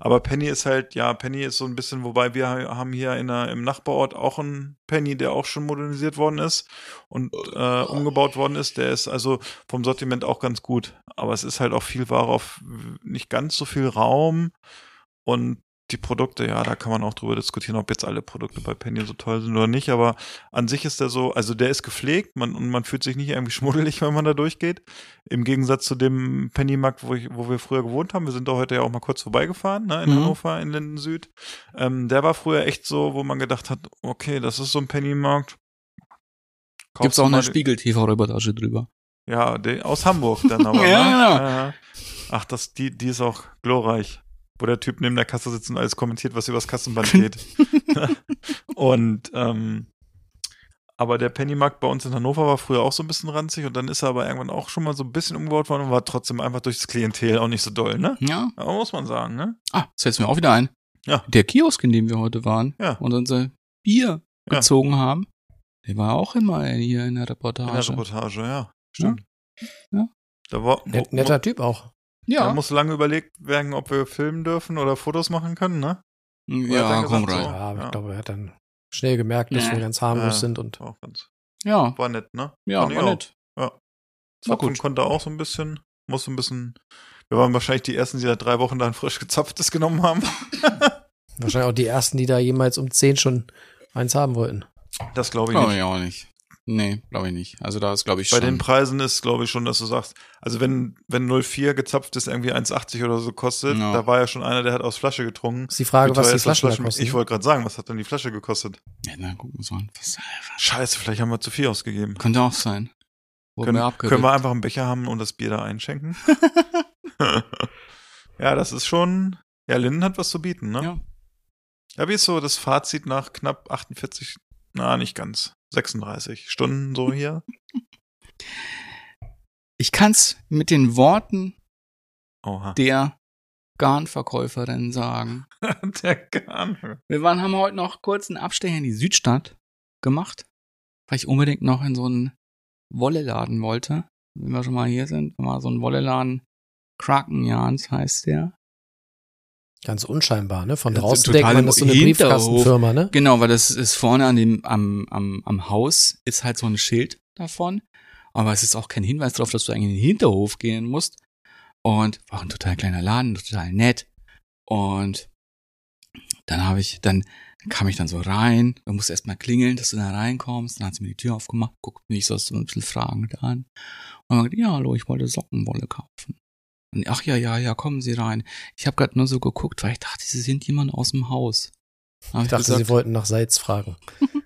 Aber Penny ist halt, ja, Penny ist so ein bisschen, wobei wir ha- haben hier in der, im Nachbarort auch einen Penny, der auch schon modernisiert worden ist und äh, umgebaut worden ist. Der ist also vom Sortiment auch ganz gut. Aber es ist halt auch viel Ware auf w- nicht ganz so viel Raum und die Produkte, ja, da kann man auch drüber diskutieren, ob jetzt alle Produkte bei Penny so toll sind oder nicht, aber an sich ist der so, also der ist gepflegt man, und man fühlt sich nicht irgendwie schmuddelig, wenn man da durchgeht. Im Gegensatz zu dem Pennymarkt, wo, ich, wo wir früher gewohnt haben, wir sind da heute ja auch mal kurz vorbeigefahren, ne, in
Mhm.
Hannover, in Linden Süd. Ähm, der war früher echt so, wo man gedacht hat, okay, das ist so ein Pennymarkt. Kaufst
Gibt's
du
auch
mal
eine
den-
Spiegel-TV-Reportage drüber.
ja, de, aus Hamburg dann aber.
Ja, genau.
ne?
ja.
Äh, Ach, das, die, die ist auch glorreich. Wo der Typ neben der Kasse sitzt und alles kommentiert, was übers Kassenband geht. und ähm, aber der Pennymarkt bei uns in Hannover war früher auch so ein bisschen ranzig und dann ist er aber irgendwann auch schon mal so ein bisschen umgebaut worden und war trotzdem einfach durchs Klientel auch nicht so doll, ne?
Ja.
Aber muss man sagen, ne?
Ah, das fällt mir auch wieder ein.
Ja.
Der Kiosk, in dem wir heute waren
Ja.
und unser Bier
Ja.
gezogen haben, der war auch immer hier in der Reportage.
In der
ne?
Reportage, ja. Stimmt.
Ja.
Da war,
Net, netter Typ auch.
Da
Ja,
muss lange überlegt werden, ob wir filmen dürfen oder Fotos machen können, ne? hat
ja
er
komm
gesagt, so?
rein.
Ja, aber
Oh, Ja.
ich glaube, er hat dann schnell gemerkt, dass
Nee.
wir ganz
Ja.
harmlos sind und
War auch ganz,
Ja,
war nett, ne?
ja,
Fand ich
war
auch.
nett. War
Zapfen
gut.
konnte auch so ein bisschen, muss ein bisschen. Wir waren wahrscheinlich die ersten, die da drei Wochen dann frisch gezapftes genommen haben.
wahrscheinlich auch die ersten, die da jemals um 10 schon eins haben wollten.
Das glaube ich
Glaube
nicht.
ich auch nicht. Nee, glaube ich nicht. Also da ist, glaube ich,
Bei
schon.
den Preisen ist, glaube ich, schon, dass du sagst, also wenn, wenn 04 gezapft ist, irgendwie 1,80 oder so kostet,
Ja.
da war ja schon einer, der hat aus Flasche getrunken.
Ist die Frage,
Wie
was
teuer
die
ist das
Flaschen da
Flaschen-
kosten. ne?
Ich wollte gerade sagen, was hat denn die Flasche gekostet?
ja, na, gucken wir uns mal an. Was,
Scheiße, vielleicht haben wir zu viel ausgegeben.
könnte auch sein.
Können,
Wurden wir
können
abgerückt.
wir einfach einen Becher haben und das Bier da einschenken? ja, das ist schon. Ja, Linden hat was zu bieten, ne?
Ja.
Ja, wie ist so das Fazit nach knapp 48, na, nicht ganz, 36 Stunden so hier?
Ich kann es mit den Worten
Oha.
der Garnverkäuferin sagen.
Der Garn.
Wir waren, haben heute noch kurz einen Abstecher in die Südstadt gemacht, weil ich unbedingt noch in so einen Wolleladen wollte. Wenn wir schon mal hier sind, war so ein Wolleladen. Krakenjans heißt der.
Ganz unscheinbar, ne? Von
Ja,
draußen
total
denkt man,
im
das ist so eine
Hinterhof.
Briefkastenfirma, ne?
Genau, weil das ist vorne an dem, am, am, am Haus ist halt so ein Schild davon. Aber es ist auch kein Hinweis darauf, dass du eigentlich in den Hinterhof gehen musst. Und war ein total kleiner Laden, total nett. Und dann habe ich, dann kam ich dann so rein, man musste erstmal klingeln, dass du da reinkommst, dann hat sie mir die Tür aufgemacht, guckt mich so so ein bisschen fragend an. Und man ja, hallo, ich wollte Sockenwolle kaufen. Und ach ja, ja, ja, kommen Sie rein. Ich habe gerade nur so geguckt, weil ich dachte, Sie sind jemand aus dem Haus. Dann hab
Ich dachte,
gesagt,
sie wollten nach Salz fragen.
habe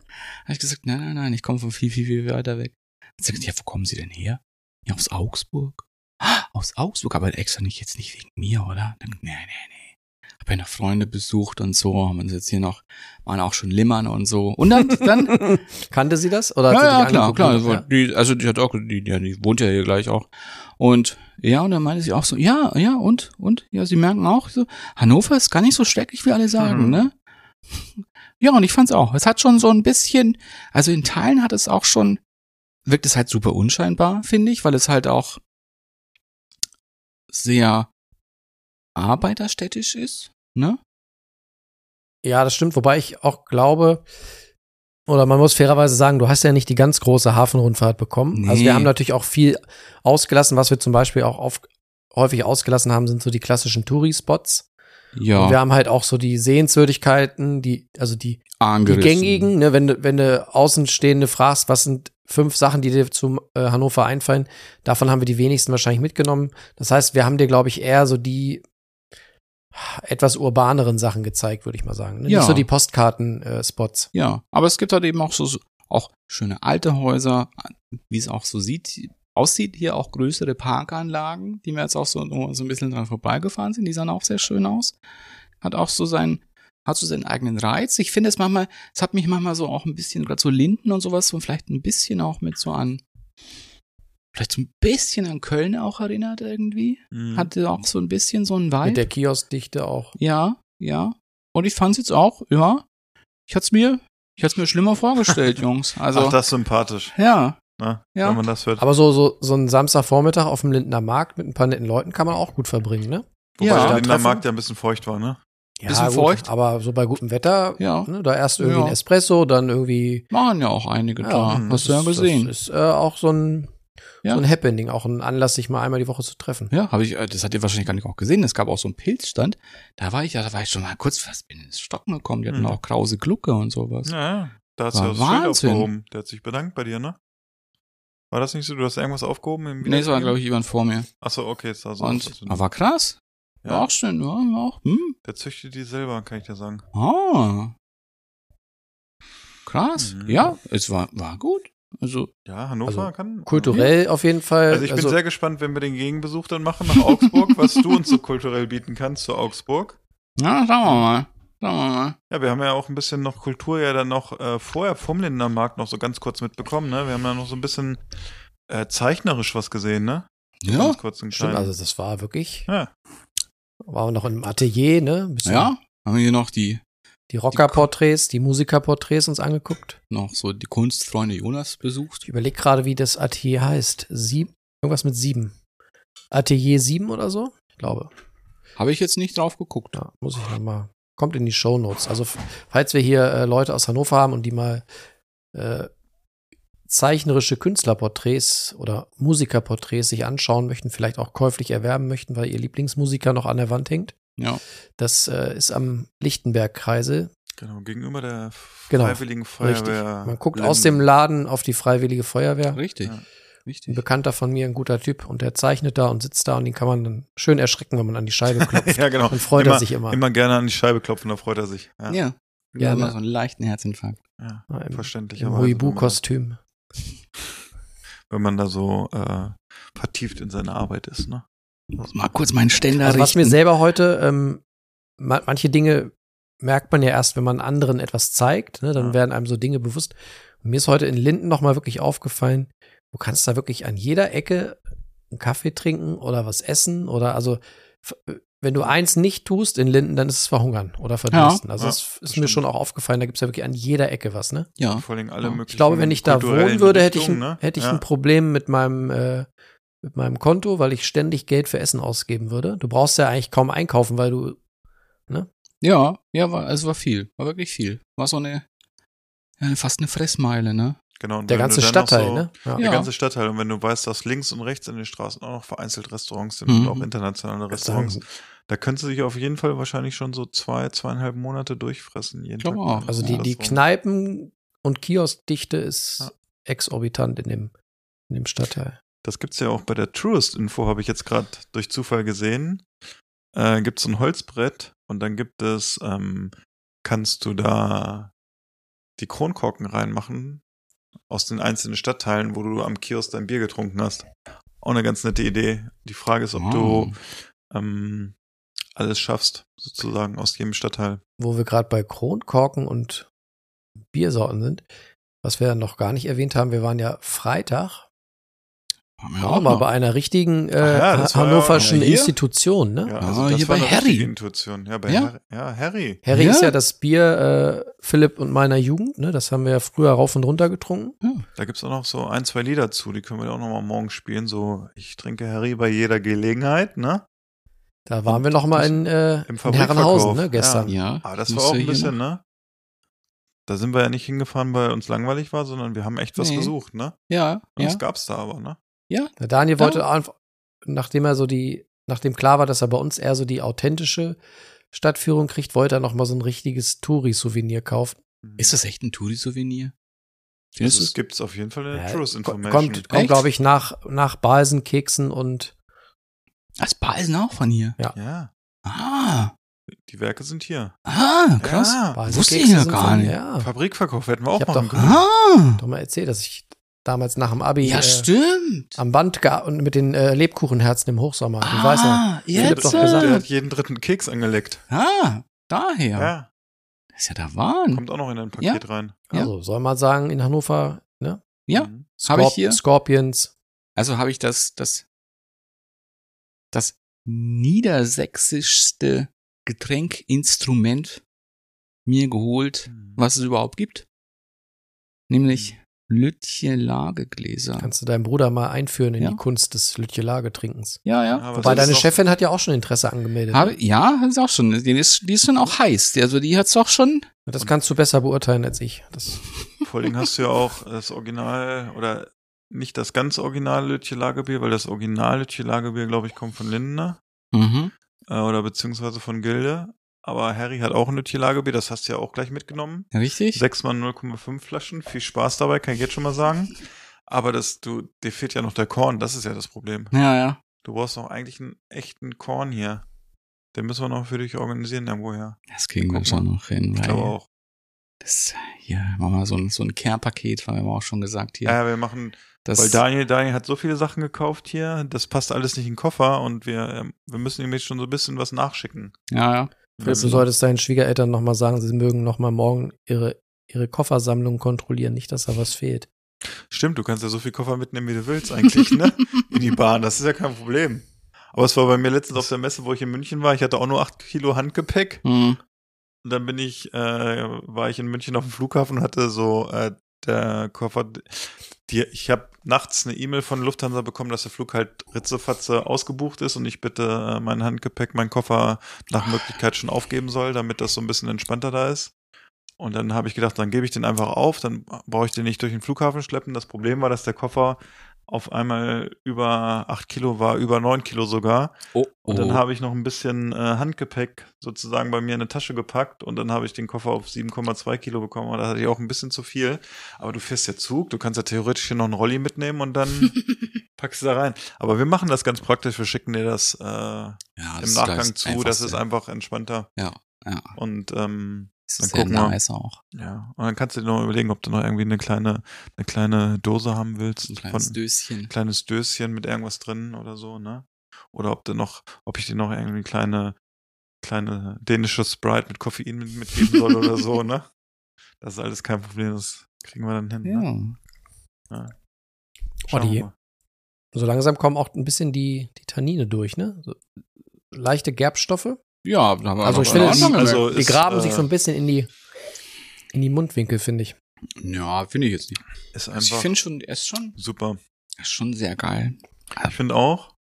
ich gesagt, nein, nein, nein, ich komme von viel, viel, viel weiter weg. Hat sie gesagt, ja, wo kommen Sie denn her? Ja, aus Augsburg. Ah, Aus Augsburg, aber extra nicht jetzt nicht wegen mir, oder? Dann, nee, nee, nee. Hab ja noch Freunde besucht und so, haben uns jetzt hier noch, waren auch schon Limmern und so. Und dann, dann,
Kannte sie das? Oder hat sie
ja, ja
dich
klar,
angeguckt
klar.
und-
Also, Die, also die hat auch, die, die, die wohnt ja hier gleich auch. Und ja, und dann meinte sie auch so, ja, ja, und, und, ja, sie merken auch so, Hannover ist gar nicht so schrecklich, wie alle sagen,
Mhm.
ne? Ja, und ich fand's auch. Es hat schon so ein bisschen, also in Teilen hat es auch schon, wirkt es halt super unscheinbar, finde ich, weil es halt auch sehr arbeiterstädtisch ist, ne?
Ja, das stimmt, wobei ich auch glaube, oder man muss fairerweise sagen, du hast ja nicht die ganz große Hafenrundfahrt bekommen. Also
Nee.
wir haben natürlich auch viel ausgelassen, was wir zum Beispiel auch auf, häufig ausgelassen haben, sind so die klassischen Touri-Spots. Und wir
Ja,
haben halt auch so die Sehenswürdigkeiten, die, also die, die
angerissen.
gängigen, ne, wenn du, wenn du Außenstehende fragst, was sind fünf Sachen, die dir zum äh, Hannover einfallen, davon haben wir die wenigsten wahrscheinlich mitgenommen. Das heißt, wir haben dir, glaube ich, eher so die etwas urbaneren Sachen gezeigt, würde ich mal sagen. Ne?
Ja.
Nicht so die äh, Postkarten-Spots.
Ja, aber es gibt halt eben auch so so- auch schöne alte Häuser, wie es auch so sieht, aussieht, hier auch größere Parkanlagen, die wir jetzt auch so, so ein bisschen dran vorbeigefahren sind, die sahen auch sehr schön aus. Hat auch so seinen, hat so seinen eigenen Reiz. Ich finde es manchmal, es hat mich manchmal so auch ein bisschen, gerade so Linden und sowas, so vielleicht ein bisschen auch mit so an, vielleicht so ein bisschen an Köln auch erinnert irgendwie.
Mhm.
Hatte auch so ein bisschen so einen Vibe.
Mit der Kioskdichte auch.
Ja, ja. Und ich fand's jetzt auch, ja. Ich hat's mir, ich hat's mir schlimmer vorgestellt, Jungs. Also
Ach, das ist sympathisch,
ja,
ne?
Ja.
wenn man das hört.
Aber so, so, so einen Samstagvormittag auf dem Lindener Markt mit ein paar netten Leuten kann man auch gut verbringen, ne?
Wobei
ja.
der Lindener
Treffen.
Markt ja ein bisschen feucht war, ne?
Ja,
Bisschen
gut,
feucht.
Aber so bei gutem Wetter,
Ja.
ne, da erst irgendwie
Ja.
ein Espresso, dann irgendwie
waren ja auch einige
Ja,
da.
hm,
Hast du ja
Das-
gesehen.
Das ist äh, auch so ein,
Ja.
so ein Happening, auch ein Anlass, sich mal einmal die Woche zu treffen.
ja, habe ich, äh, das hat ihr wahrscheinlich gar nicht auch gesehen. Es gab auch so einen Pilzstand. Da war ich ja, da war ich schon mal kurz fast bin ins Stocken gekommen. Die hatten
Hm.
auch krause Glucke und sowas.
Ja, ja. da hat's
War
ja das Schild
Wahnsinn.
aufgehoben. Der hat sich bedankt bei dir, ne? War das nicht so? Du hast irgendwas aufgehoben? Im
Nee, es war,
Wiedergeben?
glaube ich, jemand vor mir.
Achso, okay, es war so.
Und
so-
war krass. War
ja,
auch schön, ja, war auch. Hm.
der züchtet die selber, kann ich dir sagen.
Ah. Krass.
Mhm.
Ja, es war, war gut. Also,
Ja, Hannover
Also,
kann. Mhm.
Kulturell auf jeden Fall.
Also ich bin sehr gespannt, wenn wir den Gegenbesuch dann machen nach Augsburg, was du uns so kulturell bieten kannst zu Augsburg.
ja, schauen wir mal. Schauen wir mal.
Ja, wir haben ja auch ein bisschen noch Kultur ja dann noch äh, vorher vom Lindener Markt noch so ganz kurz mitbekommen, ne? Wir haben ja noch so ein bisschen äh, zeichnerisch was gesehen, ne?
Ja,
Ganz kurz und klein.
stimmt, also das war wirklich,
ja,
war noch im Atelier, ne? Ein bisschen
Ja, haben wir hier noch die,
Die Rockerporträts, die Musikerporträts uns angeguckt.
noch so die Kunstfreunde Jonas besucht.
Ich überlege gerade, wie das Atelier heißt. Sieb, irgendwas mit sieben. Atelier sieben oder so? Ich glaube.
Habe ich jetzt nicht drauf geguckt.
Ja, muss ich nochmal. Kommt in die Shownotes. Also, f- falls wir hier äh, Leute aus Hannover haben und die mal äh, zeichnerische Künstlerporträts oder Musikerporträts sich anschauen möchten, vielleicht auch käuflich erwerben möchten, weil ihr Lieblingsmusiker noch an der Wand hängt.
Ja.
Das äh, ist am Lichtenberg-Kreise.
genau, gegenüber der
Genau,
Freiwilligen
Richtig.
Feuerwehr.
Man guckt
Linden.
aus dem Laden auf die Freiwillige Feuerwehr.
Richtig.
Ja.
Richtig.
Ein Bekannter von mir, ein guter Typ, und der zeichnet da und sitzt da und den kann man dann schön erschrecken, wenn man an die Scheibe klopft.
Ja, genau.
Dann freut
immer,
er sich immer.
Immer gerne an die Scheibe klopfen, da freut er sich. Ja,
Ja.
Ja,
Ja, immer
ne.
so einen leichten Herzinfarkt.
ja.
Ja, Im,
verständlicherweise.
im
wenn man da-
Huibu-Kostüm.
Wenn man da so äh, vertieft in seine Arbeit ist, ne?
Muss mal kurz meinen Ständer
Also was
richten.
mir selber heute, ähm, ma manche Dinge merkt man ja erst, wenn man anderen etwas zeigt, ne? dann
Ja.
werden einem so Dinge bewusst. Und mir ist heute in Linden nochmal wirklich aufgefallen, du kannst da wirklich an jeder Ecke einen Kaffee trinken oder was essen oder also, f- wenn du eins nicht tust in Linden, dann ist es verhungern oder verdursten. also
Ja,
das
das
ist mir
stimmt.
schon auch aufgefallen, da gibt's ja wirklich an jeder Ecke was, ne?
ja.
Vor allem alle
Ja. Ich
möglichen.
Ich glaube, wenn ich da wohnen
kulturellen
würde, hätte ich, ein,
Richtungen, ne?
hätte ich
ja.
ein Problem mit meinem, äh, mit meinem Konto, weil ich ständig Geld für Essen ausgeben würde. Du brauchst ja eigentlich kaum einkaufen, weil du.
Ja, ja, war, es war viel. War wirklich viel. War so eine, ja, fast eine Fressmeile, ne?
Genau, und
Der
wenn
ganze
du dann noch
Stadtteil,
so,
ne? Ja.
Der
Ja.
ganze Stadtteil. Und wenn du weißt, dass links und rechts in den Straßen auch noch vereinzelt Restaurants sind
Mhm.
und auch internationale
Sagen,
Restaurants, Da könntest du dich auf jeden Fall wahrscheinlich schon so zwei, zweieinhalb Monate durchfressen. Jeden
Ich glaube auch.
mal.
Also
Ja,
die,
das
die
war-
Kneipen- und Kioskdichte ist
Ja.
exorbitant in dem, in dem Stadtteil.
Das gibt's ja auch bei der Truest-Info, habe ich jetzt gerade durch Zufall gesehen. Äh, gibt's ein Holzbrett und dann gibt es, ähm, kannst du da die Kronkorken reinmachen aus den einzelnen Stadtteilen, wo du am Kiosk dein Bier getrunken hast. Auch eine ganz nette Idee. Die Frage ist, ob
Ah.
du ähm, alles schaffst, sozusagen aus jedem Stadtteil.
Wo wir gerade bei Kronkorken und Biersorten sind, was wir noch gar nicht erwähnt haben, wir waren ja Freitag
Haben
oh,
wir
auch
auch
mal
noch.
bei einer richtigen äh,
genau. Ach ja, das war ja-
hannoverschen
Ja, hier?
Institution, ne?
Ah, hier bei
eine richtige
Harry.
Intuition. Ja, bei
Ja?
Harry. Ja, Harry.
Harry
Ja.
ist ja das Bier äh, Philipp und meiner Jugend, ne? Das haben wir ja früher rauf und runter getrunken.
Da gibt's auch noch so ein, zwei Lieder zu, die können wir auch nochmal morgen spielen. So, ich trinke Harry bei jeder Gelegenheit, ne?
Da waren wir noch mal in, äh,
Im
in
Fabrikverkauf,
Herrenhausen, ne? Gestern.
Ja,
Aber Ah, das war
musst
auch
du
ein
hier
bisschen, ne? Da sind wir ja nicht hingefahren, weil uns langweilig war, sondern wir haben echt was
Nee.
gesucht, ne?
Ja,
Und
ja.
Das gab's da aber, ne?
Na, Daniel
Ja.
wollte einfach, nachdem er so die, nachdem klar war, dass er bei uns eher so die authentische Stadtführung kriegt, wollte er noch mal so ein richtiges Touri-Souvenir kauven.
Ist das echt ein Touri-Souvenir?
Mhm. Also
Findest
es
du
gibt's auf jeden Fall in der
Ja,
Äh, Tourist
ko-
Information.
Kommt, kommt
Echt?
glaube ich, nach, nach Balsen, Keksen und
das Balsen Ah, auch von hier?
Ja,
Ah,
die Werke sind hier.
ah, krass.
Ja,
Balsen.
Wusste ich
Kekse
ja
sind
gar
von-
nicht.
Ja,
Fabrikverkauf hätten wir
Ich
auch
hab
machen
doch-
können.
Ah,
doch mal erzählt, dass ich damals nach dem Abi
ja,
äh,
stimmt.
am Band gea- und mit den äh, Lebkuchenherzen im Hochsommer. Du weißt ja.
ah,
Philipp
jetzt.
doch
äh,
gesagt.
Der hat jeden dritten Keks angeleckt.
Ah, daher.
Ja.
Das ist ja der Wahn.
Kommt auch noch in ein Paket rein.
Ah, Ja.
Also soll man sagen, in Hannover, ne?
Ja,
Mhm.
habe ich hier.
Scorpions.
Also habe ich das, das, das niedersächsischste Getränkinstrument mir geholt,
Mhm.
was es überhaupt gibt. Nämlich Lütje Lagegläser.
Kannst du deinen Bruder mal einführen in
Ah. Ja.
die Kunst des Lütjelage-Trinkens?
Ja, ja.
Aber
Wobei
das ist
deine
doch-
Chefin hat ja auch schon Interesse angemeldet. ne?
Habe, ja, ist auch schon. Die ist, die ist schon
Mhm.
auch heiß. Also die hat's auch schon.
das kannst du besser beurteilen als ich. Das,
Vor allem hast du ja auch das Original oder nicht das ganz original Lütje Lagerbier, weil das Original Lütje Lagerbier, glaube ich, kommt von Lindner
Mhm.
äh, oder beziehungsweise von Gilde. Aber Harry hat auch ein Lütje Lagerbier, das hast du ja auch gleich mitgenommen.
Richtig?
Sechsmal 0,5 Flaschen, viel Spaß dabei, kann ich jetzt schon mal sagen. Aber das, du, dir fehlt ja noch der Korn, das ist ja das Problem.
Ja, ja.
Du brauchst noch eigentlich einen echten Korn hier. Den müssen wir noch für dich organisieren, irgendwoher.
Das kriegen wir
Guck
schon
mal.
noch hin.
Ich
weil
glaube auch.
Das, hier, machen wir so ein, so ein Care-Paket, weil wir auch schon gesagt hier.
Ja, wir machen
das,
Äh, Weil Daniel, Daniel hat so viele Sachen gekauft hier, das passt alles nicht in den Koffer und wir, ähm, wir müssen ihm jetzt schon so ein bisschen was nachschicken.
ja, ja.
du solltest deinen Schwiegereltern nochmal sagen, sie mögen nochmal morgen ihre, ihre Koffersammlung kontrollieren, nicht, dass da was fehlt.
Stimmt, du kannst ja so viel Koffer mitnehmen, wie du willst eigentlich, ne? In die Bahn, das ist ja kein Problem. Aber es war bei mir letztens auf der Messe, wo ich in München war, ich hatte auch nur 8 Kilo Handgepäck
Hm.
und dann bin ich, äh, war ich in München auf dem Flughafen und hatte so äh, der Koffer, die, ich habe nachts eine E-Mail von Lufthansa bekommen, dass der Flug halt ritzefatze ausgebucht ist und ich bitte äh, mein Handgepäck, meinen Koffer nach Möglichkeit schon aufgeben soll, damit das so ein bisschen entspannter da ist. Und dann habe ich gedacht, dann gebe ich den einfach auf, dann brauche ich den nicht durch den Flughafen schleppen. Das Problem war, dass der Koffer auf einmal über 8 Kilo war, über 9 Kilo sogar.
Oh, oh.
Und dann habe ich noch ein bisschen äh, Handgepäck sozusagen bei mir in eine Tasche gepackt und dann habe ich den Koffer auf 7,2 Kilo bekommen. Und da hatte ich auch ein bisschen zu viel. Aber du fährst ja Zug, du kannst ja theoretisch hier noch einen Rolli mitnehmen und dann packst du da rein. Aber wir machen das ganz praktisch. Wir schicken dir das äh,
ja,
im
das- das
Nachgang
ist
zu. Das
einfachste.
ist einfach entspannter.
Ja, ja.
Und ähm,
Das
Dann
ist sehr
gucken wir.
nice auch.
ja, und dann kannst du dir noch überlegen, ob du noch irgendwie eine kleine, eine kleine Dose haben willst.
Ein kleines
von-
Döschen.
kleines Döschen mit irgendwas drin oder so, ne? Oder ob du noch, ob ich dir noch irgendwie kleine, kleine dänische Sprite mit Koffein mit, mitgeben soll oder so, ne? Das ist alles kein Problem, das kriegen wir dann hin. Ne?
Ja.
Oh,
Schauen
die-
wir mal.
So langsam kommen auch ein bisschen die, die Tannine durch, ne? So, leichte Gerbstoffe.
Ja, da haben wir
Also
noch
ich
keine
finde, die-
Ahnung.
also
Die
ist,
graben sich
äh,
so ein bisschen in die, in die Mundwinkel, finde ich.
Ja, finde ich jetzt nicht.
ist
Also ich
einfach
finde schon, er ist schon,
super.
er ist schon sehr geil.
Ich finde auch,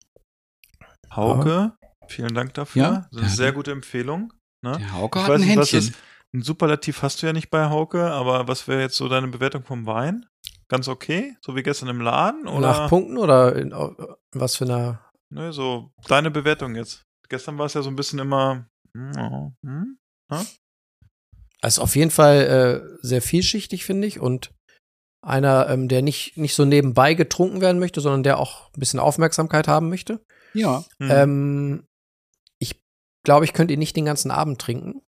Hauke, vielen Dank dafür.
Ja,
das ist
ja,
eine sehr
die-
gute Empfehlung. Ne?
Der Hauke
Ich
hat
weiß
ein
nicht, was
Händchen.
Ein Superlativ hast du ja nicht bei Hauke, aber was wäre jetzt so deine Bewertung vom Wein? Ganz okay, so wie gestern im Laden? Oder?
Nach Punkten oder in, auf- was für eine
Ne, so deine Bewertung jetzt. Gestern war es ja so ein bisschen immer. hm, ja, hm,
Also auf jeden Fall äh, sehr vielschichtig, finde ich. Und einer, ähm, der nicht, nicht so nebenbei getrunken werden möchte, sondern der auch ein bisschen Aufmerksamkeit haben möchte.
Ja.
hm.
Ähm, ich glaube, ich könnte ihn nicht den ganzen Abend trinken.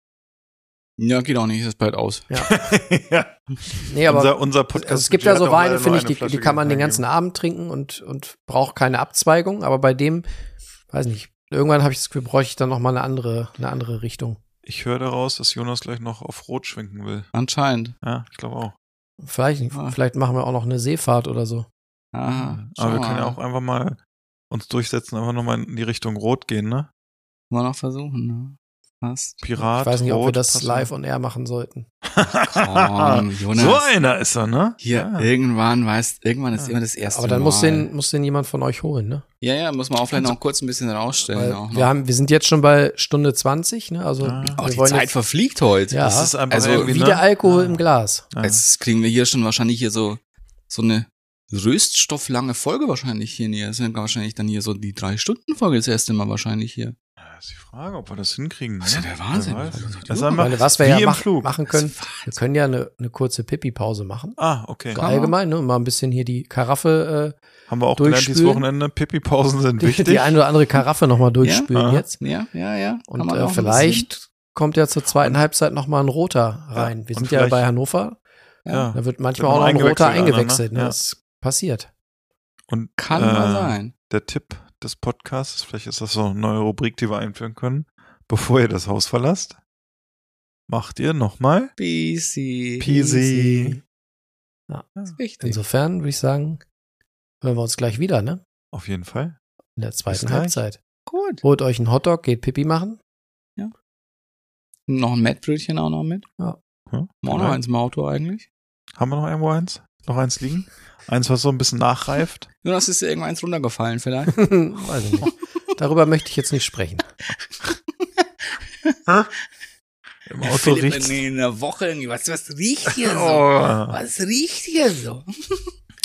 Ja, geht auch nicht, ist bald aus.
ja,
Nee, aber
unser, unser
also
Podcast.
es gibt ja so Weine, finde ich, die, die kann man den ganzen Abend trinken und, und braucht keine Abzweigung. Aber bei dem, weiß nicht, irgendwann habe ich das Gefühl, bräuchte ich dann noch mal eine andere, eine andere Richtung.
Ich höre daraus, dass Jonas gleich noch auf Rot schwenken will.
Anscheinend.
Ja, ich glaube auch.
Vielleicht,
Ah.
vielleicht machen wir auch noch eine Seefahrt oder so.
Aha, schau
Aber wir können ja
mal.
auch einfach mal uns durchsetzen, einfach nochmal in die Richtung Rot gehen, ne?
Mal noch versuchen, ne? Passt.
Pirat.
ich weiß nicht,
Rot,
ob wir das
passen.
live on air machen sollten.
Komm, Jonas.
So einer ist er, ne?
Hier, äh, irgendwann weißt, irgendwann ist
Ja.
immer das erste
Aber dann
Mal.
muss den, muss den jemand von euch holen, ne?
Ja, ja, muss man auch vielleicht noch kurz ein bisschen
Weil
rausstellen. Auch noch.
wir, haben, wir sind jetzt schon bei Stunde 20, ne? Also
Ja.
oh,
wir
die
wollen
Zeit
jetzt,
verfliegt heute.
ja,
Das ist einfach
Also,
irgendwie,
wieder
ne?
Alkohol
Ja.
im Glas.
Ja.
Jetzt kriegen wir hier schon wahrscheinlich hier so, so eine röststofflange Folge wahrscheinlich hier. Nee, das sind wahrscheinlich dann hier so die Drei-Stunden-Folge das erste Mal wahrscheinlich hier.
Ja, ist die Frage, ob wir das hinkriegen.
Das ist
ne?
ja der Wahnsinn.
Wer weiß.
Also, die
Das
Uhr-
haben wir-
Weil, was wir
wie
ja
im
mach,
Flug.
machen können,
Also,
wir können ja eine, eine kurze Pipi-Pause machen.
Ah, okay.
So
Kann man.
allgemein, ne? Mal ein bisschen hier die Karaffe,
Haben wir auch gelernt dieses
Durchspülen.
Wochenende. Pipi-Pausen
äh,
sind
die,
wichtig.
die eine oder andere Karaffe nochmal durchspülen
Ja.
jetzt.
Ja, ja, ja. Kann
Und
man auch
äh,
ein
vielleicht kommt ja zur zweiten Halbzeit nochmal ein roter rein. Wir
und
sind ja
vielleicht-
bei Hannover.
bisschen-
ja.
Da wird manchmal
Wird
auch noch ein
noch
roter
eingewechselt,
eingewechselt.
einer, ne?
Ne? Das passiert.
Und
Kann
äh,
mal sein.
Der Tipp des Podcasts, vielleicht ist das so eine neue Rubrik, die wir einführen können. Bevor ihr das Haus verlasst, macht ihr nochmal
Peasy.
Peasy.
Richtig.
Insofern würde ich sagen, hören wir uns gleich wieder, ne?
Auf jeden Fall.
In der zweiten
gleich.
Halbzeit.
Gut.
Holt euch einen Hotdog, geht Pipi machen.
Noch ein Mettbrötchen auch noch mit.
Ja,
Machen wir noch eins im Auto eigentlich.
ne? Haben wir noch irgendwo eins? Noch eins liegen? Eins, was so ein bisschen nachreift?
Jonas ist dir irgendeins runtergefallen vielleicht.
Weiß ich nicht. Darüber möchte ich jetzt nicht sprechen.
Im Auto riecht's.
in der Woche irgendwie. Was, was riecht hier
Oh.
Was riecht hier so?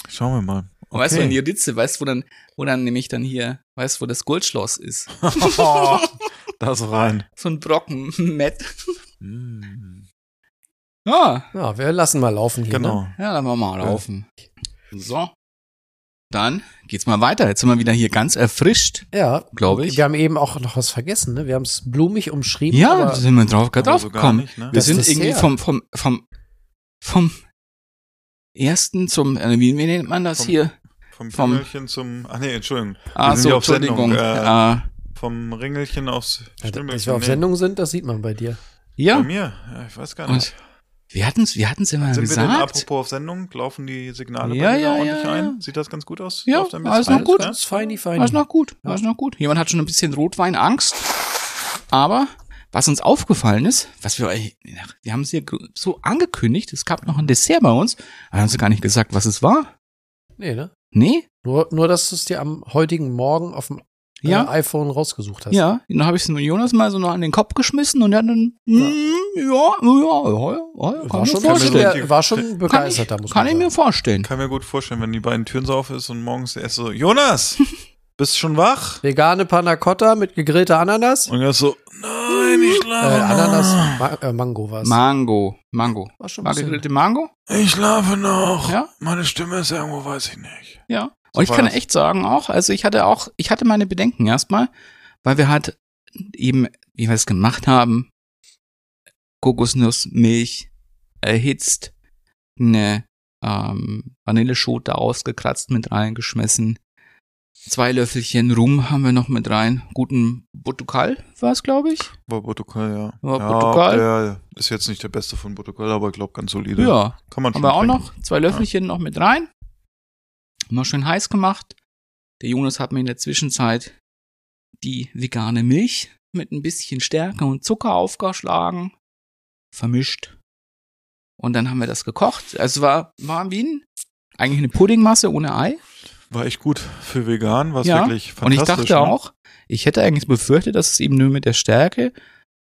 Schauen wir mal.
Weißt du, in die
Okay.
Ritze, weißt du, wo dann, wo dann nämlich dann hier, weißt du, wo das Goldschloss ist?
Oh, das rein.
So ein Brocken, Matt.
Mm.
Ja,
Ja, wir lassen mal laufen hier. Ne?
Genau.
Hm. Ah, ja, dann wollen wir mal laufen. So. Dann geht's mal weiter. Jetzt sind wir wieder hier ganz erfrischt,
Ja,
glaube ich.
wir haben eben auch noch was vergessen. Ne? Wir haben es blumig umschrieben.
Ja,
aber
da sind wir drauf, gerade
Aber
drauf
so gar
gekommen.
nicht, ne?
Wir
Das
sind
Dessert.
irgendwie vom, vom, vom, vom ersten zum, äh, wie, wie nennt man das
Vom-
hier?
Vom
Vom-
Pimmelchen zum. Ach nee, Entschuldigung.
Ah,
sind
so,
ja auf
Entschuldigung.
Sendung, äh,
äh,
Vom Ringelchen aufs
Ja,
Stimmelchen.
dass wir auf
Nee,
Sendung sind, das sieht man bei dir.
Bei
ja,
mir? Ja, ich weiß gar nicht.
und wir hatten's, wir hatten's immer
Sind wir denn
gesagt.
apropos auf Sendung? Laufen die Signale
Ja,
bei dir
ja, ja,
ordentlich
ja.
ein? Sieht das ganz gut aus?
Ja,
Läuft ein bisschen?
alles noch gut.
ja?
Das ist feini, feini.
Alles noch gut, alles noch gut. Jemand hat schon ein bisschen Rotweinangst. Aber was uns aufgefallen ist, was wir, ey, wir haben es hier gr- so angekündigt, es gab noch ein Dessert bei uns, aber haben sie gar nicht gesagt, was es war.
Nee, ne?
Nee?
Nur, nur, dass du es dir am heutigen Morgen auf dem äh,
Ja.
iPhone rausgesucht hast.
Ja, dann habe ich es nur Jonas mal so noch an den Kopf geschmissen und er hat dann, ja, ja, ja, ja, ja kann
War
ich
schon,
mir
war schon,
vorstellen.
der, war schon
Kann ich,
begeistert, da muss
kann
man
ich mir
sagen.
vorstellen.
Kann mir gut vorstellen, wenn die beiden Türen so auf ist und morgens erst so, Jonas, bist du schon wach?
Vegane Panna Cotta mit gegrillter Ananas.
Und er ist so, nein, ich
Äh,
schlafe
Ah.
Ananas, Ma äh, Mango war es.
Mango, Mango.
war schon ein
War
bisschen-
gegrillte Mango?
Ich schlafe noch.
Ja?
Meine Stimme ist irgendwo, weiß ich nicht.
Ja.
So
Und ich
war
kann
das.
echt sagen auch, also ich hatte auch, ich hatte meine Bedenken erstmal, weil wir halt eben, wie wir es gemacht haben, Kokosnussmilch erhitzt, eine ähm, Vanilleschote ausgekratzt mit reingeschmissen, zwei Löffelchen Rum haben wir noch mit rein, guten Botukal war es, glaube ich.
War Protokoll, ja.
War
ja,
Protokoll.
Der ist jetzt nicht der beste von Protokoll, aber ich glaube ganz solide.
Ja.
Kann man schon
Haben wir auch
trinken.
noch zwei Löffelchen noch mit rein. Mal schön heiß gemacht. Der Jonas hat mir in der Zwischenzeit die vegane Milch mit ein bisschen Stärke und Zucker aufgeschlagen, vermischt. Und dann haben wir das gekocht. Es war, war wie ein, eigentlich eine Puddingmasse ohne Ei.
War echt gut für vegan, war es
Ja,
wirklich
Und ich
fantastisch.
dachte
ne?
auch, ich hätte eigentlich befürchtet, dass es eben nur mit der Stärke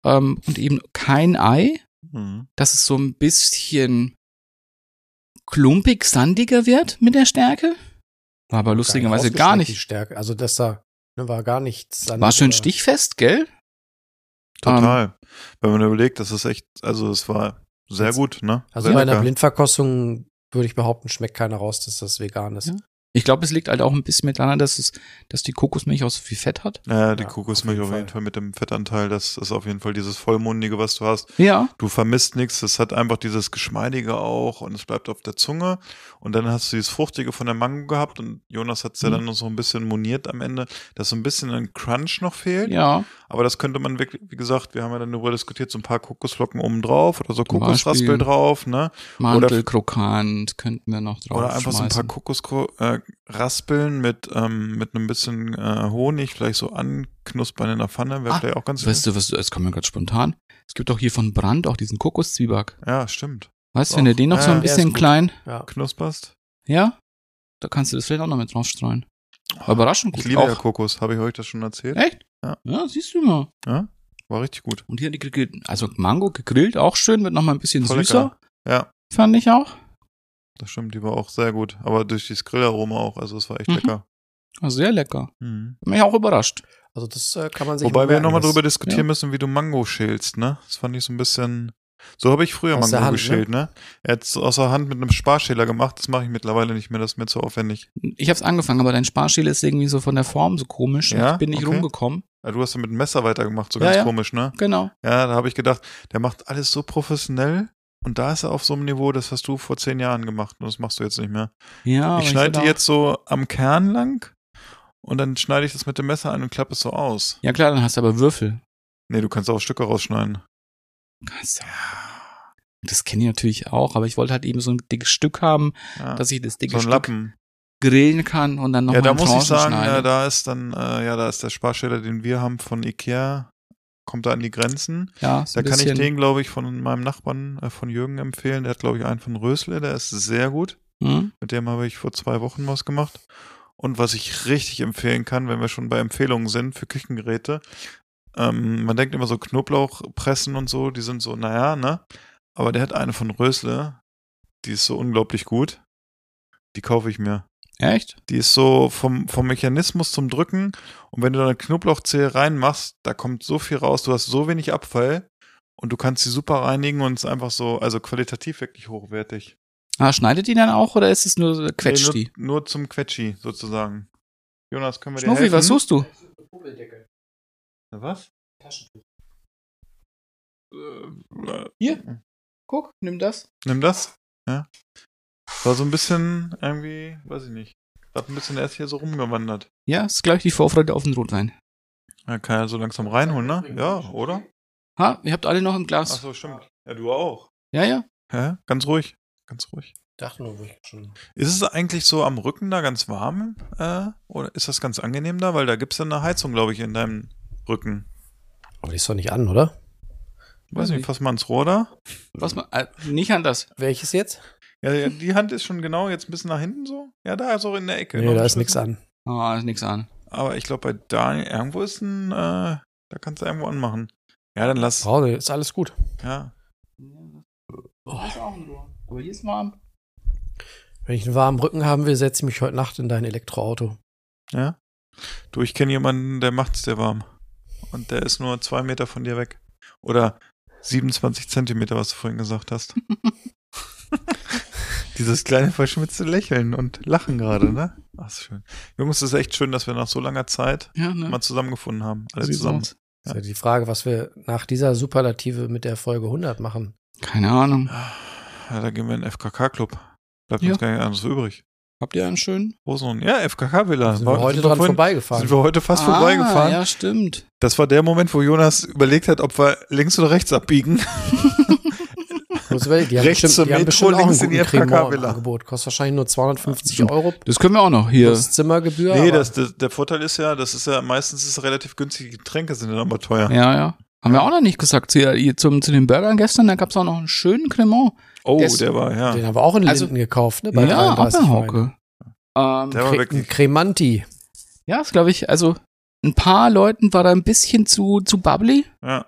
ähm, und eben kein Ei,
Mhm.
dass es so ein bisschen klumpig, sandiger wird mit der Stärke. War aber lustigerweise gar
ausgeschmeckt, Die
nicht.
Stärke. Also, dass da Ne, war gar nichts. Sand
War schön
oder-
stichfest, gell? Ähm,
Total. Wenn man überlegt, das ist echt, also es war sehr
Jetzt-
gut, ne?
Also
sehr
bei einer
lecker.
Blindverkostung würde ich behaupten, schmeckt keiner raus, dass das vegan ist.
Ja. Ich glaube, es liegt halt auch ein bisschen mit daran, dass, es, dass die Kokosmilch auch so viel Fett hat.
Ja, die
Ja,
Kokosmilch
auf jeden
auf jeden Fall. mit dem Fettanteil, das ist auf jeden Fall dieses Vollmundige, was du hast.
Ja.
Du vermisst nichts, es hat einfach dieses Geschmeidige auch und es bleibt auf der Zunge. Und dann hast du dieses Fruchtige von der Mango gehabt und Jonas hat es ja
Mhm.
dann noch so ein bisschen moniert am Ende, dass so ein bisschen ein Crunch noch fehlt.
Ja.
Aber das könnte man wirklich, wie gesagt, wir haben ja dann darüber diskutiert, so ein paar Kokosflocken oben drauf oder so
Zum
Kokosraspel
Beispiel.
drauf, ne?
Mandelkrokant könnten wir noch drauf
Oder einfach so ein paar
schmeißen.
Kokosraspeln äh, Raspeln mit, ähm, mit einem bisschen äh, Honig, vielleicht so anknuspern in der Pfanne, wäre
Ah,
vielleicht auch ganz
Weißt du, was, das kommt mir gerade spontan. Es gibt auch hier von Brand auch diesen Kokoszwieback.
Ja, stimmt.
Weißt du, wenn
Doch.
du den noch so
Ja,
ein
der
ist
bisschen
gut.
klein,
Ja.
Knusperst.
ja, da kannst du das vielleicht auch noch mit draufstreuen. War überraschend gut.
Oh, Ich liebe ja
auch.
Kokos, habe ich euch das schon erzählt?
Echt?
Ja.
Ja, siehst du mal.
Ja, war richtig gut.
Und hier die gegrillt, also Mango gegrillt, auch schön, wird nochmal ein bisschen
Voll
süßer,
lecker. Ja,
fand ich auch.
das stimmt, die war auch sehr gut. Aber durch dieses Grillaroma auch, also es war echt
Mhm.
lecker.
War Sehr lecker.
Mhm.
Hat Mich auch überrascht.
Also das äh, kann man sich
Wobei wir nochmal
merken,
drüber diskutieren müssen, wie du Mango schälst, ne? Das fand ich so ein bisschen. So habe ich früher
Aus der
Mango
Hand,
geschält, ne? Er hat es aus der Hand mit einem Sparschäler gemacht. Das mache ich mittlerweile nicht mehr, das ist mir zu aufwendig.
Ich hab's angefangen, aber dein Sparschäle ist irgendwie so von der Form so komisch. und
Ja?
ich bin nicht
Okay.
rumgekommen.
Ah, Du hast ja mit dem Messer weitergemacht, so
Ja,
ganz
ja.
komisch, ne?
Genau.
Ja, da habe ich gedacht, der macht alles so professionell und da ist er auf so einem Niveau, das hast du vor zehn Jahren gemacht und das machst du jetzt nicht mehr.
Ja, aber
ich schneide
würde auch-
jetzt so am Kern lang und dann schneide ich das mit dem Messer an und klappe es so aus.
Ja klar, dann hast du aber Würfel.
Nee, du kannst auch Stücke rausschneiden.
Kannst du- Das kenne ich natürlich auch, aber ich wollte halt eben so ein dickes Stück haben,
Ja.
dass ich das dicke
so ein
Stück
Lappen.
grillen kann und dann
Ja,
nochmal
da
in
muss ich
Tranchen
sagen, äh,
schneide.
da ist dann, äh, ja, da ist der Sparschäler, den wir haben von Ikea, kommt da an die Grenzen.
ja, ist
Da
ein
kann ich
bisschen-
den, glaube ich, von meinem Nachbarn, äh, von Jürgen empfehlen. Der hat, glaube ich, einen von Rösle, der ist sehr gut.
Hm?
Mit dem habe ich vor zwei Wochen was gemacht. Und was ich richtig empfehlen kann, wenn wir schon bei Empfehlungen sind für Küchengeräte, ähm, man denkt immer so Knoblauchpressen und so, die sind so, naja, ne? Aber der hat eine von Rösle, die ist so unglaublich gut. Die kaufe ich mir.
Echt?
Die ist so vom, vom Mechanismus zum Drücken. Und wenn du da eine Knoblauchzehe reinmachst, da kommt so viel raus. Du hast so wenig Abfall und du kannst sie super reinigen und es ist einfach so, also qualitativ wirklich hochwertig.
Ah, schneidet die dann auch oder ist es nur so- quetscht
Nee,
die?
nur, nur zum Quetschi sozusagen. Jonas, können wir dir
Schnuffi,
helfen?
was suchst du?
Na, Was?
Hier. Guck, nimm das.
Nimm das. Ja. War so ein bisschen irgendwie, weiß ich nicht. Hat ein bisschen erst hier so rumgewandert.
Ja, ist gleich die Vorfreude auf den Rotwein.
Ja, kann ja so langsam reinholen, ne? Ja, oder?
Ha, ihr habt alle noch im
Ach
Glas.
so, stimmt. Ja, du auch.
Ja, ja.
Ja, ganz ruhig. Ganz ruhig.
Dachte nur, wo ich schon.
Ist es eigentlich so am Rücken da ganz warm? Äh, oder ist das ganz angenehm da? Weil da gibt es ja eine Heizung, glaube ich, in deinem Rücken.
Aber die ist doch nicht an, oder?
Weiß
Weiß
nicht,
nicht.
fass mal ans Rohr da.
Was man, äh, nicht anders.
Welches jetzt?
Ja, ja, die Hand ist schon genau jetzt ein bisschen nach hinten so. Ja, da ist auch in der Ecke.
Genau,
Nee,
Noch
da
ein
ist nichts
bisschen.
an.
Ah, ist nix an.
Aber ich glaube, bei Daniel irgendwo ist ein, äh, da kannst du irgendwo anmachen. Ja, dann lass.
Oh, nee, ist alles gut.
Ja.
Aber hier ist warm.
Wenn ich einen warmen Rücken haben will, setze ich mich heute Nacht in dein Elektroauto.
ja. Du, ich kenne jemanden, der macht's dir warm. Und der ist nur zwei Meter von dir weg. Oder 27 Zentimeter, was du vorhin gesagt hast. Dieses kleine verschmitzte Lächeln und Lachen gerade, ne? Ach, ist schön. Jungs, es ist echt schön, dass wir nach so langer Zeit
Ja, ne?
mal zusammengefunden haben. Alle
Sieht's
zusammen.
aus.
Ist ja die Frage, was wir nach dieser Superlative mit der Folge 100 machen.
Keine Ahnung.
Ja, da gehen wir in den FKK-Club. Bleibt
Ja.
uns gar nicht anders übrig.
Habt ihr einen schönen?
Rosen ja, FKK-Villa.
Sind wir heute dran vorbeigefahren.
Sind wir heute fast
Ah,
vorbeigefahren.
Ja, stimmt.
Das war der Moment, wo Jonas überlegt hat, ob wir links oder rechts abbiegen.
Muss überlegen, Die haben
Rechts
bestimmt,
zur
die haben
Metro,
bestimmt auch einen
links in die
guten Cremant im
FKK-Villa.
Angebot. Kostet wahrscheinlich nur 250
Stimmt.
Euro
Das können wir auch noch hier.
plus Zimmergebühr.
nee,
aber-
das, das, der Vorteil ist ja, das ist ja meistens ist relativ günstige Getränke sind dann aber teuer.
ja, ja. Haben wir auch noch nicht gesagt. Zu, äh, hier zum, zu den Burgern gestern, da gab es auch noch einen schönen Cremant.
Oh,
Das-
der war, ja.
Den haben wir auch in
Also-
Linden gekauft, ne?
ja,
33 Wein.
Apfelhauke. Ähm,
Der war
Cre-
wirklich.
Cremanti.
ja, ist glaube ich, also ein paar Leuten war da ein bisschen zu, zu bubbly.
Ja.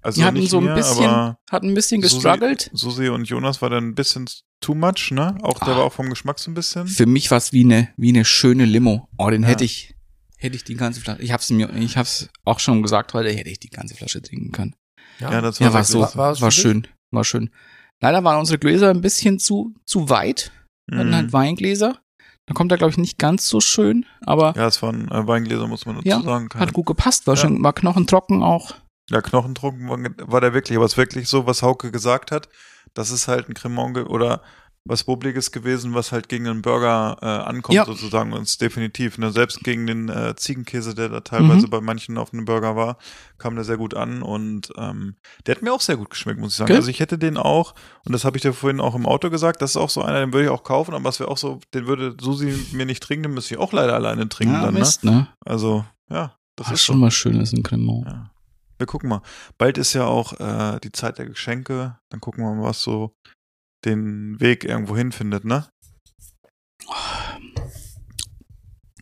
Also
Die hatten
nicht
so
mir,
ein bisschen,
aber
hat ein bisschen
Susi-
gestruggelt.
Susi und Jonas war dann ein bisschen too much, ne? Auch der
Ah.
war auch vom Geschmack so ein bisschen.
ne, Für mich war es wie eine, wie eine schöne Limo. Oh, den
Ja.
hätte ich hätte ich die ganze Flasche, ich hab's mir, ich hab's auch schon gesagt heute, hätte ich die ganze Flasche trinken können.
Ja, das
Ja,
war
war
sehr
so,
gut.
War- war
war,
es für dich?
schön, war schön. Leider waren unsere Gläser ein bisschen zu, zu weit. Wir hatten halt
Mhm.
Weingläser. Da kommt er, glaube ich, nicht ganz so schön, aber
Ja, das waren äh, Weingläser, muss man dazu
Ja,
sagen. Keine,
hat gut gepasst. War
Ja.
schon, war knochentrocken auch.
ja, Knochentrunken war, war der wirklich, aber es ist wirklich so, was Hauke gesagt hat, das ist halt ein Cremant ge- oder was Bubbliges gewesen, was halt gegen einen Burger äh, ankommt
Ja.
sozusagen und ist definitiv, ne, selbst gegen den äh, Ziegenkäse, der da teilweise
Mhm.
bei manchen auf einem Burger war, kam der sehr gut an und ähm, der hat mir auch sehr gut geschmeckt, muss ich sagen.
Gell?
Also ich hätte den auch, und das habe ich dir vorhin auch im Auto gesagt, das ist auch so einer, den würde ich auch kaufen, aber es wäre auch so, den würde Susi mir nicht trinken, den müsste ich auch leider alleine trinken
Ja,
dann, ne?
Mist, ne?
Also, ja, das
Das ist
ist so.
schon mal schön, ist ein Cremant.
Ja. Wir gucken mal. Bald ist ja auch äh, die Zeit der Geschenke. Dann gucken wir mal, was so den Weg irgendwo hinfindet, ne?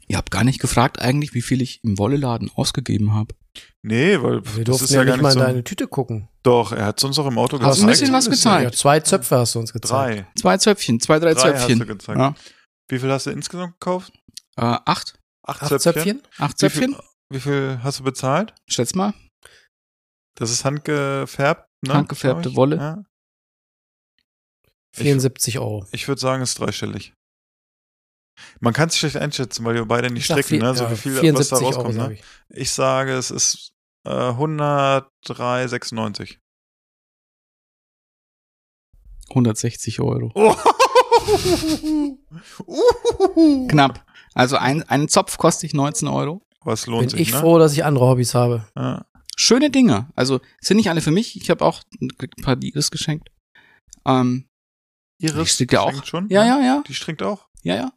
Ihr habt gar nicht gefragt eigentlich, wie viel ich im Wolleladen ausgegeben habe.
Nee, weil pff,
Wir
das
durften
ist
ja,
ja gar
nicht mal
nicht
in
so.
deine Tüte gucken.
Doch, er hat es uns auch im Auto
Hast
gezeigt.
du ein bisschen was
Ja,
gezeigt?
zwei Zöpfe hast du uns gezeigt.
Drei.
Zwei Zöpfchen, zwei, drei,
Drei
Zöpfchen.
hast du gezeigt.
Ja.
Wie viel hast du insgesamt gekauft?
Äh, acht?
Acht,
Acht Zöpfchen?
Acht
Wie viel,
Zöpfchen?
wie viel hast du bezahlt?
Schätz mal.
Das ist handgefärbt, ne?
Handgefärbte
Glaub ich.
Wolle.
Ja.
74 Euro.
Ich würde sagen, es ist dreistellig. Man kann es schlecht einschätzen, weil wir beide nicht
Ich sag
stricken,
vier-
ne? So
ja,
wie viel, was da
74
rauskommt,
Euro,
ne?
sag ich.
Ich sage, es ist äh, 103,96.
160 Euro.
Oh. Uhuhu.
Knapp. Also ein, einen Zopf koste ich 19 Euro.
Aber es lohnt
Bin
sich,
ich
ne?
froh, dass ich andere Hobbys habe.
Ja.
Schöne Dinge. Also sind nicht alle für mich. Ich habe auch gekriegt ein paar Iris geschenkt. Ähm,
Iris
Ich stick ja auch.
stringt schon?
ja, ja, ja,
Die stringt auch?
ja, ja.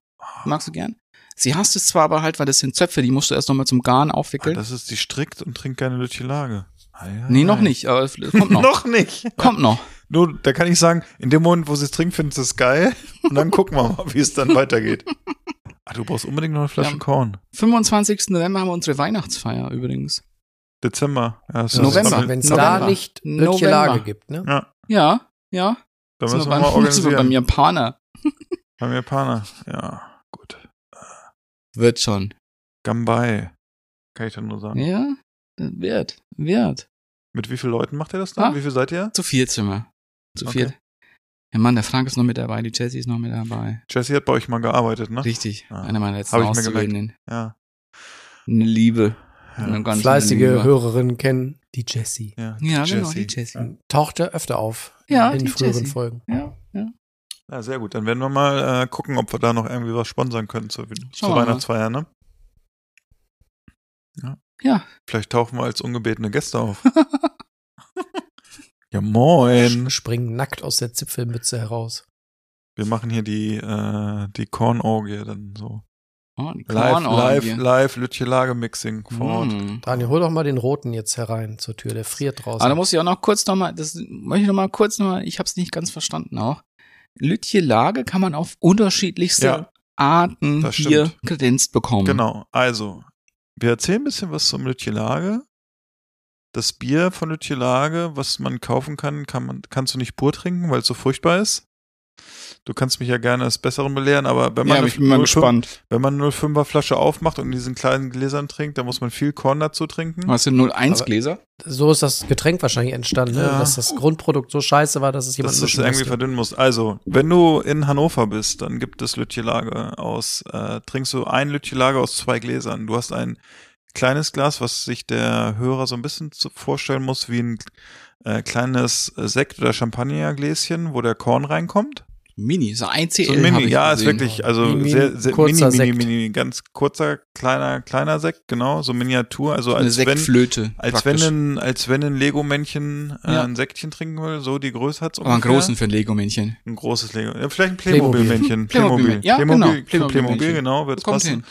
Magst du gern? Sie hasst es zwar, aber halt, weil das sind Zöpfe, die musst du erst nochmal zum Garn
Ah,
aufwickeln.
das ist, die strickt und trinkt keine Lütchelage.
nee, noch nicht, aber es kommt noch.
noch nicht.
Kommt noch.
Nur, da kann ich sagen, in dem Moment, wo sie es trinkt, findest du es geil. Und dann gucken wir mal, wie es dann weitergeht. Ah, du brauchst unbedingt noch eine Flasche
Ja.
Korn.
25. November haben wir unsere Weihnachtsfeier übrigens.
Dezember. Ja, das ist-
November.
Wenn es
November.
da nicht
November.
November. Lage gibt, ne?
Ja,
Ja, ja.
da
Sind
müssen wir
beim-
mal
sind wir beim
organisieren.
Japaner.
Beim Japaner. Ja, gut.
Wird schon.
Gambai. Kann ich dann nur sagen.
Ja, wird, wird.
Mit wie vielen Leuten macht ihr das dann?
Ah.
Wie viel seid ihr?
Zu viert sind wir. Zu
Okay.
viert. Ja, Mann, der Frank ist noch mit dabei, die Jessie ist noch mit dabei.
Jesse hat bei euch mal gearbeitet, ne?
Richtig,
Ah.
einer meiner letzten
Hab ich mir gemerkt.
Auszubildenden.
Ja.
Eine Liebe.
Ja,
Eine ganz
Fleißige
liebe.
Hörerinnen kennen die Jessie.
ja,
Ja,
Jessie.
genau, die Jessie.
Tauchte öfter auf
Ja,
in
die
früheren
Jessie.
Folgen.
Ja, ja.
Ja, sehr gut. Dann werden wir mal äh, gucken, ob wir da noch irgendwie was sponsern können zur, zur
wir mal.
Weihnachtsfeier, ne? Ja.
Ja.
Vielleicht tauchen wir als ungebetene Gäste auf. ja, moin.
Springen nackt aus der Zipfelmütze heraus.
Wir machen hier die, äh, die Kornorgie dann so.
Oh, die
Live, live,
Kornorgie.
live, Lütje Lage-Mixing vor Ort.
Mm.
Daniel, hol doch mal den roten jetzt herein zur Tür, der friert draußen.
Aber da muss ich auch noch kurz nochmal, das möchte ich noch mal kurz nochmal, ich habe es nicht ganz verstanden auch. Lütje Lage kann man auf unterschiedlichste
Ja,
Arten
das
hier
stimmt.
kredenzt bekommen.
Genau, also, wir erzählen ein bisschen was zum Lütje Lage. Das Bier von Lütje Lage, was man kaufen kann, kann man, kannst du nicht pur trinken, weil es so furchtbar ist. Du kannst mich ja gerne des Besseren belehren, aber wenn man,
Ja,
eine
ich bin mal
05
gespannt.
wenn man eine 05er Flasche aufmacht und in diesen kleinen Gläsern trinkt, dann muss man viel Korn dazu trinken.
Hast du 01
Aber-
Gläser?
so ist das Getränk wahrscheinlich entstanden, ne?
Ja.
dass das Grundprodukt so scheiße war, dass es jemand
dass du es
mischen
irgendwie
musste.
verdünnen musst. Also, wenn du in Hannover bist, dann gibt es Lütjelage aus, äh, trinkst du ein Lütjelage aus zwei Gläsern. Du hast ein kleines Glas, was sich der Hörer so ein bisschen zu- vorstellen muss, wie ein äh, kleines Sekt- oder Champagnergläschen, wo der Korn reinkommt.
Mini, so ein CL.
So ein
hab
Mini,
ich
ja, ist
gesehen.
wirklich, also
Mini-
sehr, sehr mini,
kurzer
mini,
Sekt.
mini, ganz kurzer, kleiner, kleiner Sekt, genau, so Miniatur, also
Eine
als wenn,
Sektflöte.
als wenn
praktisch.
ein, als wenn ein Lego-Männchen äh,
Ja.
ein Sektchen trinken will, so die Größe hat's
Aber einen großen für ein Lego-Männchen.
ein großes Lego. Ja, vielleicht ein
Playmobil.
Playmobil-Männchen.
Playmobil.
Playmobil.
Ja, genau.
Playmobil, Für
Playmobil-Männchen.
Playmobil genau, wird's
Kommt
passen.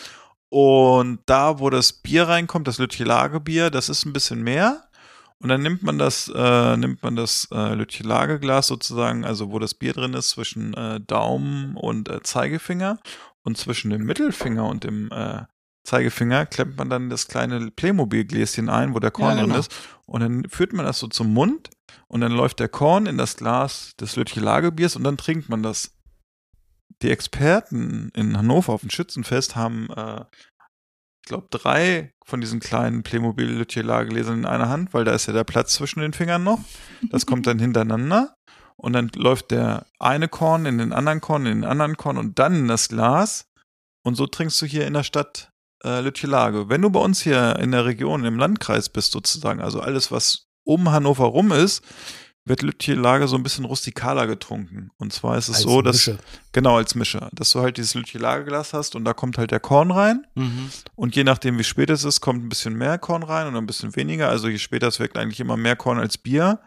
Und da, wo das Bier reinkommt, das Lütchelage-Bier, das ist ein bisschen mehr. Und dann nimmt man das, äh, nimmt man das äh, Lütchelage-Glas sozusagen, also wo das Bier drin ist, zwischen äh, Daumen und äh, Zeigefinger. Und zwischen dem Mittelfinger und dem äh, Zeigefinger klemmt man dann das kleine Playmobil-Gläschen ein, wo der Korn
Ja, genau.
drin ist. Und dann führt man das so zum Mund und dann läuft der Korn in das Glas des Lütchelage-Biers und dann trinkt man das. Die Experten in Hannover auf dem Schützenfest haben, äh, ich glaube, drei von diesen kleinen Playmobil-Lütje-Lagelesern in einer Hand, weil da ist ja der Platz zwischen den Fingern noch. Das
Mhm.
kommt dann hintereinander. Und dann läuft der eine Korn in den anderen Korn, in den anderen Korn und dann in das Glas. Und so trinkst du hier in der Stadt äh, Lütje-Lage. Wenn du bei uns hier in der Region, im Landkreis bist sozusagen, also alles, was um Hannover rum ist, wird Lütje-Lage so ein bisschen rustikaler getrunken. Und zwar ist es
Als
so, dass
Mische.
Genau, als Mischer. Dass du halt dieses Lütje-Lagerglas hast und da kommt halt der Korn rein.
Mhm.
Und je nachdem, wie spät es ist, kommt ein bisschen mehr Korn rein und ein bisschen weniger. Also je später es wirkt eigentlich immer mehr Korn als Bier.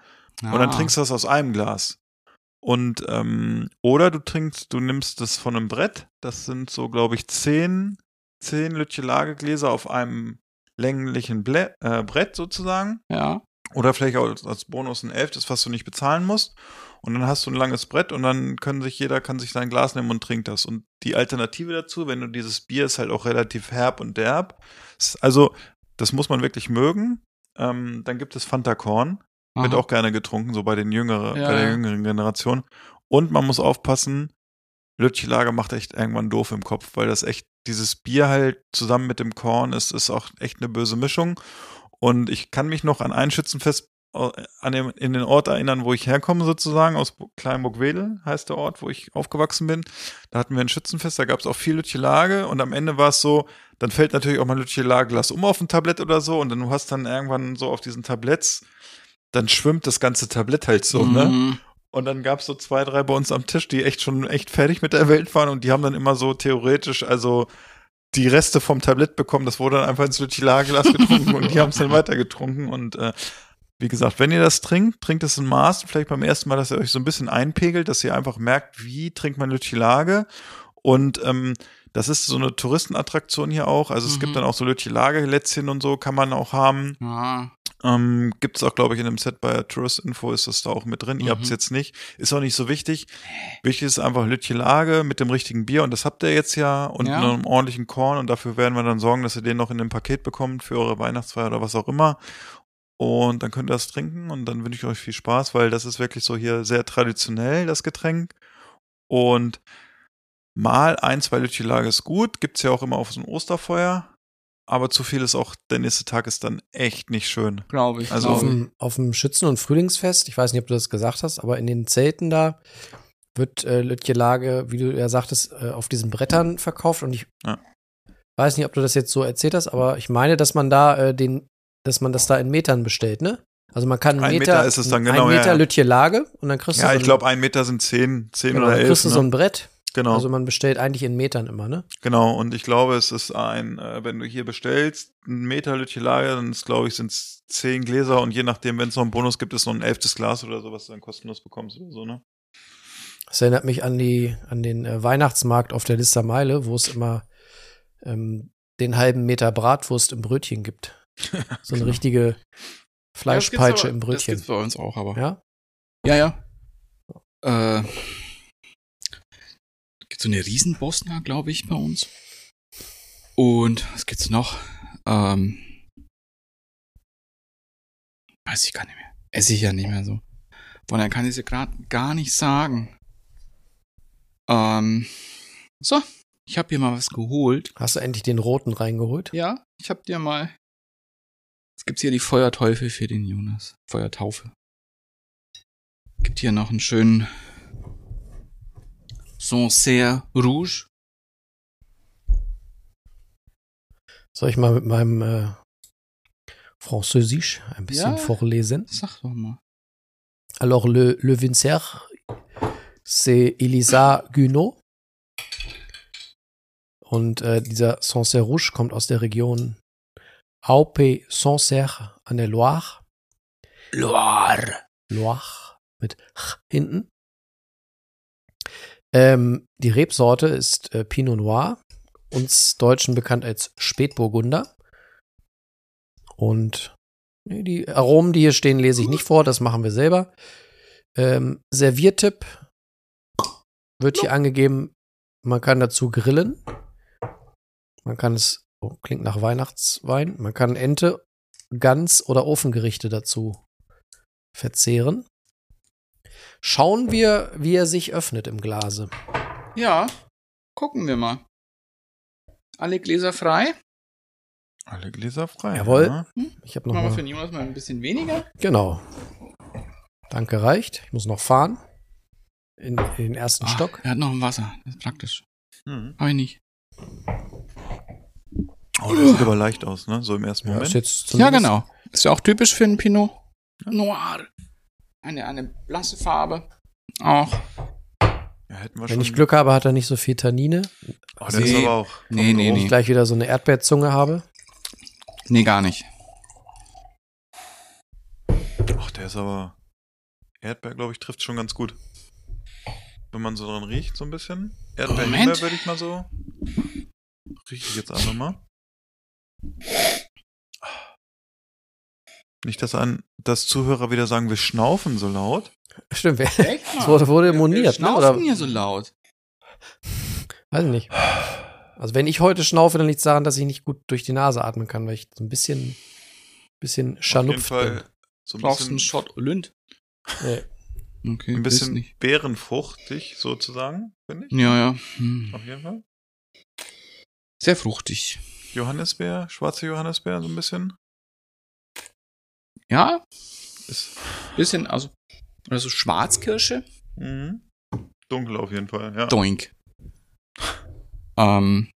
Und dann
Ah.
trinkst du das aus einem Glas. Und ähm, oder du trinkst, du nimmst das von einem Brett. Das sind so, glaube ich, zehn, zehn Lütje-Lagergläser auf einem länglichen Blä äh, Brett sozusagen.
Ja.
Oder vielleicht auch als- als Bonus ein elftes, was du nicht bezahlen musst. Und dann hast du ein langes Brett und dann können sich jeder kann sich sein Glas nehmen und trinkt das. Und die Alternative dazu, wenn du dieses Bier ist halt auch relativ herb und derb. Ist- Also das muss man wirklich mögen. Ähm, dann gibt es Fanta Korn. Wird
Aha.
auch gerne getrunken, so bei den jüngeren,
Ja,
bei der
ja.
jüngeren Generation. Und man muss aufpassen, Lütchenlager macht echt irgendwann doof im Kopf, weil das echt, dieses Bier halt zusammen mit dem Korn ist, ist auch echt eine böse Mischung. Und ich kann mich noch an ein Schützenfest äh, an dem, in den Ort erinnern, wo ich herkomme, sozusagen, aus Bu- Kleinburg-Wedel heißt der Ort, wo ich aufgewachsen bin. Da hatten wir ein Schützenfest, da gab es auch viel Lütchenlage und am Ende war es so, dann fällt natürlich auch mal Lütchenlageglas um auf ein Tablett oder so und dann du hast dann irgendwann so auf diesen Tabletts, dann schwimmt das ganze Tablett halt so, ne?
Mhm.
Und dann gab's so zwei, drei bei uns am Tisch, die echt schon echt fertig mit der Welt waren und die haben dann immer so theoretisch, also die Reste vom Tablett bekommen, das wurde dann einfach ins Lütchenlagerglas getrunken und die haben's dann weiter getrunken. Und äh, wie gesagt, wenn ihr das trinkt, trinkt es in Maßen, vielleicht beim ersten Mal, dass ihr euch so ein bisschen einpegelt, dass ihr einfach merkt, wie trinkt man Lütchenlage. Und ähm, das ist so eine Touristenattraktion hier auch. Also es
Mhm.
gibt dann auch so Lütchenlage-Lätzchen und so, kann man auch haben.
Ah.
Ähm, gibt es auch, glaube ich, in dem Set bei Tourist Info ist das da auch mit drin.
Mhm.
Ihr habt es jetzt nicht. Ist auch nicht so wichtig. Wichtig ist einfach Lütje Lage mit dem richtigen Bier und das habt ihr jetzt ja und
Ja.
einem ordentlichen Korn und dafür werden wir dann sorgen, dass ihr den noch in dem Paket bekommt für eure Weihnachtsfeier oder was auch immer. Und dann könnt ihr das trinken und dann wünsche ich euch viel Spaß, weil das ist wirklich so hier sehr traditionell, das Getränk. Und mal ein, zwei Lütje Lage ist gut, gibt's ja auch immer auf so ein Osterfeuer. Aber zu viel ist auch, der nächste Tag ist dann echt nicht schön.
Glaube ich.
Also
glaub
auf
auf,
ich.
dem, auf dem Schützen- und Frühlingsfest, ich weiß nicht, ob du das gesagt hast, aber in den Zelten da wird äh, Lütje Lage, wie du ja sagtest, äh, auf diesen Brettern verkauft und ich
Ja.
weiß nicht, ob du das jetzt so erzählt hast, aber ich meine, dass man da äh, den, dass man das da in Metern bestellt, ne? Also man kann einen
Ein
Meter,
Meter ist es dann, genau,
ein
ja,
Meter
ja.
Lütje Lage und dann kriegst du
Ja,
so
ich
ein-
glaube, ein Meter sind zehn, zehn
genau,
oder
dann
elf.
kriegst du
Ne?
so ein Brett.
genau,
Also man bestellt eigentlich in Metern immer, ne?
genau. Und ich glaube, es ist ein, äh, wenn du hier bestellst, ein Meter Lütchelage, dann ist, glaube ich, sind es zehn Gläser und je nachdem, wenn es noch einen Bonus gibt, ist noch ein elftes Glas oder so, was du dann kostenlos bekommst oder so, ne?
Das erinnert mich an die, an den äh, Weihnachtsmarkt auf der Lister Meile, wo es immer ähm, den halben Meter Bratwurst im Brötchen gibt. So eine richtige
Genau. Ja, das gibt's
Fleischpeitsche
aber-
im
Das
Brötchen.
gibt's bei uns auch, aber.
Ja?
Ja, ja. Äh, gibt so eine Riesenbosna, glaube ich, bei uns. Und was gibt's noch? Ähm, weiß ich gar nicht mehr. Esse ich ja nicht mehr so. Von daher kann ich es ja gerade gar nicht sagen. Ähm, so, ich habe hier mal was geholt.
Hast du endlich den roten reingeholt?
Ja, ich habe dir mal. Jetzt gibt's hier die Feuerteufel für den Jonas. Feuertaufe. Gibt hier noch einen schönen Sancerre Rouge.
Soll ich mal mit meinem äh, Französisch ein bisschen
Ja.
vorlesen?
Sag doch mal.
Alors, le, le Vincere, c'est Elisa Guinot. Und äh, dieser Sancerre Rouge kommt aus der Region Aupe Sancerre an der Loire.
Loire.
Loire mit Ch hinten. Ähm, die Rebsorte ist äh, Pinot Noir, uns Deutschen bekannt als Spätburgunder. Und nee, die Aromen, die hier stehen, lese ich nicht vor, das machen wir selber. Ähm, Serviertipp wird hier angegeben, man kann dazu grillen. Man kann es, oh, klingt nach Weihnachtswein, man kann Ente, Gans oder Ofengerichte dazu verzehren. Schauen wir, wie er sich öffnet im Glase.
Ja, gucken wir mal. Alle Gläser frei.
Alle Gläser frei.
Jawohl.
Ja.
Ich habe noch
Machen wir
mal.
für niemals mal ein bisschen weniger.
Genau. Danke reicht. Ich muss noch fahren. In, in den ersten
Ah,
Stock.
Er hat noch ein Wasser. Das ist praktisch.
Mhm.
Hab ich nicht.
Oh, das sieht aber leicht aus, ne? So im ersten
Ja,
Moment.
ist jetzt
Ja,
zumindest-
genau. Ist ja auch typisch für einen Pinot Noir. Eine, eine blasse Farbe. Auch.
Ja, hätten wir
Wenn ich Glück habe, hat er nicht so viel Tannine.
Oh, das ist
Nee.
aber auch.
Nee, nee,
Wenn
nee.
ich gleich wieder so eine Erdbeerzunge habe.
Nee, gar nicht.
Ach, der ist aber. Erdbeer, glaube ich, trifft schon ganz gut. Wenn man so dran riecht, so ein bisschen. Erdbeer,
Moment.
Himbeer würde ich mal so. Rieche ich jetzt einfach mal. Nicht, dass, an, dass Zuhörer wieder sagen, wir schnaufen so laut.
Stimmt, wer,
Echt?
es wurde, wurde
Wir
moniert, ne? Oder,
schnaufen hier so laut.
weiß ich nicht. Also wenn ich heute schnaufe, dann liegt es daran, dass ich nicht gut durch die Nase atmen kann, weil ich so ein bisschen, bisschen scharnupft bin.
so ein
Brauchst du einen
bisschen,
Shot Olymp?
Nee.
Okay,
ein
ist
bisschen
nicht.
bärenfruchtig sozusagen, finde ich.
Ja, ja. Hm.
Auf jeden Fall.
Sehr fruchtig.
Johannisbeer, schwarze Johannisbeer, so ein bisschen.
Ja,
Ist,
bisschen, also, also Schwarzkirsche.
mhm. Dunkel auf jeden Fall, ja.
Doink. Ähm.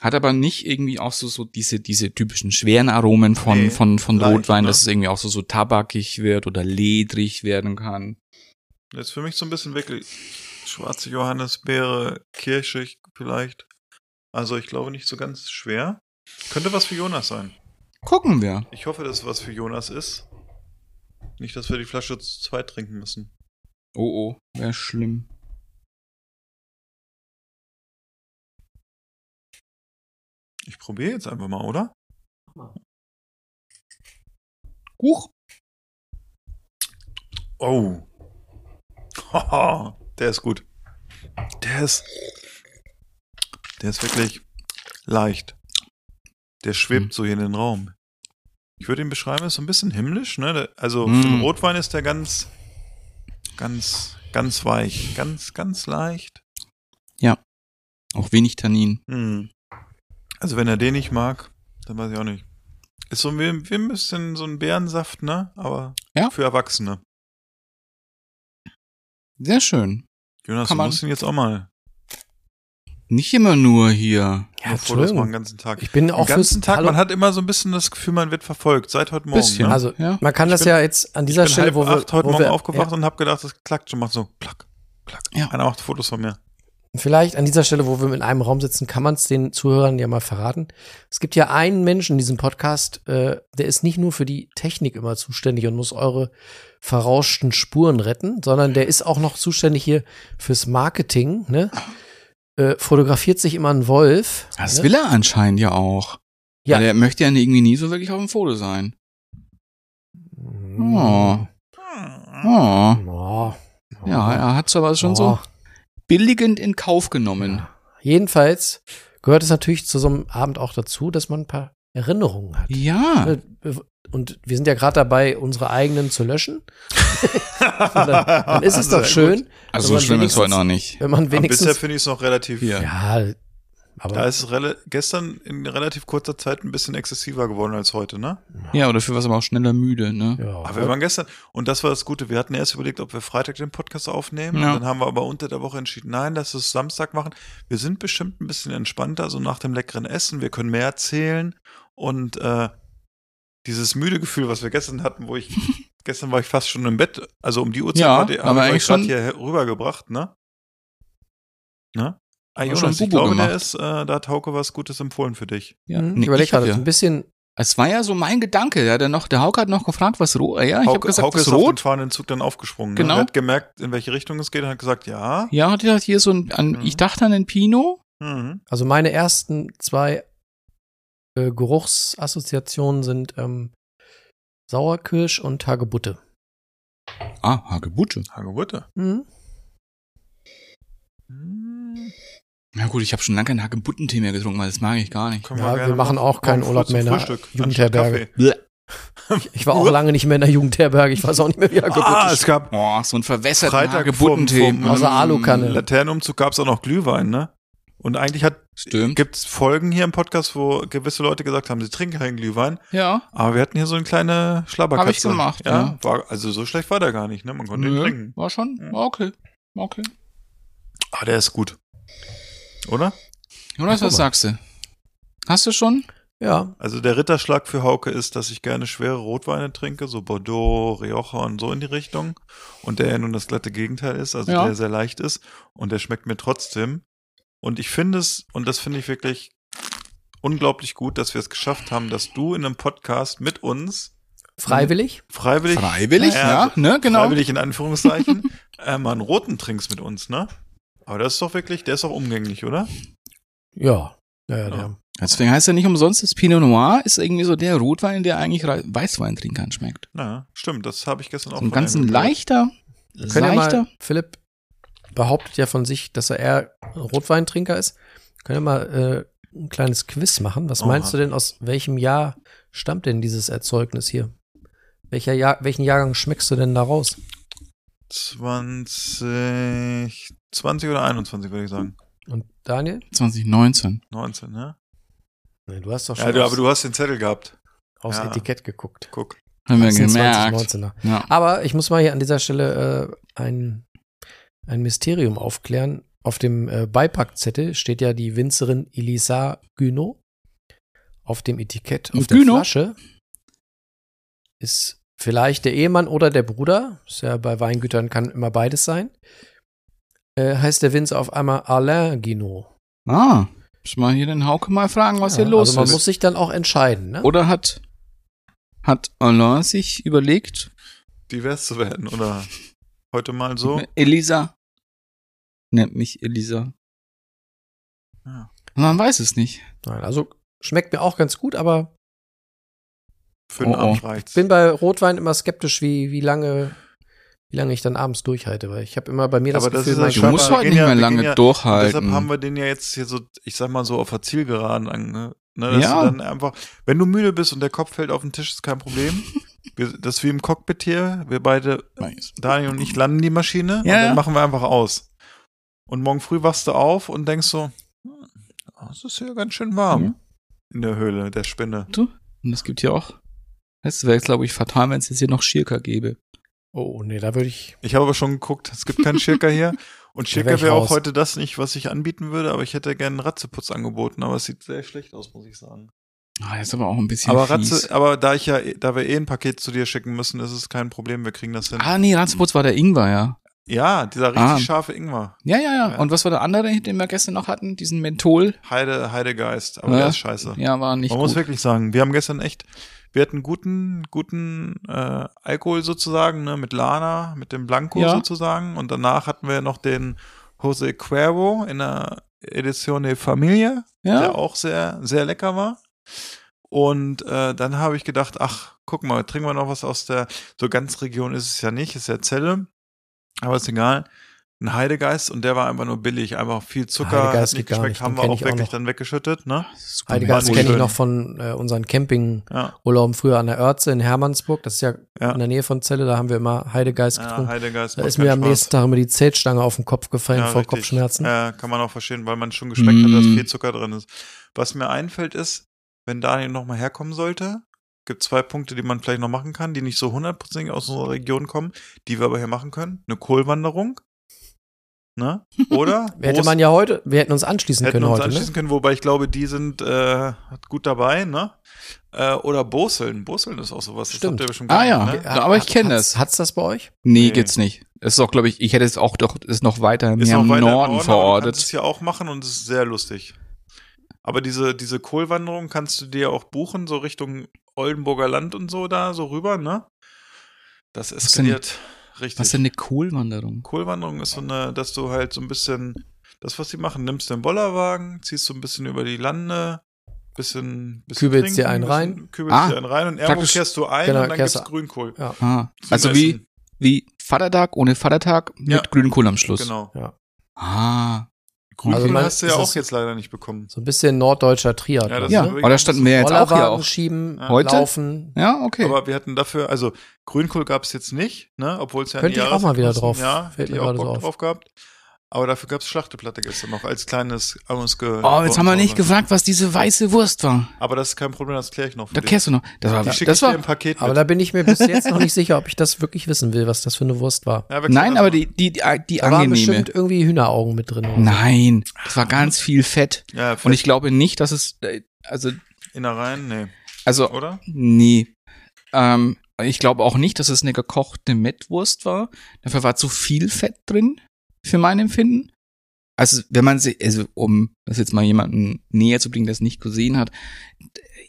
Hat aber nicht irgendwie auch so, so diese, diese typischen schweren Aromen von,
Nee,
von, von
leicht,
Rotwein,
ne?
dass es irgendwie auch so, so tabakig wird oder ledrig werden kann.
Jetzt für mich so ein bisschen wirklich schwarze Johannisbeere, kirschig vielleicht. Also ich glaube nicht so ganz schwer. Könnte was für Jonas sein.
Gucken wir.
Ich hoffe, dass es was für Jonas ist. Nicht, dass wir die Flasche zu zweit trinken müssen.
Oh, oh, wäre schlimm.
Ich probiere jetzt einfach mal, oder?
Huch.
Oh. Haha, der ist gut. Der ist. Der ist wirklich leicht. Der schwebt
Mhm.
so hier in den Raum. Ich würde ihn beschreiben, ist so ein bisschen himmlisch, ne? Der- Also
Mhm.
für den Rotwein ist der ganz, ganz, ganz weich. Ganz, ganz leicht.
Auch wenig Tannin.
Hm. Also wenn er den nicht mag, dann weiß ich auch nicht. Ist so wie, wie ein bisschen so ein Bärensaft, ne? Aber
Ja.
für Erwachsene.
Sehr schön.
Jonas,
Kann
du
man-
musst ihn jetzt auch mal.
Nicht immer nur hier.
Ja,
Obwohl das mal den
Entschuldigung.
ganzen Tag.
Ich bin auch
den ganzen
fürs
Tag,
Hallo-
man hat immer so ein bisschen das Gefühl, man wird verfolgt, seit heute Morgen.
Bisschen.
Ne?
Also
Ja.
man kann das
bin-
ja jetzt an
ich
dieser
bin
Stelle,
halb
wo wir,
acht heute
wo
Morgen
wir,
aufgewacht und habe gedacht, das klackt schon, macht so klack, klack.
Ja.
Einer macht Fotos von mir.
Vielleicht an dieser Stelle, wo wir in einem Raum sitzen, kann man es den Zuhörern ja mal verraten. Es gibt ja einen Menschen in diesem Podcast, äh, der ist nicht nur für die Technik immer zuständig und muss eure verrauschten Spuren retten, sondern der ist auch noch zuständig hier fürs Marketing. Ne? Äh, fotografiert sich immer ein Wolf.
Das
ne?
will er anscheinend ja auch. Ja.
Ja.
Weil er möchte ja irgendwie nie so wirklich auf dem Foto sein.
Mhm.
Oh. Oh.
Oh.
Ja, er hat es aber schon so billigend in Kauf genommen.
Jedenfalls gehört es natürlich zu so einem Abend auch dazu, dass man ein paar Erinnerungen hat.
Ja.
Ah.
Also,
Ne, Und wir sind ja gerade dabei, unsere eigenen zu löschen. Also Dann, dann ist es doch
Sehr
schön,
Also so
man
schlimm ist
wenigstens-
heute noch nicht.
wenn man
Aber bisher
wenigstens.
finde ich es noch relativ.
Hier.
Ja,
Da
aber
ist es rela- gestern in relativ kurzer Zeit ein bisschen exzessiver geworden als heute, ne?
Ja, oder für was aber auch schneller müde, ne?
ja, Hm,
Aber wir waren gestern, und das war das Gute, wir hatten erst überlegt, ob wir Freitag den Podcast aufnehmen.
Ja.
Dann haben wir aber unter der Woche entschieden, nein, lass es Samstag machen. Wir sind bestimmt ein bisschen entspannter, so nach dem leckeren Essen, wir können mehr erzählen. Und äh, dieses müde Gefühl, was wir gestern hatten, wo ich, gestern war ich fast schon im Bett, also um die Uhrzeit
Ja,
war die-
aber
ich
eigentlich
grad
schon-
hier rübergebracht, ne? Ne? Ah,
War
Jonas,
schon
ich
Bubu
glaube, der
gemacht.
ist, äh, da hat Hauke was Gutes empfohlen für dich.
Ja.
Hm,
Nee,
ich überlege
ich hab
gerade, so
ja.
ein bisschen.
Es war ja so mein Gedanke. Der, hat ja noch, der Hauke hat noch gefragt, was rot. Ja, ich habe
Hauke,
gesagt,
Hauke
was
ist auf
rot.
den fahrenden Zug dann aufgesprungen. Ne?
Genau.
Er hat gemerkt, in welche Richtung es geht und hat gesagt, ja.
Ja, hat gesagt, hier so ein, an,
Mhm.
ich dachte an den Pinot.
Mhm.
Also meine ersten zwei äh, Geruchsassoziationen sind ähm, Sauerkirsch und Hagebutte.
Ah, Hagebutte.
Hagebutte.
Mhm.
Mhm.
Na gut, ich habe schon lange keinen Hagebuttentee mehr getrunken, weil das mag ich gar nicht.
Können
Ja,
gerne
wir machen
mal
auch keinen
morgen
Urlaub
früh
mehr in
zum
der
Frühstück,
Jugendherberge.
anstatt
Bleh.
Ich war auch lange nicht mehr in der Jugendherberge. Ich weiß auch nicht mehr, wie
Kaffee.
Hagebutte
Ah, es
schmeckt.
gab
Oh, so ein verwässerten
Freitag
Hagebuttentee. Mm.
vom- vom-
Aus der also Alukanne.
Laternenumzug, gab es auch noch Glühwein, ne? Und eigentlich hat
Stimmt.
gibt's Folgen hier im Podcast, wo gewisse Leute gesagt haben, sie trinken keinen Glühwein,
Ja.
aber wir hatten hier so eine kleine Schlabberkatze.
Hab ich gemacht, ja.
War, also so schlecht war der gar nicht, ne? Man konnte ihn
Nö,
trinken.
war schon. War okay. War okay.
Ah, der ist gut. Oder?
Jonas, was
Super.
sagst du? Hast du schon?
Ja,
Also der Ritterschlag für Hauke ist, dass ich gerne schwere Rotweine trinke, so Bordeaux, Rioja und so in die Richtung. Und der ja nun das glatte Gegenteil ist, also
Ja.
der sehr leicht ist und der schmeckt mir trotzdem. Und ich finde es, und das finde ich wirklich unglaublich gut, dass wir es geschafft haben, dass du in einem Podcast mit uns
freiwillig.
freiwillig,
Freiwillig,
Ja, also
ja, ne, genau.
freiwillig in Anführungszeichen, äh, mal einen roten trinkst mit uns, ne? Aber das ist doch wirklich, der ist doch umgänglich, oder?
Ja, ja, ja,
Ja.
der.
Deswegen heißt ja nicht umsonst, das Pinot Noir ist irgendwie so der Rotwein, der eigentlich Re- Weißweintrinkern schmeckt.
Na, stimmt, das habe ich gestern auch
So ein
von
ganz
einem
ein
gehört.
leichter,
Können wir
leichter.
mal, Philipp behauptet ja von sich, dass er eher Rotweintrinker ist. Können wir mal äh, ein kleines Quiz machen? Was
Oha.
meinst du denn, aus welchem Jahr stammt denn dieses Erzeugnis hier? Welcher Jahr, welchen Jahrgang schmeckst du denn da raus?
20, 20 oder 21, würde ich sagen.
Und Daniel?
2019.
19, ne?
Nee, du hast doch
Ja, du, aber du hast den Zettel gehabt.
aufs
ja.
Etikett geguckt.
Guck.
Haben wir
26,
gemerkt.
19er.
Ja.
Aber ich muss mal hier an dieser Stelle äh, ein, ein Mysterium aufklären. Auf dem äh, Beipackzettel steht ja die Winzerin Elisa Güno. Auf dem Etikett, auf der
Güno?
Flasche ist vielleicht der Ehemann oder der Bruder. Ist ja bei Weingütern kann immer beides sein. Äh, heißt der Winzer auf einmal Alain Guino.
Ah, muss mal hier den Hauke mal fragen, was
Ja,
hier los
also man
ist.
muss sich dann auch entscheiden. Ne?
Oder hat, hat Alain sich überlegt,
Divers zu werden, oder? Heute mal so.
Elisa nennt mich Elisa.
Ja.
Man weiß es nicht.
Nein, also schmeckt mir auch ganz gut, aber
Für den
Oh, oh.
Abend reicht's.
bin bei Rotwein immer skeptisch, wie, wie lange wie lange ich dann abends durchhalte, weil ich habe immer bei mir das
Aber das
Gefühl,
ist ja
mein
Du
Schau mal,
musst
wir
heute
gehen
nicht
ja-
mehr
wir
lange
gehen ja- Deshalb
durchhalten.
haben wir den ja jetzt hier so, ich sag mal so, auf der Zielgeraden an. Ne? Ne, dass
Ja.
du dann einfach, wenn du müde bist und der Kopf fällt auf den Tisch, ist kein Problem. Wir, das ist wie im Cockpit hier. Wir beide,
Nice.
Daniel und ich, landen die Maschine und
Ja, ja.
dann machen wir einfach aus. Und morgen früh wachst du auf und denkst so, "Hm, es ist hier ganz schön warm.
Mhm.
In der Höhle der Spinne.
Und es gibt hier auch. Es wäre, glaube ich, fatal, wenn es jetzt hier noch Schirka gäbe.
Oh, nee, da würde ich.
Ich habe aber schon geguckt, es gibt keinen Schirker hier. Und
Da wär
Schirker
ich
wäre
raus.
auch heute das nicht, was ich anbieten würde, aber ich hätte gerne einen Ratzeputz angeboten, aber es sieht sehr schlecht aus, muss ich sagen.
Ah, das ist aber auch ein bisschen
Aber
fies.
Ratze, aber da ich ja, eh- da wir eh ein Paket zu dir schicken müssen, ist es kein Problem, wir kriegen das hin.
Ah, nee, Ratzputz war der Ingwer, ja.
Ja, dieser richtig
Ah.
scharfe Ingwer.
Ja, ja, ja.
Ja.
Und was war der andere, den wir gestern noch hatten? Diesen Menthol?
Heide, Heidegeist, aber
Ja.
der ist scheiße.
Ja, war nicht
Man muss
gut.
wirklich sagen, wir haben gestern echt, wir hatten guten, guten äh, Alkohol sozusagen, ne, mit Lana, mit dem Blanco
Ja.
sozusagen. Und danach hatten wir noch den Jose Cuervo in der Edition de Familie, der
ja?
auch sehr, sehr lecker war. Und äh, dann habe ich gedacht, ach, guck mal, trinken wir noch was aus der, so ganz Region ist es ja nicht, ist ja Zelle, aber ist egal. Ein Heidegeist und der war einfach nur billig, einfach viel Zucker,
Heidegeist
hat nicht
geht gar
geschmeckt,
nicht, den
haben wir
kenn
auch
ich auch
wirklich
noch.
dann weggeschüttet, ne?
Super
Heidegeist
Mann,
kenne ich
schön.
noch von äh, unseren Campingurlauben
Ja.
früher an der Örze in Hermannsburg. Das ist ja,
Ja.
in der Nähe von Celle, da haben wir immer Heidegeist
Ja,
getrunken.
Heidegeist.
da
macht
ist mir
keinen
am
Spaß.
nächsten Tag immer die Zeltstange auf den Kopf gefallen vor
richtig.
Kopfschmerzen.
Ja, kann man auch verstehen, weil man schon geschmeckt hat, dass
Mm.
viel Zucker drin ist. Was mir einfällt ist, wenn Daniel nochmal herkommen sollte, gibt zwei Punkte, die man vielleicht noch machen kann, die nicht so hundertprozentig aus unserer Region kommen, die wir aber hier machen können. Eine Kohlwanderung. Ne? Oder?
hätte man ja heute, wir hätten uns anschließen
hätten
können
uns
heute,
anschließen
ne?
können, wobei ich glaube, die sind äh, gut dabei, ne? Äh, oder Boseln. Boseln ist auch sowas.
Stimmt.
Das habt ihr bestimmt
Ah,
gar
ja.
nicht, ne?
Ja, aber ich kenne das.
Hat's das bei euch?
Nee,
Nee.
gibt's nicht. Es ist auch, glaube ich, ich hätte es auch doch, ist noch weiter
Ist
mehr
noch
im
weiter
Norden,
aber Du kannst es
verortet.
hier auch machen und es ist sehr lustig. Aber diese, diese Kohlwanderung kannst du dir auch buchen, so Richtung Oldenburger Land und so da, so rüber, ne? Das
denn-
eskaliert richtig.
Was ist denn eine Kohlwanderung?
Kohlwanderung ist so eine, dass du halt so ein bisschen, das, was die machen, nimmst den Bollerwagen, ziehst so ein bisschen über die Lande, bisschen, bisschen
Kübelst dir einen
trinken,
rein.
bisschen- Kübelst
Ah,
dir einen rein und irgendwo
praktisch-
kehrst du ein
Genau,
und dann
kehrst
gibt's
du-
Grünkohl.
Ja.
Ah,
Zum
also wie,
Essen.
wie Vatertag ohne Vatertag
Ja.
mit Grünkohl am Schluss.
Genau.
Ah,
Grünkohl
Also man-
hast du ja
das
auch
ist-
jetzt leider nicht bekommen.
So ein bisschen norddeutscher Triathlon. ne?
Ja, das
ja,
ist
aber da standen wir ja jetzt auch
Rollerwagen
hier auch.
schieben,
Ja.
Heute?
laufen.
Ja, okay.
Aber wir hatten dafür, also Grünkohl gab's jetzt nicht, ne? Obwohl es ja
Könnte
ein
ich auch mal wieder drauf.
Ja,
Fällt
hätte
mir
ich auch
gerade so
Bock
auf.
drauf gehabt. Aber dafür gab es Schlachteplatte gestern noch als kleines Amuse.
Oh, jetzt haben wir nicht gefragt, was diese weiße Wurst war.
Aber das ist kein Problem, das kläre ich noch. für
Da
dich.
kennst du noch. Das war,
Die schicke ich
das
dir im
war
Paket
Aber
mit.
da bin ich mir bis jetzt noch nicht sicher, ob ich das wirklich wissen will, was das für eine Wurst war.
Ja, wir klären
nein,
das
aber
noch.
die, die, die, die
Da waren
angenehme.
bestimmt irgendwie Hühneraugen mit drin. oder so.
Nein, das war ganz viel Fett.
Ja,
Und
vielleicht
ich glaube nicht, dass es, äh, also,
Innereien, nee.
also
Oder?
Nee. Ähm, ich glaube auch nicht, dass es eine gekochte Mettwurst war. Dafür war zu viel Fett drin, für mein Empfinden. Also, wenn man sie, also, um das jetzt mal jemanden näher zu bringen, der es nicht gesehen hat,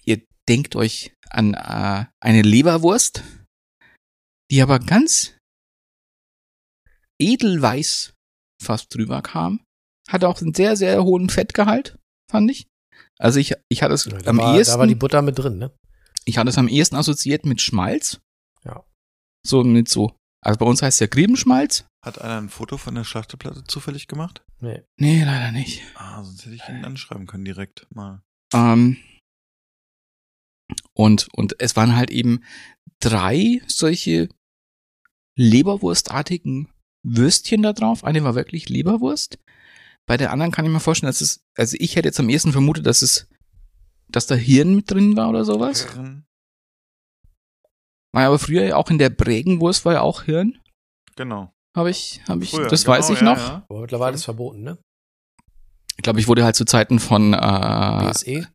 ihr denkt euch an äh, eine Leberwurst, die aber ganz edelweiß fast drüber kam. Hatte auch einen sehr, sehr hohen Fettgehalt, fand ich. Also ich, ich hatte es
Ja, da,
am
war,
ehesten
da war die Butter mit drin, ne?
ich hatte es am ehesten assoziiert mit Schmalz.
Ja.
So mit so. Also bei uns heißt es ja Griebenschmalz.
Hat einer ein Foto von der Schlachteplatte zufällig gemacht?
Nee.
Nee, leider nicht.
Ah, sonst hätte ich ihn anschreiben können direkt mal.
Ähm, und, und es waren halt eben drei solche leberwurstartigen Würstchen da drauf. Eine war wirklich Leberwurst. Bei der anderen kann ich mir vorstellen, dass es, also ich hätte jetzt am ehesten vermutet, dass es, dass da Hirn mit drin war oder sowas. War ja aber früher ja auch in der Prägenwurst war ja auch Hirn.
Genau.
Habe ich, habe ich,
Früher,
das
genau,
weiß ich
ja,
noch.
Ja.
Aber mittlerweile ist verboten, ne?
Ich glaube, ich wurde halt zu Zeiten von
Ah.
äh,
BSE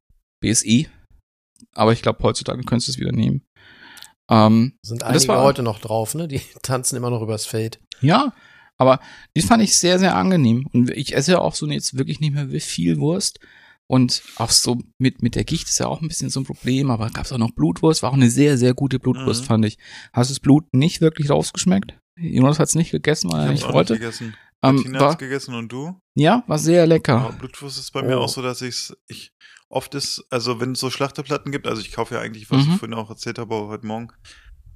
BSI. Aber ich glaube, heutzutage könntest du es wieder nehmen. Ähm,
sind
das
einige
war-
heute noch drauf, ne? Die tanzen immer noch übers Feld.
ja, aber die fand ich sehr, sehr angenehm. Und ich esse ja auch so jetzt wirklich nicht mehr viel Wurst. Und auch so mit, mit der Gicht ist ja auch ein bisschen so ein Problem, aber gab es auch noch Blutwurst, war auch eine sehr, sehr gute Blutwurst,
Mhm.
fand ich. Hast du das Blut nicht wirklich rausgeschmeckt? Jonas hat es nicht gegessen, weil
Ich
er
hab's
nicht
auch nicht
wollte.
gegessen.
Ähm,
Tina hat's
war,
gegessen und du?
ja, war sehr
Ja.
lecker.
Blutwurst ist bei mir
Oh.
auch so, dass ich's, ich oft ist, also wenn es so Schlachteplatten gibt, also ich kaufe ja eigentlich, was
Mhm.
ich vorhin auch erzählt habe, aber heute Morgen,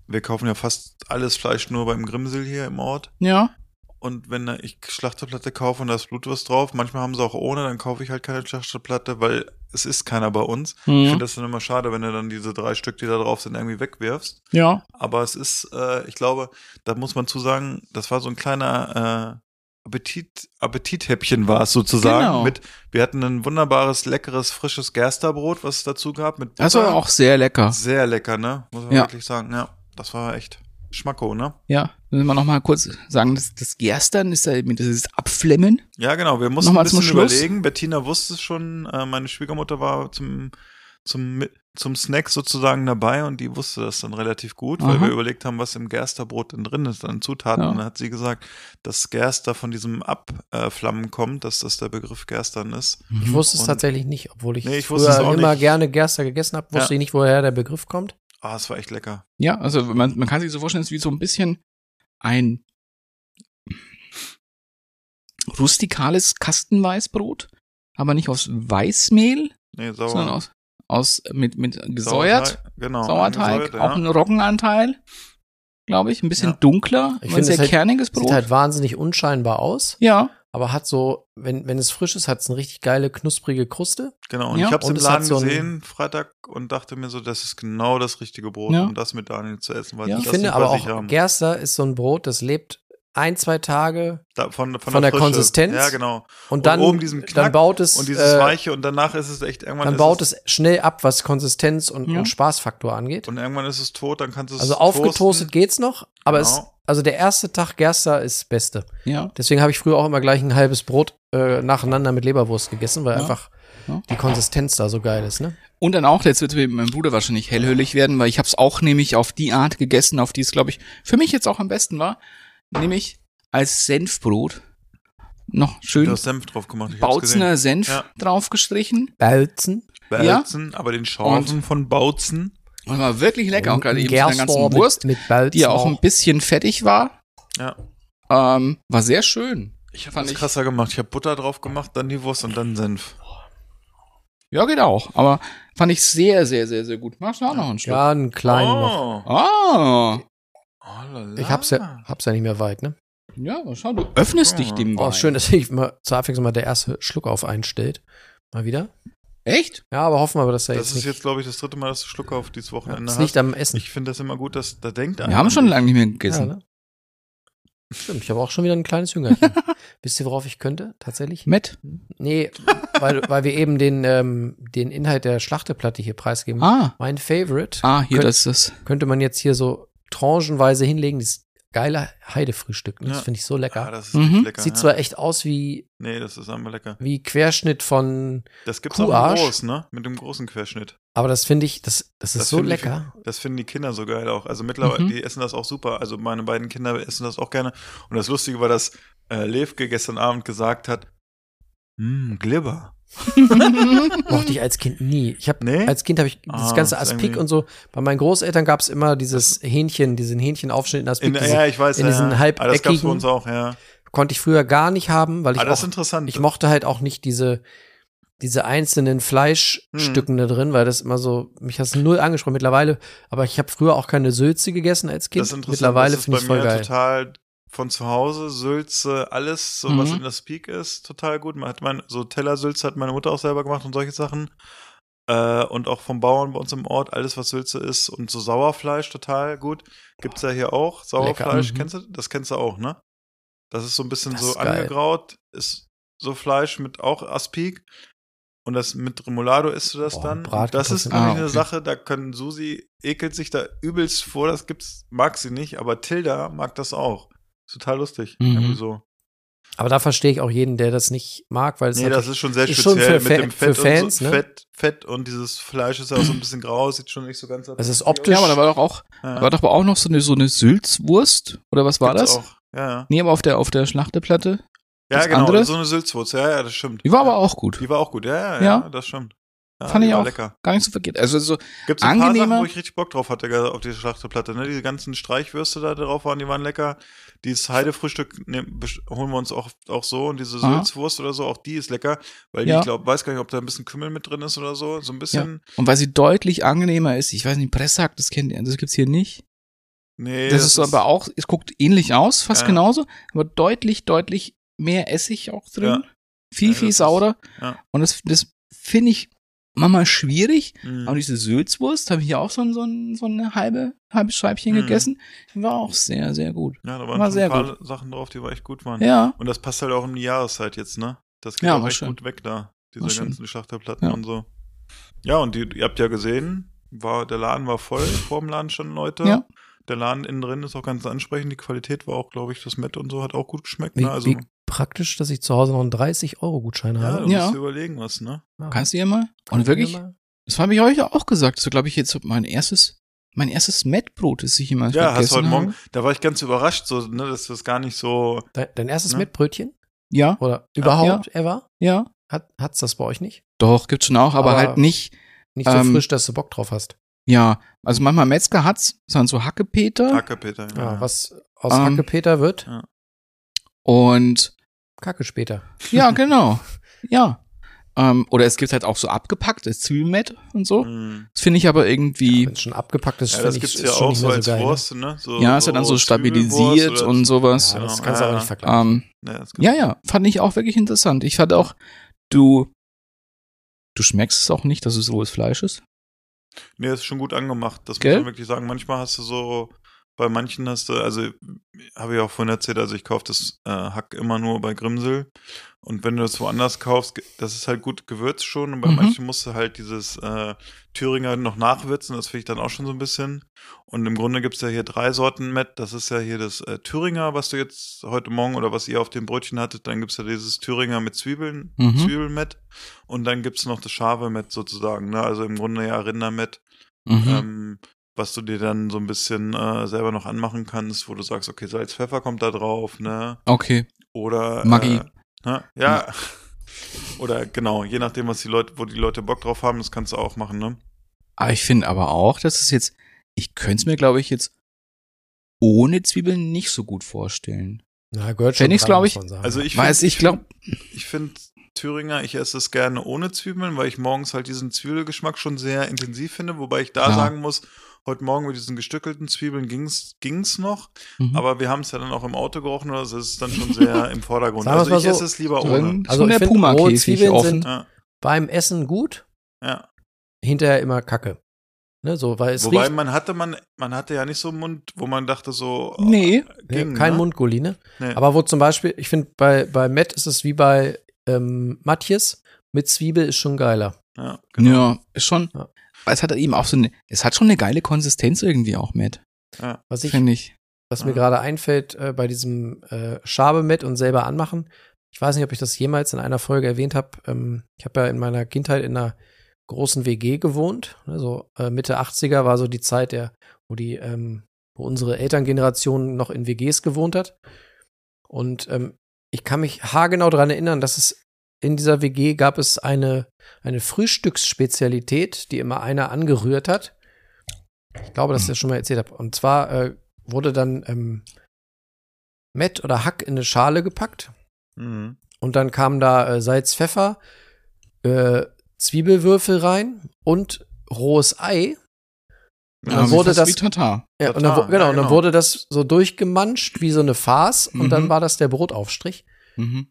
wir kaufen ja fast alles Fleisch nur beim Grimsel hier im Ort.
Ja,
Und wenn ich Schlachteplatte kaufe und da ist Blutwurst drauf, manchmal haben sie auch ohne, dann kaufe ich halt keine Schlachteplatte, weil es ist keiner bei uns. Ich
mhm.
finde das dann immer schade, wenn du dann diese drei Stück, die da drauf sind, irgendwie wegwirfst.
ja,
Aber es ist, äh, ich glaube, da muss man zu sagen, das war so ein kleiner äh, Appetit, Appetithäppchen war es sozusagen.
Genau.
Mit, wir hatten ein wunderbares, leckeres, frisches Gersterbrot, was es dazu gab. Mit
das war
Butter.
auch sehr lecker.
sehr lecker, ne? Muss man
Ja.
wirklich sagen. Ja, das war echt Schmacko, ne?
Ja, müssen wir nochmal kurz sagen, das, das Gerstern ist ja eben dieses Abflemmen.
Ja, genau. Wir mussten
Nochmal
ein
zum
bisschen
Schluss.
überlegen. Bettina wusste es schon. Äh, meine Schwiegermutter war zum, zum, Mi- zum Snack sozusagen dabei und die wusste das dann relativ gut, weil
Aha.
wir überlegt haben, was im Gersterbrot denn drin ist an Zutaten.
Ja.
Und dann hat sie gesagt, dass Gerster von diesem Abflammen kommt, dass das der Begriff Gerstern ist.
Ich wusste es
Mhm. Und-
tatsächlich nicht, obwohl ich,
Nee, ich wusste es
früher
auch
immer
nicht.
gerne Gerster gegessen habe,
Ja.
wusste ich nicht, woher der Begriff kommt.
Ah, es war echt lecker.
Ja, also man, man kann sich so vorstellen, es ist wie so ein bisschen ein rustikales Kastenweißbrot, aber nicht aus Weißmehl,
Nee, sauer.
sondern aus, aus mit, mit
Sauerteig,
gesäuert,
Genau.
Sauerteig,
angesäuert, ja.
auch ein Roggenanteil, glaube ich, ein bisschen
Ja.
dunkler, ein
Ich finde,
sehr
es halt-
kerniges
Sieht
Brot.
halt wahnsinnig unscheinbar aus,
ja,
aber hat so, wenn, wenn es frisch ist, hat es eine richtig geile, knusprige Kruste.
Genau, und
Ja,
ich habe es
und
im
es hat
Laden
so ein-
gesehen, Freitag, und dachte mir so, das ist genau das richtige Brot,
Ja.
um das mit Daniel zu essen, weil
Ja.
sie
Ich
das
finde
nicht
aber
bei sich
auch,
haben.
Gerster ist so ein Brot, das lebt ein, zwei Tage
Da, von, von,
von der
Frische.
Konsistenz.
Ja, genau.
und
Und
dann,
oben diesen
dann
Knack
baut es,
Und dieses
äh,
Weiche und danach ist es echt irgendwann.
dann
ist
baut es schnell ab, was Konsistenz und,
Ja.
und Spaßfaktor angeht.
Und irgendwann ist es tot, dann kannst du es.
also aufgetoastet
toasten.
geht's noch, aber es,
Genau.
also der erste Tag Gerster ist Beste.
ja.
Deswegen habe ich früher auch immer gleich ein halbes Brot äh, nacheinander mit Leberwurst gegessen, weil
Ja.
einfach
Ja.
die Konsistenz da so geil ist, ne?
Und dann auch, jetzt wird mein Bruder wahrscheinlich hellhörig werden, weil ich habe es auch nämlich auf die Art gegessen, auf die es, glaube ich, für mich jetzt auch am besten war. Nämlich als Senfbrot. Noch
Du
schön
hast Senf drauf gemacht. Ich hab's gesehen.
Bautzener Senf
Ja.
draufgestrichen.
Balzen.
ja.
Bautzen, aber den Schaufen von Bautzen.
Und war wirklich lecker. Und gerade eben mit der
Gerster
ganzen
mit,
Wurst,
mit Balzen.
die ja auch ein bisschen fettig war.
Ja.
Ähm, war sehr schön.
Ich
Fand
habe das
ich-
krasser gemacht. Ich habe Butter drauf gemacht, dann die Wurst und dann Senf.
Ja, geht auch. Aber fand ich sehr, sehr, sehr, sehr gut. Machst du auch noch einen Schluck?
Ja, einen kleinen noch.
oh.
Ah.
Oh, lala.
Ich hab's ja, hab's ja nicht mehr weit, ne?
Ja, schau, du öffnest
Ah.
dich dem
Oh,
Wein.
schön, dass ich mal zur Abwechslung mal der erste Schluck auf einstellt. Mal wieder.
Echt?
Ja, aber hoffen wir, aber, dass er
Das
jetzt
ist
nicht,
jetzt, glaube ich, das dritte Mal, dass du Schluck auf dieses
ja,
Wochenende
ist
hast.
nicht am Essen.
Ich finde das immer gut, dass da denkt
ne?
Wir haben schon lange nicht mehr gegessen.
Ja, ne? Stimmt, ich habe auch schon wieder ein kleines Jüngerchen. Wisst ihr, worauf ich könnte? Tatsächlich?
Matt?
Nee, weil, weil wir eben den, ähm, den Inhalt der Schlachteplatte hier preisgeben.
Ah.
Mein Favorite
Ah, hier,
Könnt-
das ist das.
könnte man jetzt hier so tranchenweise hinlegen. Dieses geile Heidefrühstück. ne? Das
Ja.
finde ich so
Ah,
lecker.
das ist
Mhm.
echt lecker.
Sieht
ja.
zwar echt aus wie,
Nee, das ist einmal lecker.
wie Querschnitt von,
Das gibt's aber
Kuharsch.
groß, ne? Mit dem großen Querschnitt.
aber das finde ich, das, das ist
Das
so
finde ich-
lecker.
Das finden die Kinder so geil auch. Also mittlerweile,
Mhm.
die essen das auch super. Also meine beiden Kinder essen das auch gerne. Und das Lustige war, dass äh, Levke gestern Abend gesagt hat, hm, Glibber.
Mochte ich als Kind nie. Ich habe
Nee?
als Kind habe ich das
Ah,
ganze
ist
Aspik
irgendwie-
und so. Bei meinen Großeltern gab es immer dieses Hähnchen, diesen Hähnchenaufschnitt in Aspik.
In,
diese,
ja, ich weiß.
in
ja,
diesen
ja.
halbeckigen-
Ah, das gab's bei uns auch, ja.
Konnte ich früher gar nicht haben, weil ich
Ah, das ist
auch,
interessant.
ich mochte halt auch nicht diese diese einzelnen Fleischstücken
Hm.
da drin, weil das immer so mich hast null angesprochen mittlerweile. Aber ich habe früher auch keine Sülze gegessen als Kind.
das ist interessant.
mittlerweile
Das ist
finde
bei
ich voll
mir
geil.
total von zu Hause, Sülze, alles, so was
Mhm.
in das Peak ist, total gut. Man hat mein, so Tellersülze hat meine Mutter auch selber gemacht und solche Sachen. Äh, und auch vom Bauern bei uns im Ort, alles, was Sülze ist und so Sauerfleisch, total gut. Gibt's ja hier auch. Sauerfleisch,
mhm.
kennst du? Das kennst du auch, ne? Das ist so ein bisschen
Das
so
ist geil.
angegraut, ist so Fleisch mit auch Aspik. Und das mit Remoulado isst du das
Boah,
dann.
Braten
das ist
trotzdem.
nämlich
Ah,
eine
okay.
Sache, da können Susi ekelt sich da übelst vor, das gibt's, mag sie nicht, aber Tilda mag das auch. Ist total lustig.
Mhm.
Irgendwie so.
Aber da verstehe ich auch jeden, der das nicht mag, weil es
Nee,
natürlich-
das ist schon sehr
ist schon
speziell
für
mit
Fa-
dem
für
Fett
Fans,
und so,
ne?
Fett, Fett und dieses Fleisch ist ja auch so ein bisschen grau, sieht schon nicht so ganz
es ist
Ja,
optisch.
aber da war doch auch,
Ja.
war doch aber auch noch so eine, so eine Sülzwurst. Oder was war
Gibt's
das?
Auch. Ja, ja.
Nee, aber auf der, auf der Schlachteplatte.
ja
Das
genau,
andere?
so eine Sülzwurst. Ja, ja, das stimmt.
Die war aber
Ja.
auch gut.
Die war auch gut, ja, ja,
Ja.
ja, das stimmt. Ja,
Fand
die
ich
war
auch.
lecker.
Gar nicht zu vergessen. Also so,
Gibt es ein paar
Angenehmer-
Sachen, wo ich richtig Bock drauf hatte, gerade auf die Schlachteplatte. Ne? Diese ganzen Streichwürste da drauf waren, die waren lecker. Dieses Heidefrühstück ne, best- holen wir uns auch, auch so. Und diese
Aha.
Sülzwurst oder so, auch die ist lecker. Weil die,
Ja.
ich glaube, weiß gar nicht, ob da ein bisschen Kümmel mit drin ist oder so. So ein bisschen.
und weil sie deutlich angenehmer ist, ich weiß nicht, Presshack, das kennt ihr, das gibt's hier nicht.
Nee.
Das, ist, aber auch, es guckt ähnlich aus, fast
Ja.
genauso, aber deutlich, deutlich mehr Essig auch drin.
Ja.
Viel,
Ja,
viel
das ist-
saurer.
ja.
Und das, das finde ich manchmal schwierig.
Mh.
Aber diese Sülzwurst habe ich ja auch so, ein- so, ein- so eine halbe, halbe Scheibchen
Mhm.
gegessen. Die war auch sehr, sehr gut.
Ja, da waren
war
schon
sehr
ein paar Sachen drauf, die war echt gut waren.
Ja.
Und das passt halt auch in die Jahreszeit jetzt, ne? Das geht
Ja,
auch
war
echt
schön.
gut weg da. Diese
War schön.
ganzen Schlachterplatten
Ja.
und so. Ja, und die, ihr habt ja gesehen, war, der Laden war voll, vor dem Laden standen Leute.
Ja.
Der Laden innen drin ist auch ganz ansprechend. Die Qualität war auch, glaube ich, das Met und so hat auch gut geschmeckt.
wie,
Ne? Also,
wie praktisch, dass ich zu Hause noch einen 30-Euro-Gutschein
ja,
habe.
du
Ja.
musst dir überlegen was, ne?
Ja.
Kannst du ja mal. Und wirklich, das habe ich euch auch gesagt. Das war, glaube ich, jetzt mein erstes, mein erstes Mettbrot, das ich jemals
Ja, hast du
gegessen
heute Morgen,
habe.
da war ich ganz überrascht, so, ne, dass das gar nicht so,
Dein, dein erstes
Ne?
Mettbrötchen?
Ja,
Oder überhaupt ever?
ja.
Hat, hat's das bei euch nicht?
Doch, gibt's schon auch, aber,
Aber-
halt nicht.
Nicht so
Ähm,
frisch, dass du Bock drauf hast.
Ja, also manchmal Metzger hat's, sondern so Hackepeter
Hackepeter.
Ja,
ja.
Was aus
Ähm,
Hackepeter wird,
und
Kacke später.
ja, genau. ja. Ähm, oder es gibt halt auch so abgepacktes Zwiebelmett und so.
Mhm.
Das finde ich aber irgendwie,
Wenn es schon abgepackt ist,
Ja,
finde
das
ich,
gibt's
ist
ja
schon
auch
nicht
so
mehr
als
so geil. ne?
Wurst, ne? So,
ja, ist ja dann so
Zwiebelwurst
stabilisiert
oder-
und sowas.
Ja, das
Genau,
kannst
ja,
du aber
ja.
nicht vergleichen.
Ähm,
Ja, das
ja, ja, fand ich auch wirklich interessant. Ich fand auch, du, du schmeckst es auch nicht, dass es rohes Fleisch ist.
Nee, ist schon gut angemacht. Das
Gell?
muss man wirklich sagen. Manchmal hast du so, bei manchen hast du, also habe ich auch vorhin erzählt, also ich kaufe das äh, Hack immer nur bei Grimsel. Und wenn du das woanders kaufst, ge- das ist halt gut gewürzt schon. Und bei
Mhm.
manchen musst du halt dieses äh, Thüringer noch nachwürzen. Das finde ich dann auch schon so ein bisschen. Und im Grunde gibt es ja hier drei Sorten Met. Das ist ja hier das äh, Thüringer, was du jetzt heute Morgen oder was ihr auf dem Brötchen hattet. Dann gibt es ja dieses Thüringer mit Zwiebeln,
Mhm.
Zwiebelmet. Und dann gibt es noch das scharfe Met sozusagen. Ne? Also im Grunde ja Rindermet
Mhm.
Mhm.
ähm, was du dir dann so ein bisschen äh, selber noch anmachen kannst, wo du sagst, okay, Salz, Pfeffer kommt da drauf, ne?
okay.
Oder
Maggi. Mhm.
Äh, ne? Ja. Oder genau, je nachdem, was die Leute, wo die Leute Bock drauf haben, das kannst du auch machen, ne?
Aber ich finde aber auch, dass es jetzt, ich könnte es mir, glaube ich, jetzt ohne Zwiebeln nicht so gut vorstellen.
Na, gehört schon
Wenn ich's,
dran,
glaub
muss
ich-
man sagen.
Also ich
Weiß
find-
ich, glaube,
Ich finde Thüringer, ich esse es gerne ohne Zwiebeln, weil ich morgens halt diesen Zwiebelgeschmack schon sehr intensiv finde, wobei ich da
Klar.
sagen muss, heute Morgen mit diesen gestückelten Zwiebeln ging's ging's noch,
mhm.
aber wir haben es ja dann auch im Auto gerochen, oder das ist dann schon sehr im Vordergrund.
Sagen wir's
Also ich
mal so,
esse es lieber ohne.
drin also
Also ich
der
find, rohe
Puma-Käfig
Zwiebeln
offen.
sind-
Ja,
beim Essen gut,
ja.
hinterher immer Kacke. Ne, so, weil es
Wobei
riecht,
man hatte man, man hatte ja nicht so einen Mund, wo man dachte so. äh,
Nee.
ne,
ging,
kein
ne?
Mundgulli, ne?
Nee.
Aber wo zum Beispiel, ich finde, bei, bei Matt ist es wie bei ähm, Matjes, mit Zwiebel ist schon geiler.
ja,
Ja, ist schon.
Ja.
Aber Es hat eben auch so eine, es hat schon eine geile Konsistenz irgendwie auch, Matt.
Was ich
Finde ich.
Was mir
Ja.
gerade einfällt äh, bei diesem äh, Schabe mit und selber anmachen, ich weiß nicht, ob ich das jemals in einer Folge erwähnt habe. Ähm, ich habe ja in meiner Kindheit in einer großen WG gewohnt. Ne, so äh, Mitte 80er war so die Zeit, der, wo die, ähm, wo unsere Elterngeneration noch in WGs gewohnt hat. Und ähm, ich kann mich haargenau daran erinnern, dass es in dieser WG gab es eine, eine Frühstücksspezialität, die immer einer angerührt hat. Ich glaube, dass ich das schon mal erzählt habe. Und zwar äh, wurde dann ähm, Met oder Hack in eine Schale gepackt
Mhm.
und dann kamen da äh, Salz, Pfeffer, äh, Zwiebelwürfel rein und rohes Ei. Und dann
Ja,
wurde
fast
das-
wie Tatar.
Ja, und dann,
Total,
wu- genau,
ja,
und dann
genau.
wurde das so durchgemanscht wie so eine Farce und
Mhm.
dann war das der Brotaufstrich.
Mhm.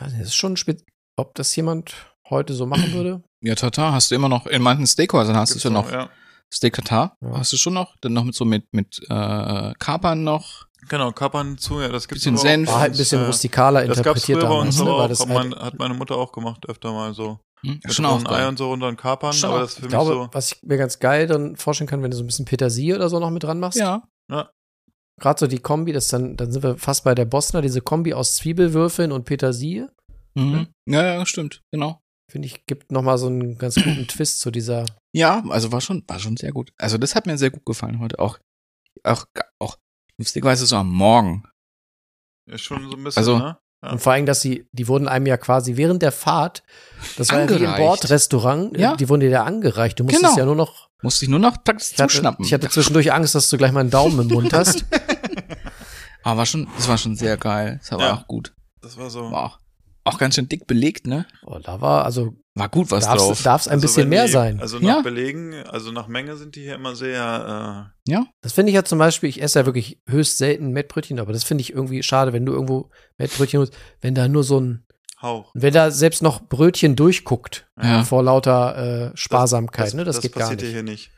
Weiß nicht, Das ist schon spät, ob das jemand heute so machen würde.
Ja, Tatar hast du immer noch, in manchen Steakhäusern hast du es ja noch.
Ja.
Steak Tatar
Ja.
hast du schon noch. Dann noch mit so mit, mit äh, Kapern noch.
Genau, Kapern zu, ja, das gibt's
Bisschen
aber auch
Senf.
bei
War halt ein
uns,
bisschen
äh,
rustikaler
Das gab's
interpretiert
früher bei uns
damals, ne?
aber
Weil
auch,
das
hat,
halt,
mein, hat meine Mutter auch gemacht, öfter mal so.
Hm?
Mit
Schon auch
rohen Ei
geil.
und so und dann Kapern,
Schon
aber
auch-
das ist für
ich
mich
glaube,
so.
was ich mir ganz geil dann vorstellen kann, wenn du so ein bisschen Petersilie oder so noch mit dran machst.
Ja.
gerade so die Kombi, das dann, dann sind wir fast bei der Bosner, diese Kombi aus Zwiebelwürfeln und Petersilie,
Mhm. Ja, ja, stimmt. Genau.
finde ich, gibt nochmal so einen ganz guten Twist zu dieser.
Ja, also war schon, war schon sehr gut. Also das hat mir sehr gut gefallen heute. Auch, auch, auch, lustigerweise so am Morgen.
Ist schon so ein bisschen,
Also-
ne? Ja.
Und vor allem, dass sie, die wurden einem ja quasi während der Fahrt, das war ja wie
Angereicht.
im Bordrestaurant, äh,
Ja.
die wurden dir da angereicht. Du musstest
Genau.
ja nur noch.
Musste ich nur noch praktisch
Ich hatte,
zuschnappen.
ich hatte zwischendurch Angst, dass du gleich mal einen Daumen im Mund hast.
Aber war schon, es war schon sehr geil. Es war
Ja.
auch gut.
Das war so.
War auch, auch ganz schön dick belegt, ne?
Oh, da war, also
War gut was drauf.
darf es ein
Also
bisschen
wenn
mehr
die,
sein.
Also
Ja.
nach Belegen, also nach Menge sind die hier immer sehr,
Das finde ich ja zum Beispiel, ich esse ja wirklich höchst selten Mettbrötchen, aber das finde ich irgendwie schade, wenn du irgendwo Mettbrötchen holst, wenn da nur so ein
äh, Hauch.
Und Wenn da selbst noch Brötchen durchguckt
Ja.
vor lauter äh, Sparsamkeit, ne? Das, geht gar
passiert
nicht.
hier nicht.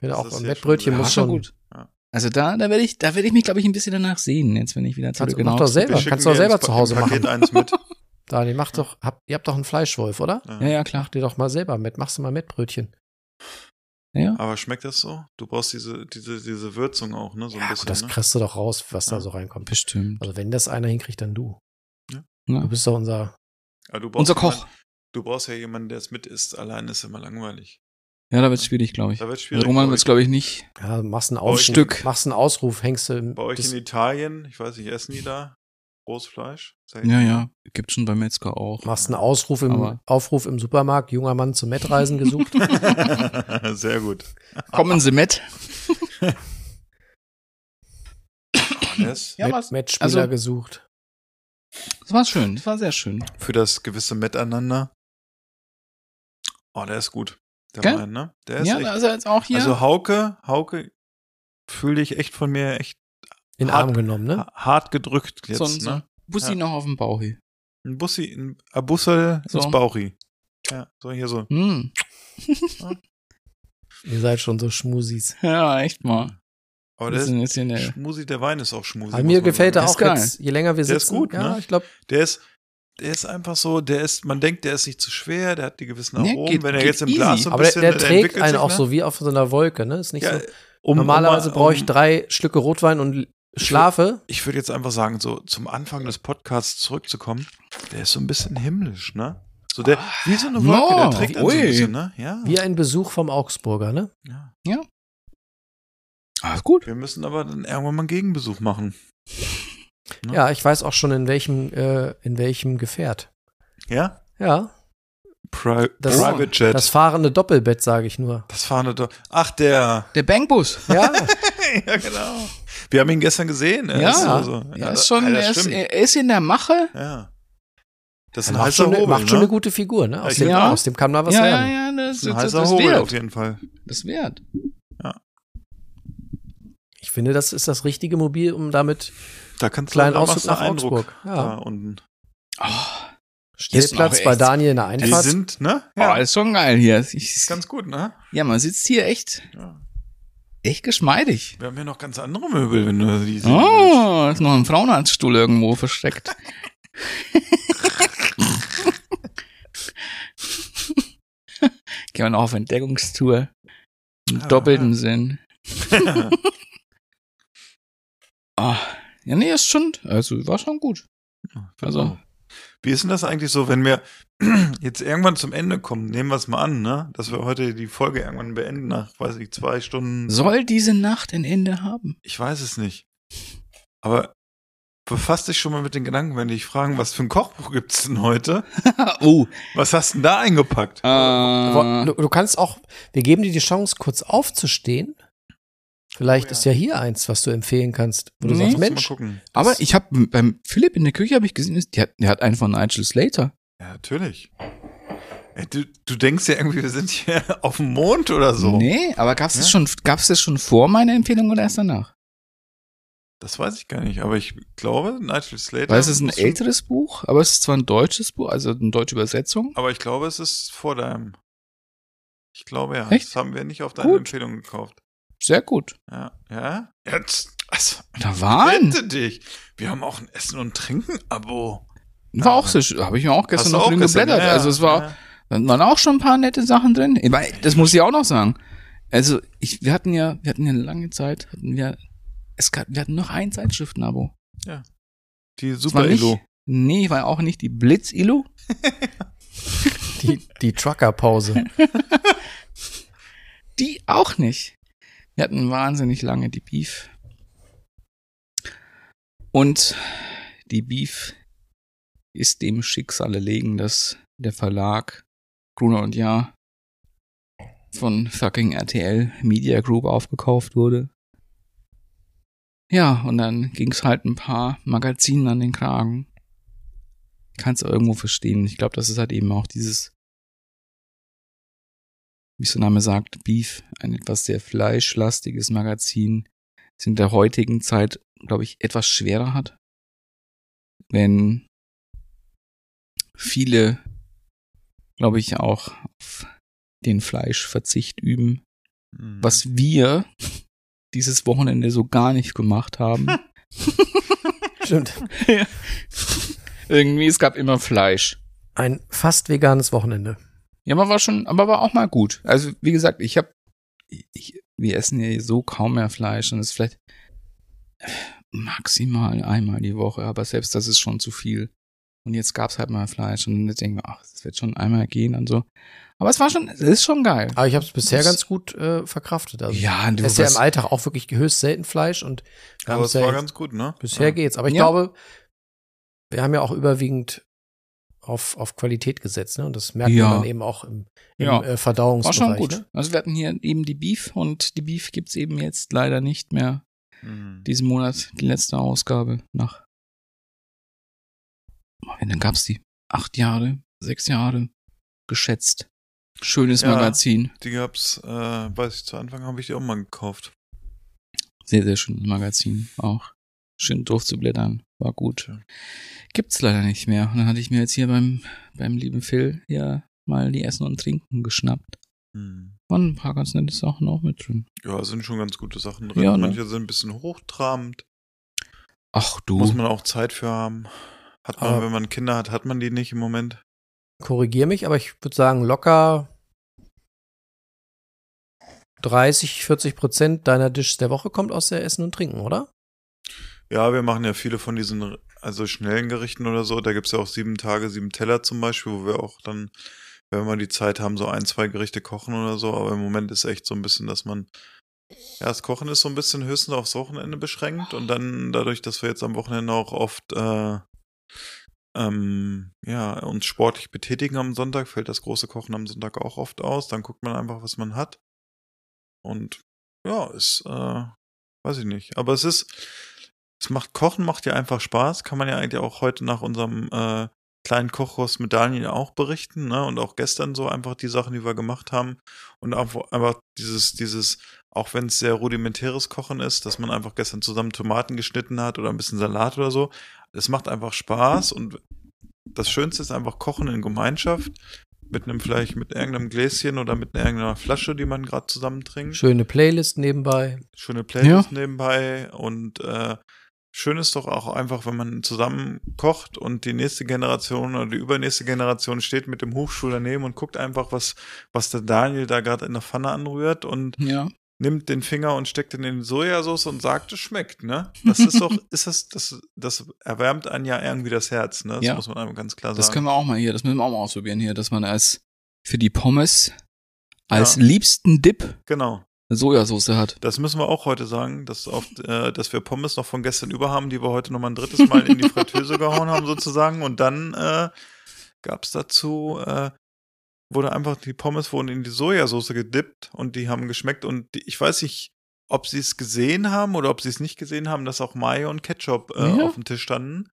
Wenn
das
auch
ist
ein
hier
Wettbrötchen
schon-
war
muss schon.
schon gut.
Ja.
Also da, da werde ich, da werde ich mich, glaube ich, ein bisschen danach sehen, jetzt wenn ich wieder
Kannst,
zurück
mach doch
aufs-
selber,
Wir
kannst
schicken
doch
dir
selber
ins Pa-
zu Hause
im Paket
machen.
eins mit.
Daniel, mach doch, habt, ihr habt doch einen Fleischwolf, oder?
Ja, ja, klar.
Mach dir doch mal selber mit, machst du mal Mettbrötchen.
Ja.
Aber schmeckt das so? Du brauchst diese, diese, diese Würzung auch, ne? So ein
Ja,
bisschen.
gut, das
ne?
kriegst du doch raus, was da
Ja.
so reinkommt.
Bestimmt. ne?
Also wenn das einer hinkriegt, dann du.
Ja.
Du bist doch unser.
Aber du brauchst
Unser Koch.
Jemanden, du brauchst ja jemanden, der es mit isst. Allein ist immer langweilig.
Ja, da wird es schwierig, glaube ich.
Da wird schwierig.
Also Roman
bei
wird
euch,
es, glaube ich, nicht.
Ja, machst einen
euch-
Ausruf.
Stück.
Machst einen Ausruf, hängst du im.
bei euch
das-
in Italien, ich weiß nicht, essen die da Großfleisch? Sag ich
Ja,
mal.
ja. Gibt schon bei Metzger auch.
Machst einen Ausruf im,
Aber-
Aufruf im Supermarkt, junger Mann zum Mettreisen gesucht.
Sehr gut.
Kommen Sie mit.
Alles
Ja,
Met-
was?
Matchspieler
Also-
gesucht.
Das war schön. Das war sehr schön.
für das gewisse Miteinander. Oh, der ist gut. Der
Gell?
Wein, ne? Der ist
Ja,
echt.
da ist er jetzt auch hier.
Also Hauke, Hauke fühle ich echt von mir echt
In den
Hart-
Arm genommen, ne?
ha- hart gedrückt jetzt,
so ein so
ne?
ein Bussi
Ja.
noch auf dem Bauch hier.
Ein Bussi, ein Abussel
So.
ins Bauchi. Ja, so hier so.
Hm.
Ihr seid schon so Schmusis.
Ja, echt mal.
Aber der
Das
ist
ist jetzt hier eine,
Schmusi, der Wein ist auch Schmusi.
Aber
muss
mir
man
gefällt
sagen.
er
Ist
auch
geil.
jetzt, je länger wir
Der
sitzen.
ist gut,
ja,
ne?
ich glaube,
Der ist, der ist einfach so, der ist, man denkt, der ist nicht zu schwer, der hat die gewissen
Nee,
Aromen.
geht-
Wenn er
geht
jetzt im
easy.
Glas so ein
aber der,
bisschen,
der trägt
entwickelt
einen
sich,
auch
ne?
so wie auf so einer Wolke, ne? Ist nicht
Ja,
so.
um-
Normalerweise
um-
brauche ich
um-
drei Schlücke Rotwein und l- schlafe.
ich würde jetzt einfach sagen, so zum Anfang des Podcasts zurückzukommen, der ist so ein bisschen himmlisch, ne? So der, wie so eine Wolke,
Ah,
der trägt einen so ein
ui.
bisschen, ne? Ja.
Wie ein Besuch vom Augsburger, ne?
ja.
ah, ist gut.
Wir müssen aber dann irgendwann mal einen Gegenbesuch machen. Ja.
Ja, ich weiß auch schon, in welchem, äh, in welchem Gefährt.
Ja?
Ja,
Pri
Das-
Private Jet.
das
Das,
fahrende Doppelbett, sage ich nur.
fahrende doch. Ach, der.
Der Bangbus.
Ja,
ja, genau. Wir haben ihn gestern gesehen. Er
Ja.
ist, so- so-
Ja,
ja,
ist schon,
Alter,
er, ist, e-
stimmt.
er ist in der Mache.
ja. Das ist
Er
ein
macht,
heißer
schon, eine-
Hobel,
macht
ne?
schon eine gute Figur, ne? Aus,
Ich
dem,
finde auch.
aus dem kann mal was
ja, ja,
werden.
ja, das,
Das ist ein
das,
heißer
das
Hobel auf
wert.
jeden Fall.
Das wert.
Ich finde, das ist das richtige Mobil, um damit
Da kannst
kleinen
da machst
Ausflug
du einen
nach Augsburg.
Da
Ja.
unten.
Oh,
Stellplatz
auch
bei
echt-
Daniel in der
Die
Einfahrt.
sind, ne?
Ja. Oh, ist schon geil hier. Ich,
Ist ganz gut, ne?
ja, man sitzt hier echt,
Ja.
echt geschmeidig.
Wir haben hier noch ganz andere Möbel, wenn du die sehen willst.
Oh, ist noch ein Frauenarztstuhl irgendwo versteckt. Gehen wir noch auf Entdeckungstour. Im
Ja,
doppelten
ja.
Sinn. Ah, ja, nee, ist schon, also war schon gut. Also,
Wie ist denn das eigentlich so, wenn wir jetzt irgendwann zum Ende kommen? Nehmen wir es mal an, ne? Dass wir heute die Folge irgendwann beenden nach, weiß ich, zwei Stunden.
soll diese Nacht ein Ende haben?
Ich weiß es nicht. Aber befasst dich schon mal mit den Gedanken, wenn die dich fragen, was für ein Kochbuch gibt's denn heute?
oh,
Was hast denn da eingepackt?
äh,
Du, du kannst auch, wir geben dir die Chance, kurz aufzustehen. Vielleicht ist ja hier eins, was du empfehlen kannst, wo du
Nee.
Muss
sagst,
Oh Mal
Mensch,
gucken.
aber ich habe beim Philipp in der Küche habe ich gesehen, der hat, der hat einen von Nigel Slater.
Ja, natürlich. Ey, du, du denkst ja irgendwie, wir sind hier auf dem Mond oder so.
Nee, aber gab's das
Ja.
schon, gab's das schon vor meiner Empfehlung oder erst danach?
Das weiß ich gar nicht, aber ich glaube, Nigel Slater.
Weil es ist ein
muss schon-
älteres Buch, aber es ist zwar ein deutsches Buch, also eine deutsche Übersetzung.
Aber ich glaube, es ist vor deinem. Ich glaube ja.
Echt?
Das haben wir nicht auf deine
Gut.
Empfehlung gekauft.
Sehr gut.
Ja. Ja? Jetzt. Also,
Da waren.
bitte dich. Wir haben auch ein Essen- und Trinken-Abo.
War auch so, habe ich mir auch gestern
Hast du
noch
auch
drin
gestern,
geblättert.
ja, ja,
also es war,
ja.
dann waren auch schon ein paar nette Sachen drin. Ich mein, Das muss ich auch noch sagen. Also ich, wir hatten ja, wir hatten ja eine lange Zeit, hatten wir, es gab, wir hatten noch ein Zeitschriftenabo.
Die
Es war
Super
nicht-
Elo.
Nee, war auch nicht die Blitz-Ilo.
die, die Trucker-Pause.
Die auch nicht. Wir hatten wahnsinnig lange die Beef. Und die Beef ist dem Schicksal erlegen, dass der Verlag Gruner und Jahr von fucking RTL Media Group aufgekauft wurde. Ja, und dann ging's halt ein paar Magazinen an den Kragen. Kannst irgendwo verstehen. Ich glaube, das ist halt eben auch dieses wie es der Name sagt, Beef, ein etwas sehr fleischlastiges Magazin, das in der heutigen Zeit, glaube ich, etwas schwerer hat. Wenn viele, glaube ich, auch auf den Fleischverzicht üben,
Mhm.
was wir dieses Wochenende so gar nicht gemacht haben.
Stimmt.
Irgendwie, es gab immer Fleisch.
Ein fast veganes Wochenende.
Ja, aber war schon, aber war auch mal gut. Also, wie gesagt, ich habe, ich, wir essen ja so kaum mehr Fleisch und es ist vielleicht maximal einmal die Woche, aber selbst das ist schon zu viel. Und jetzt gab's halt mal Fleisch und jetzt denken wir, ach, es wird schon einmal gehen und so. Aber es war schon, es ist schon geil.
Aber ich habe es bisher
Das-
ganz gut äh, verkraftet. Also
ja,
ich
du
esse ja im
was,
Alltag auch wirklich höchst selten Fleisch und wir
Aber
haben's
es
ja
war
jetzt-
ganz gut, ne?
bisher
ja.
geht's. Aber ich
Ja.
glaube, wir haben ja auch überwiegend auf, auf Qualität gesetzt, ne? Und das merkt
Ja.
man dann eben auch im, im
Ja.
äh,
war
Verdauungsbereich.
schon gut.
Ne?
Also wir hatten hier eben die Beef und die Beef gibt's eben jetzt leider nicht mehr
Mhm.
diesen Monat, die letzte Ausgabe nach. Und dann gab's die acht Jahre, sechs Jahre geschätzt. Schönes
Ja.
Magazin.
Die gab's, äh, weiß ich, zu Anfang habe ich die auch mal gekauft.
Sehr, sehr schönes Magazin auch. Schön durchzublättern. War gut. Gibt's leider nicht mehr. Und dann hatte ich mir jetzt hier beim, beim lieben Phil hier mal die Essen und Trinken geschnappt.
Mhm.
Waren ein paar ganz nette Sachen auch mit drin.
Ja, sind schon ganz gute Sachen drin.
Ja, ne?
Manche sind ein bisschen hochtrabend.
Ach du.
Muss man auch Zeit für haben. Hat man,
Aber-
wenn man Kinder hat, hat man die nicht im Moment.
Korrigier mich, aber ich würde sagen, locker 30, 40 Prozent deiner Dishes der Woche kommt aus der Essen und Trinken, oder?
Ja, wir machen ja viele von diesen, also schnellen Gerichten oder so. Da gibt's ja auch sieben Tage, sieben Teller zum Beispiel, wo wir auch dann, wenn wir die Zeit haben, so ein, zwei Gerichte kochen oder so. Aber im Moment ist echt so ein bisschen, dass man, ja, das Kochen ist so ein bisschen höchstens aufs Wochenende beschränkt und dann dadurch, dass wir jetzt am Wochenende auch oft, äh, ähm, ja, uns sportlich betätigen am Sonntag, fällt das große Kochen am Sonntag auch oft aus. Dann guckt man einfach, was man hat. Und ja, ist, äh, weiß ich nicht. Aber es ist, es macht Kochen macht ja einfach Spaß. Kann man ja eigentlich auch heute nach unserem äh, kleinen Kochkurs mit Daniel auch berichten, ne? Und auch gestern so einfach die Sachen, die wir gemacht haben. Und einfach, einfach dieses, dieses, auch wenn es sehr rudimentäres Kochen ist, dass man einfach gestern zusammen Tomaten geschnitten hat oder ein bisschen Salat oder so. Es macht einfach Spaß und das Schönste ist einfach Kochen in Gemeinschaft. Mit einem, vielleicht mit irgendeinem Gläschen oder mit irgendeiner Flasche, die man gerade zusammen trinkt.
Schöne Playlist nebenbei.
schöne Playlist nebenbei und äh, schön ist doch auch einfach, wenn man zusammen kocht und die nächste Generation oder die übernächste Generation steht mit dem Hochstuhl daneben und guckt einfach, was, was der Daniel da gerade in der Pfanne anrührt und
Ja.
nimmt den Finger und steckt ihn in die Sojasauce und sagt, es schmeckt, ne? Das ist doch, ist das, das, das erwärmt einen ja irgendwie das Herz, ne? Das
Ja.
muss man einem ganz klar sagen.
Das können wir auch mal hier, das müssen wir auch mal ausprobieren hier, dass man als für die Pommes als
Ja.
liebsten Dip
Genau.
eine Sojasauce hat.
Das müssen wir auch heute sagen, dass, auf, äh, dass wir Pommes noch von gestern über haben, die wir heute nochmal ein drittes Mal in die Fritteuse gehauen haben, sozusagen. Und dann äh, gab es dazu, äh, wurde einfach, die Pommes wurden in die Sojasauce gedippt und die haben geschmeckt. Und die, ich weiß nicht, ob sie es gesehen haben oder ob sie es nicht gesehen haben, dass auch Mayo und Ketchup äh,
Ja.
auf dem Tisch standen.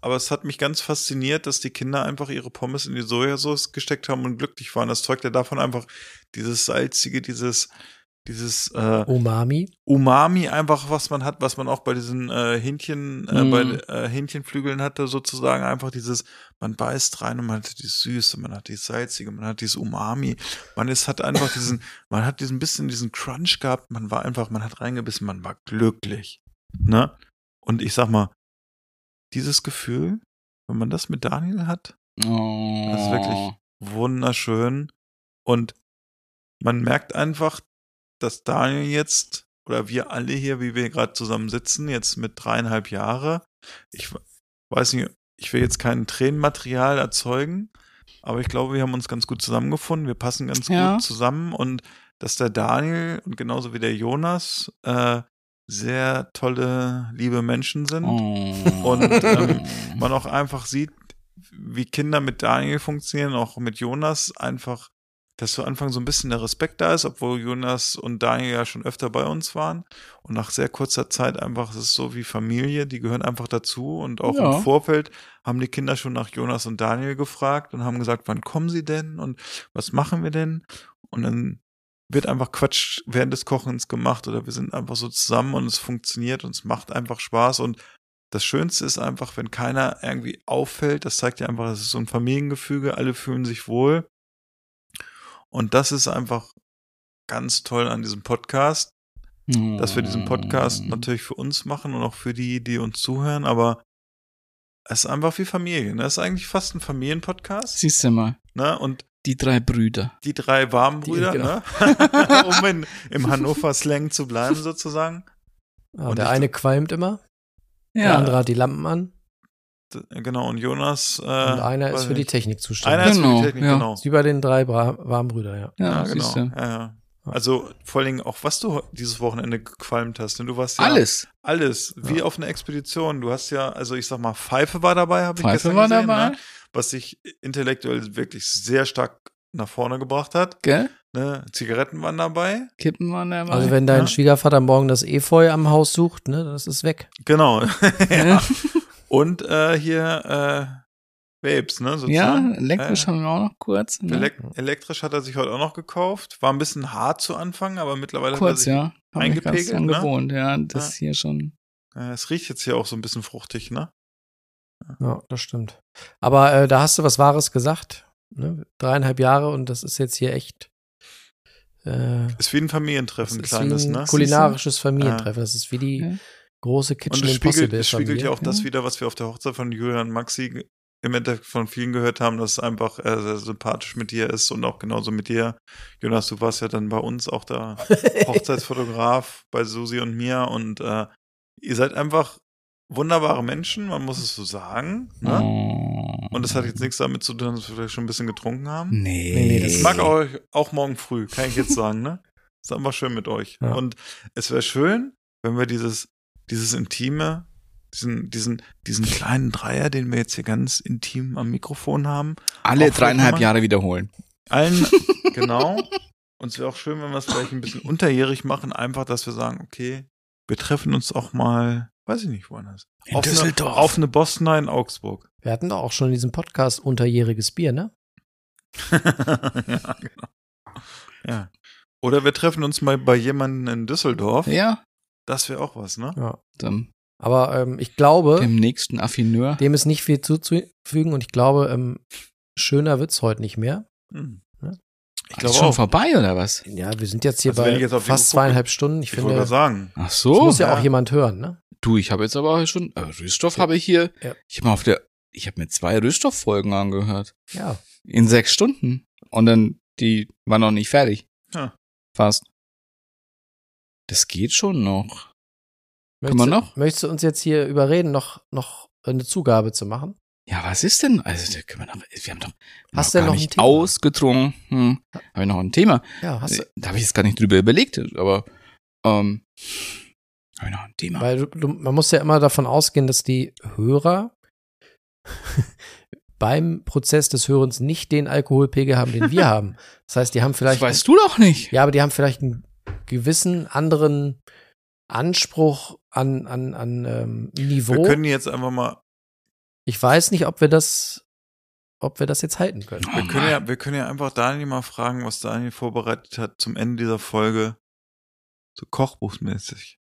Aber es hat mich ganz fasziniert, dass die Kinder einfach ihre Pommes in die Sojasauce gesteckt haben und glücklich waren. Das zeugte davon einfach dieses salzige, dieses, dieses äh,
Umami.
Umami einfach, was man hat, was man auch bei diesen äh, Hähnchen, äh,
Mm.
bei äh, Hähnchenflügeln hatte, sozusagen einfach dieses, man beißt rein und man hat dieses Süße, man hat dieses Salzige, man hat dieses Umami, man ist, hat einfach diesen, man hat diesen bisschen diesen Crunch gehabt, man war einfach, man hat reingebissen, man war glücklich, ne? Und ich sag mal, dieses Gefühl, wenn man das mit Daniel hat,
Oh.
das ist wirklich wunderschön. Und man merkt einfach, dass Daniel jetzt oder wir alle hier, wie wir gerade zusammen sitzen, jetzt mit dreieinhalb Jahre, ich weiß nicht, ich will jetzt kein Tränenmaterial erzeugen, aber ich glaube, wir haben uns ganz gut zusammengefunden, wir passen ganz
Ja.
gut zusammen und dass der Daniel und genauso wie der Jonas äh, sehr tolle, liebe Menschen sind
Oh.
Und, ähm, man auch einfach sieht, wie Kinder mit Daniel funktionieren, auch mit Jonas, einfach, dass zu Anfang so ein bisschen der Respekt da ist, obwohl Jonas und Daniel ja schon öfter bei uns waren. Und nach sehr kurzer Zeit einfach, es ist so wie Familie, die gehören einfach dazu. Und auch
Ja.
im Vorfeld haben die Kinder schon nach Jonas und Daniel gefragt und haben gesagt, wann kommen sie denn und was machen wir denn? Und dann wird einfach Quatsch während des Kochens gemacht oder wir sind einfach so zusammen und es funktioniert und es macht einfach Spaß und das Schönste ist einfach, wenn keiner irgendwie auffällt, das zeigt ja einfach, es ist so ein Familiengefüge, alle fühlen sich wohl. Und das ist einfach ganz toll an diesem Podcast, ähm, dass wir diesen Podcast
Oh.
Mm.
natürlich für uns machen und auch für die, die uns zuhören, aber es ist einfach wie Familie. Ne? Es ist eigentlich fast ein Familienpodcast.
Siehst du mal,
Ne? Und
die drei Brüder.
die drei warmen Brüder,
genau.
ne? um in, im Hannover-Slang zu bleiben, sozusagen.
Ah,
Und
der
ich-
eine qualmt immer, der andere hat die Lampen an
D- Genau, und Jonas. Äh,
und einer ist
weiß
für die
nicht.
Technik
Einer
zuständig.
ist für
Genau,
die Technik,
ja.
genau.
Ist wie bei den drei Bra Warmbrüder, ja.
Ja,
Ja,
siehst
genau.
du.
Ja, ja. Also vor allen Dingen auch, was du dieses Wochenende gequalmt hast. Denn du warst ja
Alles.
alles, wie auf einer Expedition. Du hast ja, also ich sag mal, Pfeife war dabei, habe ich
Pfeife
gestern
war
gesehen,
dabei.
Ne? was dich intellektuell wirklich sehr stark nach vorne gebracht hat.
Gell?
Ne? Zigaretten waren dabei.
Kippen waren dabei.
Also wenn dein
Ja.
Schwiegervater morgen das Efeu am Haus sucht, ne, das ist weg.
Genau.
ja,
ja. Und äh, hier äh, Vapes, ne?
ja
sozusagen.
elektrisch haben wir auch noch kurz. Ne?
Elek elektrisch hat er sich heute auch noch gekauft. War ein bisschen hart zu Anfang, aber mittlerweile hat er
kurz,
sich
ja. Haben wir
also
ganz
eingepegelt,
dran
ne?
gewohnt, ja. Das hier schon.
Äh, Es riecht jetzt hier auch so ein bisschen fruchtig, ne?
Ja, das stimmt. Aber äh, da hast du was Wahres gesagt. Ne? Dreieinhalb Jahre und das ist jetzt hier echt äh,
Ist wie ein
das
Familientreffen,
ist
kleines,
wie ein
ne? Ah.
kulinarisches Familientreffen. Das ist wie die
Ja.
große
Und
Kitchen
es spiegelt,
Impossible
es spiegelt ja
Familie.
auch das wieder, was wir auf der Hochzeit von Julian und Maxi ge- im Endeffekt von vielen gehört haben, dass es einfach äh, sehr sympathisch mit dir ist und auch genauso mit dir. Jonas, du warst ja dann bei uns auch da Hochzeitsfotograf bei Susi und mir und äh, ihr seid einfach wunderbare Menschen, man muss es so sagen. Ne?
Oh.
Und das hat jetzt nichts damit zu tun, dass wir vielleicht schon ein bisschen getrunken haben.
Nee.
Nee, nee, das
Ich mag euch auch morgen früh, kann ich jetzt sagen, ne? Ist einfach schön mit euch.
Ja.
Und es wäre schön, wenn wir dieses, dieses intime, diesen, diesen, diesen kleinen Dreier, den wir jetzt hier ganz intim am Mikrofon haben,
Alle
Auch
dreieinhalb
nochmal?
Jahre wiederholen.
allen, genau. Und es wäre auch schön, wenn wir es vielleicht ein bisschen unterjährig machen, einfach, dass wir sagen, okay, wir treffen uns auch mal, weiß ich nicht, woanders.
In
auf
Düsseldorf.
Eine, auf eine Bosna in Augsburg.
Wir hatten doch auch schon in diesem Podcast unterjähriges Bier, ne?
ja, genau. Ja. Oder wir treffen uns mal bei jemandem in Düsseldorf.
Ja.
Das wäre auch was, ne?
Ja.
Dann
Aber ähm, ich glaube,
Dem nächsten Affineur.
dem ist nicht viel zuzufügen und ich glaube, ähm, schöner wird's heute nicht mehr.
Hm.
Ja.
Ich
ist
glaube
schon
auch.
vorbei oder was?
Ja, wir sind jetzt hier
Also wenn
bei
ich jetzt auf die
fast
Uhr gucke,
zweieinhalb Stunden. Ich,
Ich wollte
finde,
gerade
das
sagen.
Ach so.
muss ja auch
ja.
jemand hören, ne?
Du, ich habe jetzt aber schon äh, Rüststoff habe ich hier.
Ja.
Ich habe mal auf der ich habe mir zwei Rüststoff-Folgen angehört
Ja.
in sechs Stunden und dann die war noch nicht fertig.
Ja.
Fast. Das geht schon noch. Kann
Möchtest
man
du-
noch?
Möchtest du uns jetzt hier überreden, noch, noch eine Zugabe zu machen?
Ja, was ist denn? Also da können wir noch. Wir haben doch
Hast
wir haben
du
gar
noch ein
nicht
Thema?
ausgetrunken. Hm. Habe ich noch ein Thema?
Ja, hast du.
Da habe ich jetzt gar nicht drüber überlegt, aber ähm, habe ich noch ein Thema.
Weil du, du, man muss ja immer davon ausgehen, dass die Hörer beim Prozess des Hörens nicht den Alkoholpegel haben, den wir haben. Das heißt, die haben
das
vielleicht.
weißt du doch nicht.
Ja, aber die haben vielleicht einen gewissen anderen Anspruch an, an, an ähm,
Wir
Niveau.
können jetzt einfach mal,
ich weiß nicht, ob wir das, ob wir das jetzt halten können.
Oh
wir
Mann.
können ja, wir können ja einfach Daniel mal fragen, was Daniel vorbereitet hat zum Ende dieser Folge. So kochbuchsmäßig.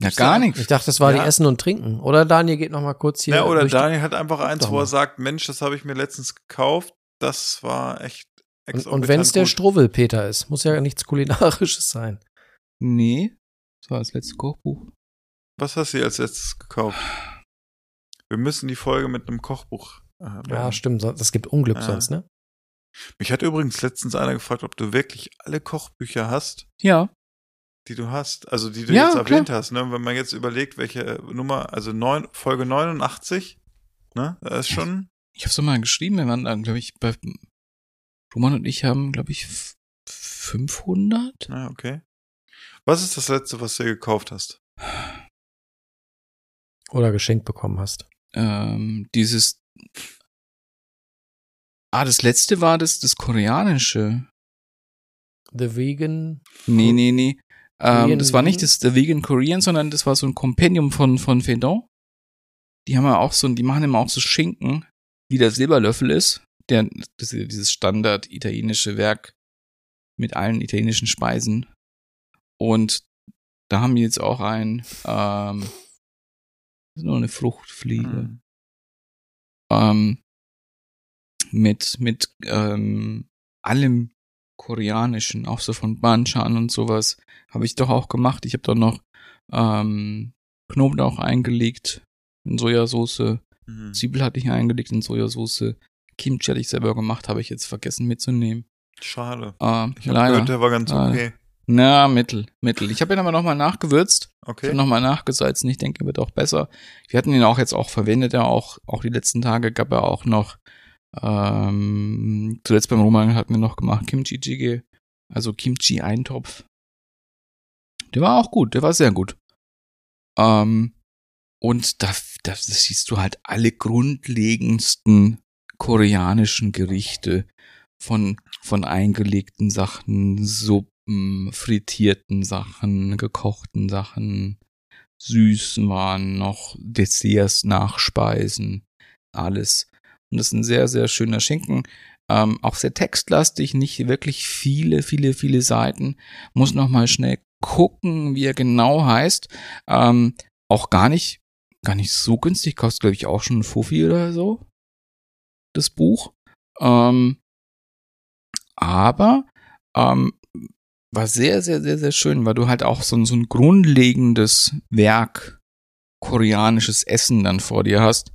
ja, gar nichts.
Ich dachte, das war
Ja.
die Essen und Trinken. Oder Daniel geht noch mal kurz hier.
Ja, oder
durch die-
Daniel hat einfach eins,
Doch
wo
mal.
er sagt, Mensch, das habe ich mir letztens gekauft. Das war echt
Und,
exorbitant
und wenn es der
gut.
Struwwelpeter ist, muss ja nichts Kulinarisches sein.
Nee. Das war das letzte Kochbuch.
Was hast du dir als letztes gekauft? Wir müssen die Folge mit einem Kochbuch. Äh,
Ja,
beenden.
stimmt. son- Das gibt Unglück
Ja.
sonst, ne?
Mich hat übrigens letztens einer gefragt, ob du wirklich alle Kochbücher hast,
Ja.
die du hast, also die du
Ja,
jetzt
klar.
erwähnt hast. Ne? Wenn man jetzt überlegt, welche Nummer, also neun, Folge 89, ne, da ist schon
Ich habe es mal geschrieben. Wir waren dann, glaube ich, bei Roman und ich haben, glaube ich, f- 500.
Na, okay. Was ist das letzte, was du dir gekauft hast?
Oder geschenkt bekommen hast.
Ähm, dieses. Ah, das letzte war das, das koreanische.
The Vegan.
Nee, nee, nee. Ähm,
Korean
das war nicht
Vegan?
das The Vegan Korean, sondern das war so ein Kompendium von, von Fedon. Die haben ja auch so, ein- die machen immer auch so Schinken, wie der Silberlöffel ist. Der, das ist ja dieses Standard italienische Werk mit allen italienischen Speisen. Und da haben die jetzt auch ein, ähm, das ist nur eine Fruchtfliege.
Hm.
Ähm, mit, mit, ähm, allem koreanischen, auch so von Banchan und sowas, habe ich doch auch gemacht. Ich habe doch noch ähm, Knoblauch eingelegt in Sojasauce,
Hm.
Zwiebel hatte ich eingelegt in Sojasauce, Kimchi hatte ich selber gemacht, habe ich jetzt vergessen mitzunehmen.
Schade.
Ähm,
Ich habe gehört,
leider.
der war ganz
Leider.
okay.
Na, mittel, mittel. Ich habe ihn aber nochmal nachgewürzt. Ich
Okay.
habe nochmal nachgesalzen. Ich denke, er wird auch besser. Wir hatten ihn auch jetzt auch verwendet. Ja, auch, auch die letzten Tage gab er auch noch. Ähm, zuletzt beim Roman hatten wir noch gemacht Kimchi Jjigae, also Kimchi Eintopf. Der war auch gut. Der war sehr gut. Ähm, und da, da siehst du halt alle grundlegendsten koreanischen Gerichte von, von eingelegten Sachen, Suppen, frittierten Sachen, gekochten Sachen, Süßwaren, noch Desserts, Nachspeisen, alles. Und das ist ein sehr, sehr schöner Schinken. Ähm, auch sehr textlastig, nicht wirklich viele, viele, viele Seiten. Muss nochmal schnell gucken, wie er genau heißt. Ähm, auch gar nicht, gar nicht so günstig. Kostet, glaube ich, auch schon ein Fuffi oder so. Das Buch. Ähm, aber ähm, war sehr, sehr, sehr, sehr schön, weil du halt auch so ein, so ein grundlegendes Werk koreanisches Essen dann vor dir hast.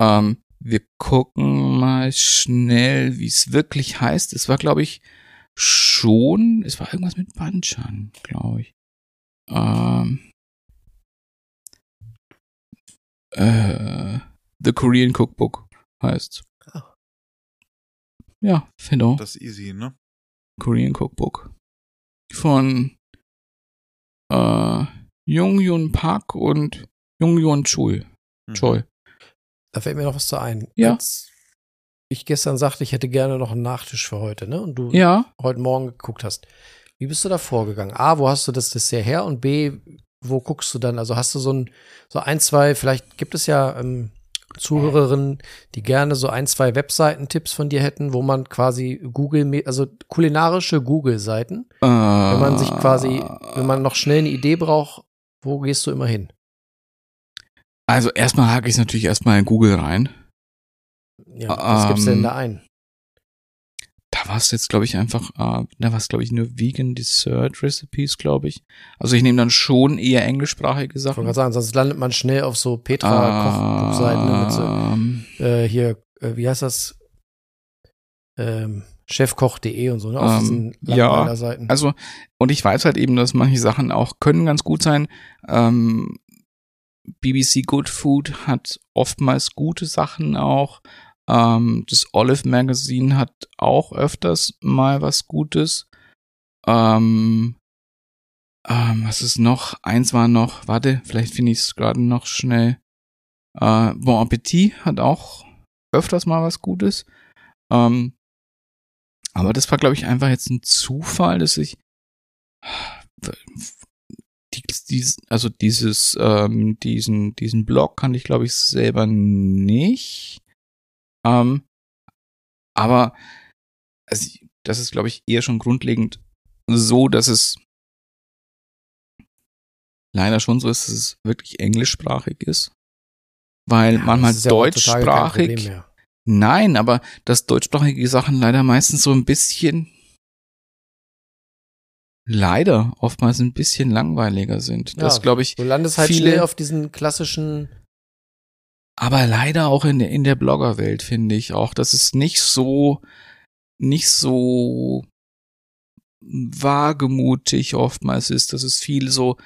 Ähm, wir gucken mal schnell, wie es wirklich heißt. Es war, glaube ich, schon, es war irgendwas mit Banchan, glaube ich. Ähm, äh, The Korean Cookbook heißt.
Ah.
Ja, genau.
Das ist easy, ne?
Korean Cookbook von äh, Jung Yun Park und Jung Yun Chul.
Mhm.
Hm.
Choi.
Da fällt mir noch was zu ein.
Ja.
Als ich gestern sagte, ich hätte gerne noch einen Nachtisch für heute, ne? Und du
Ja,
heute Morgen geguckt hast. Wie bist du da vorgegangen? A, wo hast du das Dessert her? Und B, wo guckst du dann? Also hast du so ein, so ein, zwei, vielleicht gibt es ja ähm, Zuhörerinnen, die gerne so ein, zwei Webseiten-Tipps von dir hätten, wo man quasi Google, also kulinarische Google-Seiten,
äh,
Wenn man sich quasi, wenn man noch schnell eine Idee braucht, wo gehst du immer hin?
Also erstmal hake ich es natürlich erstmal in Google rein.
Ja, was gibst du
Ähm,
denn da ein?
Da war es jetzt, glaube ich, einfach, äh, da war es, glaube ich, nur Vegan Dessert Recipes, glaube ich. Also ich nehme dann schon eher englischsprachige
Ich wollte
Sachen.
gerade sagen, sonst landet man schnell auf so Petra-Kochbuchseiten ne, mit so
Ähm,
äh, hier, äh, wie heißt das? Ähm, Chefkoch.de und so, ne? Auf
Ähm,
diesen
ja,
Langweiler-Seiten.
Also, und ich weiß halt eben, dass manche Sachen auch können ganz gut sein. Ähm, BBC Good Food hat oftmals gute Sachen auch. Ähm, das Olive Magazine hat auch öfters mal was Gutes. Ähm, ähm, was ist noch? Eins war noch, warte, vielleicht finde ich es gerade noch schnell. Äh, bon Appetit hat auch öfters mal was Gutes. Ähm, aber das war, glaube ich, einfach jetzt ein Zufall, dass ich die, dies- also dieses, ähm, diesen, diesen Blog kannte ich, glaube ich, selber nicht. Ähm, aber also, das ist, glaube ich, eher schon grundlegend so, dass es leider schon so ist, dass es wirklich englischsprachig ist. Weil
Ja,
manchmal
das ist ja heutzutage kein
deutschsprachig
Problem mehr.
Nein, aber dass deutschsprachige Sachen leider meistens so ein bisschen leider oftmals ein bisschen langweiliger sind. Das
Ja,
glaube ich.
Du landest halt
viele-
schnell auf diesen klassischen,
Aber leider auch in der in der Bloggerwelt finde ich auch, dass es nicht so nicht so wagemutig oftmals ist, dass es viel so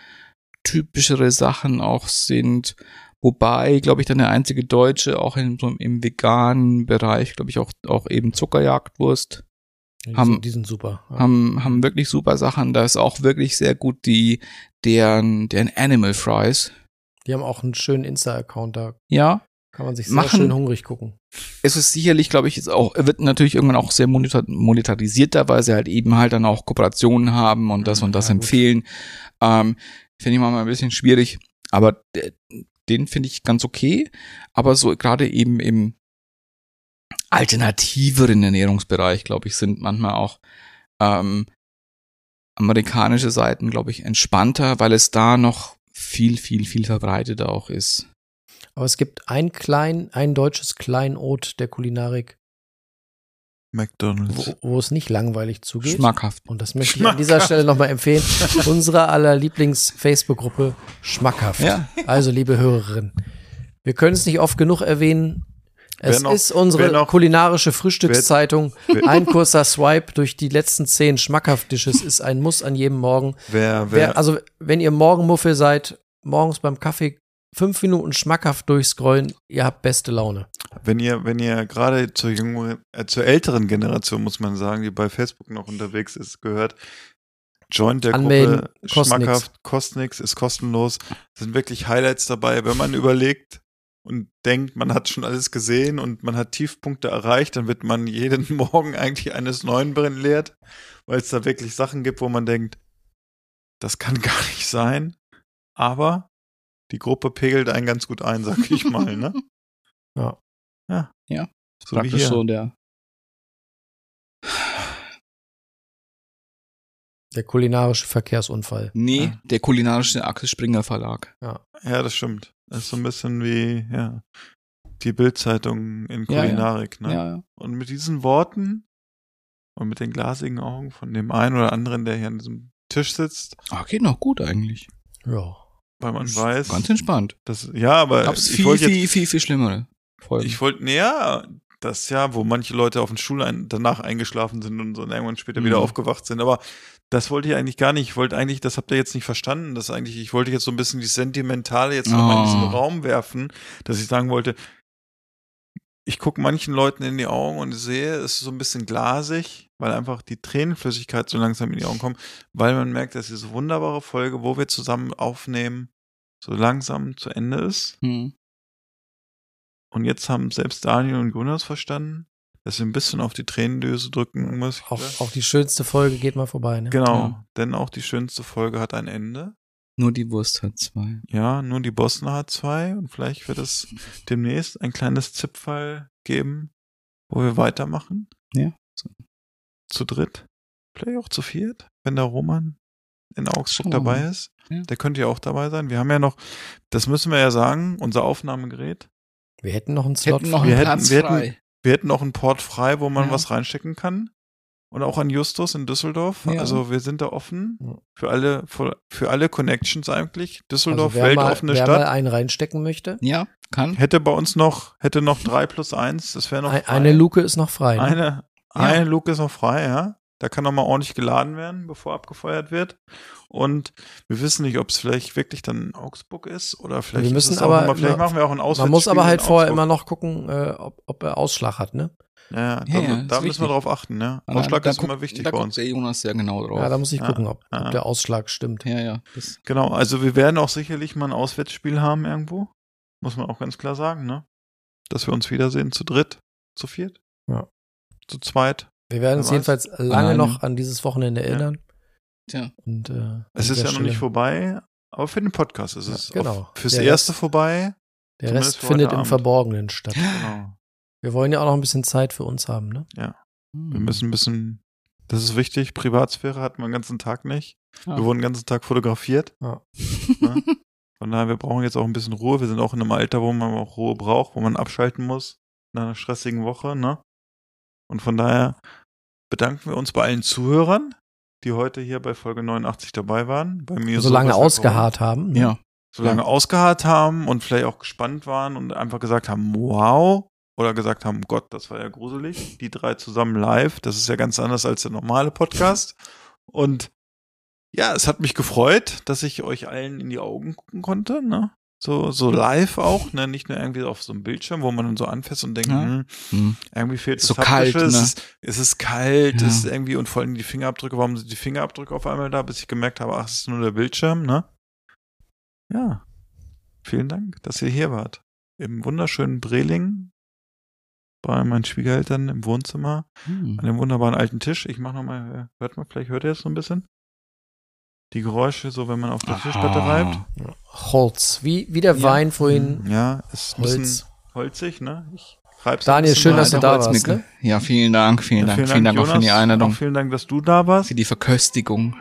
typischere Sachen auch sind. Wobei, glaube ich, dann der einzige Deutsche auch in, so im veganen Bereich, glaube ich, auch, auch eben Zuckerjagdwurst
die
Haben-
sind- die sind super. Ja.
haben, haben wirklich super Sachen. Da ist auch wirklich sehr gut die, deren, deren Animal Fries.
Die haben auch einen schönen Insta-Account, da
Ja,
kann man sich sehr
Machen-
schön hungrig gucken.
es ist sicherlich, glaube ich, jetzt auch, wird natürlich irgendwann auch sehr monetar- monetarisierter, weil sie halt eben halt dann auch Kooperationen haben und das und das
Ja, gut.
empfehlen. Ähm, finde ich manchmal ein bisschen schwierig, aber de- den finde ich ganz okay. Aber so gerade eben im alternativeren Ernährungsbereich, glaube ich, sind manchmal auch ähm, amerikanische Seiten, glaube ich, entspannter, weil es da noch viel, viel, viel verbreiteter auch ist.
Aber es gibt ein klein, ein deutsches Kleinod der Kulinarik,
McDonalds.
wo, wo es nicht langweilig zugeht.
Schmackhaft.
Und das möchte ich an dieser Stelle nochmal empfehlen. Unsere aller Lieblings-Facebook-Gruppe Schmackhaft.
Ja.
Also, liebe Hörerinnen, wir können es nicht oft genug erwähnen. Es
Wer noch-
ist unsere
wer noch-
kulinarische Frühstückszeitung. ein kurzer Swipe durch die letzten zehn Schmackhaft-Dishes ist ein Muss an jedem Morgen.
Wer, wer,
Wer, also, wenn ihr Morgenmuffel seid, morgens beim Kaffee fünf Minuten schmackhaft durchscrollen, ihr habt beste Laune.
Wenn ihr, wenn ihr gerade zur jüngeren, äh, zur älteren Generation, muss man sagen, die bei Facebook noch unterwegs ist, gehört, joint der
Anmelden,
Gruppe,
kostet nix.
schmackhaft, kostet nix, ist kostenlos, sind wirklich Highlights dabei. Wenn man überlegt und denkt, man hat schon alles gesehen und man hat Tiefpunkte erreicht, dann wird man jeden Morgen eigentlich eines Neuen belehrt, weil es da wirklich Sachen gibt, wo man denkt, das kann gar nicht sein, aber die Gruppe pegelt einen ganz gut ein, sag ich mal, ne?
Ja.
Ja.
Ja.
So wie hier.
so der
Der kulinarische Verkehrsunfall.
Nee,
Ja.
der kulinarische Axel Springer Verlag.
Ja, das stimmt. Das ist so ein bisschen wie, ja, die Bildzeitung in
Ja, ja.
Kulinarik, ne?
Ja, ja.
Und mit diesen Worten und mit den glasigen Augen von dem einen oder anderen, der hier an diesem Tisch sitzt,
Ah, geht noch gut eigentlich.
Ja.
weil man weiß,
Ganz entspannt.
dass, ja, aber
Gab's
ich
viel,
wollte
viel,
jetzt,
viel, viel schlimmere Folgen.
ich wollte näher das Jahr, wo manche Leute auf den Schul ein, danach eingeschlafen sind und so und irgendwann später wieder
Mhm.
aufgewacht sind, aber das wollte ich eigentlich gar nicht. Ich wollte eigentlich, das habt ihr jetzt nicht verstanden, das eigentlich, ich wollte jetzt so ein bisschen die Sentimentale jetzt nochmal in diesen
Oh.
Raum werfen, dass ich sagen wollte, ich gucke manchen Leuten in die Augen und sehe, es ist so ein bisschen glasig, weil einfach die Tränenflüssigkeit so langsam in die Augen kommt, weil man merkt, dass diese wunderbare Folge, wo wir zusammen aufnehmen, so langsam zu Ende ist.
hm.
Und jetzt haben selbst Daniel und Jonas verstanden, dass wir ein bisschen auf die Tränendöse drücken um müssen.
Auch, auch die schönste Folge geht mal vorbei, ne?
genau,
Ja.
denn auch die schönste Folge hat ein Ende.
Nur die Wurst hat zwei.
Ja, nur die Bosna hat zwei und vielleicht wird es demnächst ein kleines Zipfall geben, wo wir weitermachen.
Ja.
Zu dritt. Vielleicht auch zu viert, wenn der Roman in Augsburg
Schauen wir
dabei
mal.
ist.
Ja.
Der könnte ja auch dabei sein. Wir haben ja noch, das müssen wir ja sagen, unser Aufnahmegerät.
Wir hätten noch einen
Wir
Slot
hätten noch
frei.
einen
Wir hätten-
Platz
wir hätten-
frei.
Wir hätten noch einen Port frei, wo man
Ja.
was reinstecken kann. Und auch an Justus in Düsseldorf.
Ja.
Also wir sind da offen
Ja.
für alle, für, für alle Connections eigentlich. Düsseldorf,
also wer mal,
weltoffene
wer mal
Stadt.
einen reinstecken möchte,
Ja, kann.
Hätte bei uns noch, hätte noch drei plus eins. das wäre noch
ein,
frei.
eine Luke ist noch frei. ne?
Eine, eine Luke ist noch frei, ja. Da kann nochmal ordentlich geladen werden, bevor abgefeuert wird. Und wir wissen nicht, ob es vielleicht wirklich dann in Augsburg ist oder vielleicht
Wir müssen
ist es auch
aber-
immer, vielleicht
na,
machen wir auch ein
Man
Auswärtsspiel
muss aber halt
in
vorher immer
Augsburg.
noch gucken, äh, ob, ob er Ausschlag hat, ne?
Ja, da,
Ja, ja,
da
ist
müssen
richtig.
wir drauf achten, ja.
Aber
Ausschlag
Ah, da
ist
guckt-
immer wichtig
da
bei
guckt
uns.
Der Jonas sehr genau drauf.
Ja, da muss ich
Ja,
gucken, ob,
ja.
ob der Ausschlag stimmt.
ja, ja. Das,
Genau, also wir werden auch sicherlich mal ein Auswärtsspiel haben irgendwo. Muss man auch ganz klar sagen, ne? Dass wir uns wiedersehen zu dritt, zu viert,
Ja.
zu zweit.
Wir werden uns
Wer weiß.
jedenfalls lange
Nein.
noch an dieses Wochenende erinnern.
Tja.
Und, äh, an
Es ist
dieser
ja noch nicht
Stelle-
vorbei, aber für den Podcast ist es
Ja, genau.
auf, fürs
Der
Erste
Rest-
vorbei.
Der
Zumindest
Rest
für heute
findet im
Abend.
Verborgenen statt.
Genau.
Wir wollen ja auch noch ein bisschen Zeit für uns haben, ne?
Wir
hm.
müssen ein bisschen, das ist wichtig, Privatsphäre hatten wir den ganzen Tag nicht.
Ja.
Wir wurden den ganzen Tag fotografiert.
Ja.
Ne? Von daher, wir brauchen jetzt auch ein bisschen Ruhe. Wir sind auch in einem Alter, wo man auch Ruhe braucht, wo man abschalten muss nach einer stressigen Woche. Ne? Und von daher bedanken wir uns bei allen Zuhörern, die heute hier bei Folge 89 dabei waren. Bei mir
So
so,
Also lange
weshalb, warum
ausgeharrt haben. ne?
Ja.
so lange ausgeharrt haben und vielleicht auch gespannt waren und einfach gesagt haben, wow, oder gesagt haben, Gott, das war ja gruselig. Die drei zusammen live, das ist ja ganz anders als der normale Podcast. Und ja, es hat mich gefreut, dass ich euch allen in die Augen gucken konnte, ne? So, so live auch, ne? Nicht nur irgendwie auf so einem Bildschirm, wo man dann so anfasst und denkt,
Ja.
hm,
Hm.
irgendwie fehlt
Ist
das
so kalt,
Haptische,
ne?
es, ist, es ist kalt,
Ja.
es ist irgendwie, und vor allem die Fingerabdrücke, warum sind die Fingerabdrücke auf einmal da, bis ich gemerkt habe, ach, es ist nur der Bildschirm, ne? Ja. Vielen Dank, dass ihr hier wart. Im wunderschönen Breling, bei meinen Schwiegereltern im Wohnzimmer,
Hm.
an dem wunderbaren alten Tisch. Ich mach nochmal, hört mal, vielleicht hört ihr es so ein bisschen. Die Geräusche, so wenn man auf der Tischplatte reibt.
Ah.
Holz. Wie, wie der
Ja.
Wein vorhin.
Ja, es ist ein bisschen
Holz.
holzig, ne? Ich reib's ein
Daniel,
bisschen
schön,
rein.
dass du
Alter
da warst,
Holzmickel.
ne?
Ja, vielen Dank, vielen
Ja,
Dank. Vielen Dank, auch für die
Jonas.
Einladung,
Auch vielen Dank, dass du da warst.
für die Verköstigung.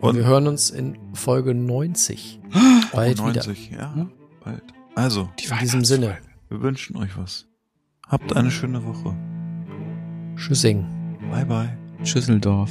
Und- Oh,
wir hören uns in Folge 90. Bald wieder.
90, ja,
Hm?
bald. Also,
Die
In diesem Sinne.
wir wünschen euch was. Habt eine schöne Woche.
Tschüssing.
Bye bye.
Schüsseldorf.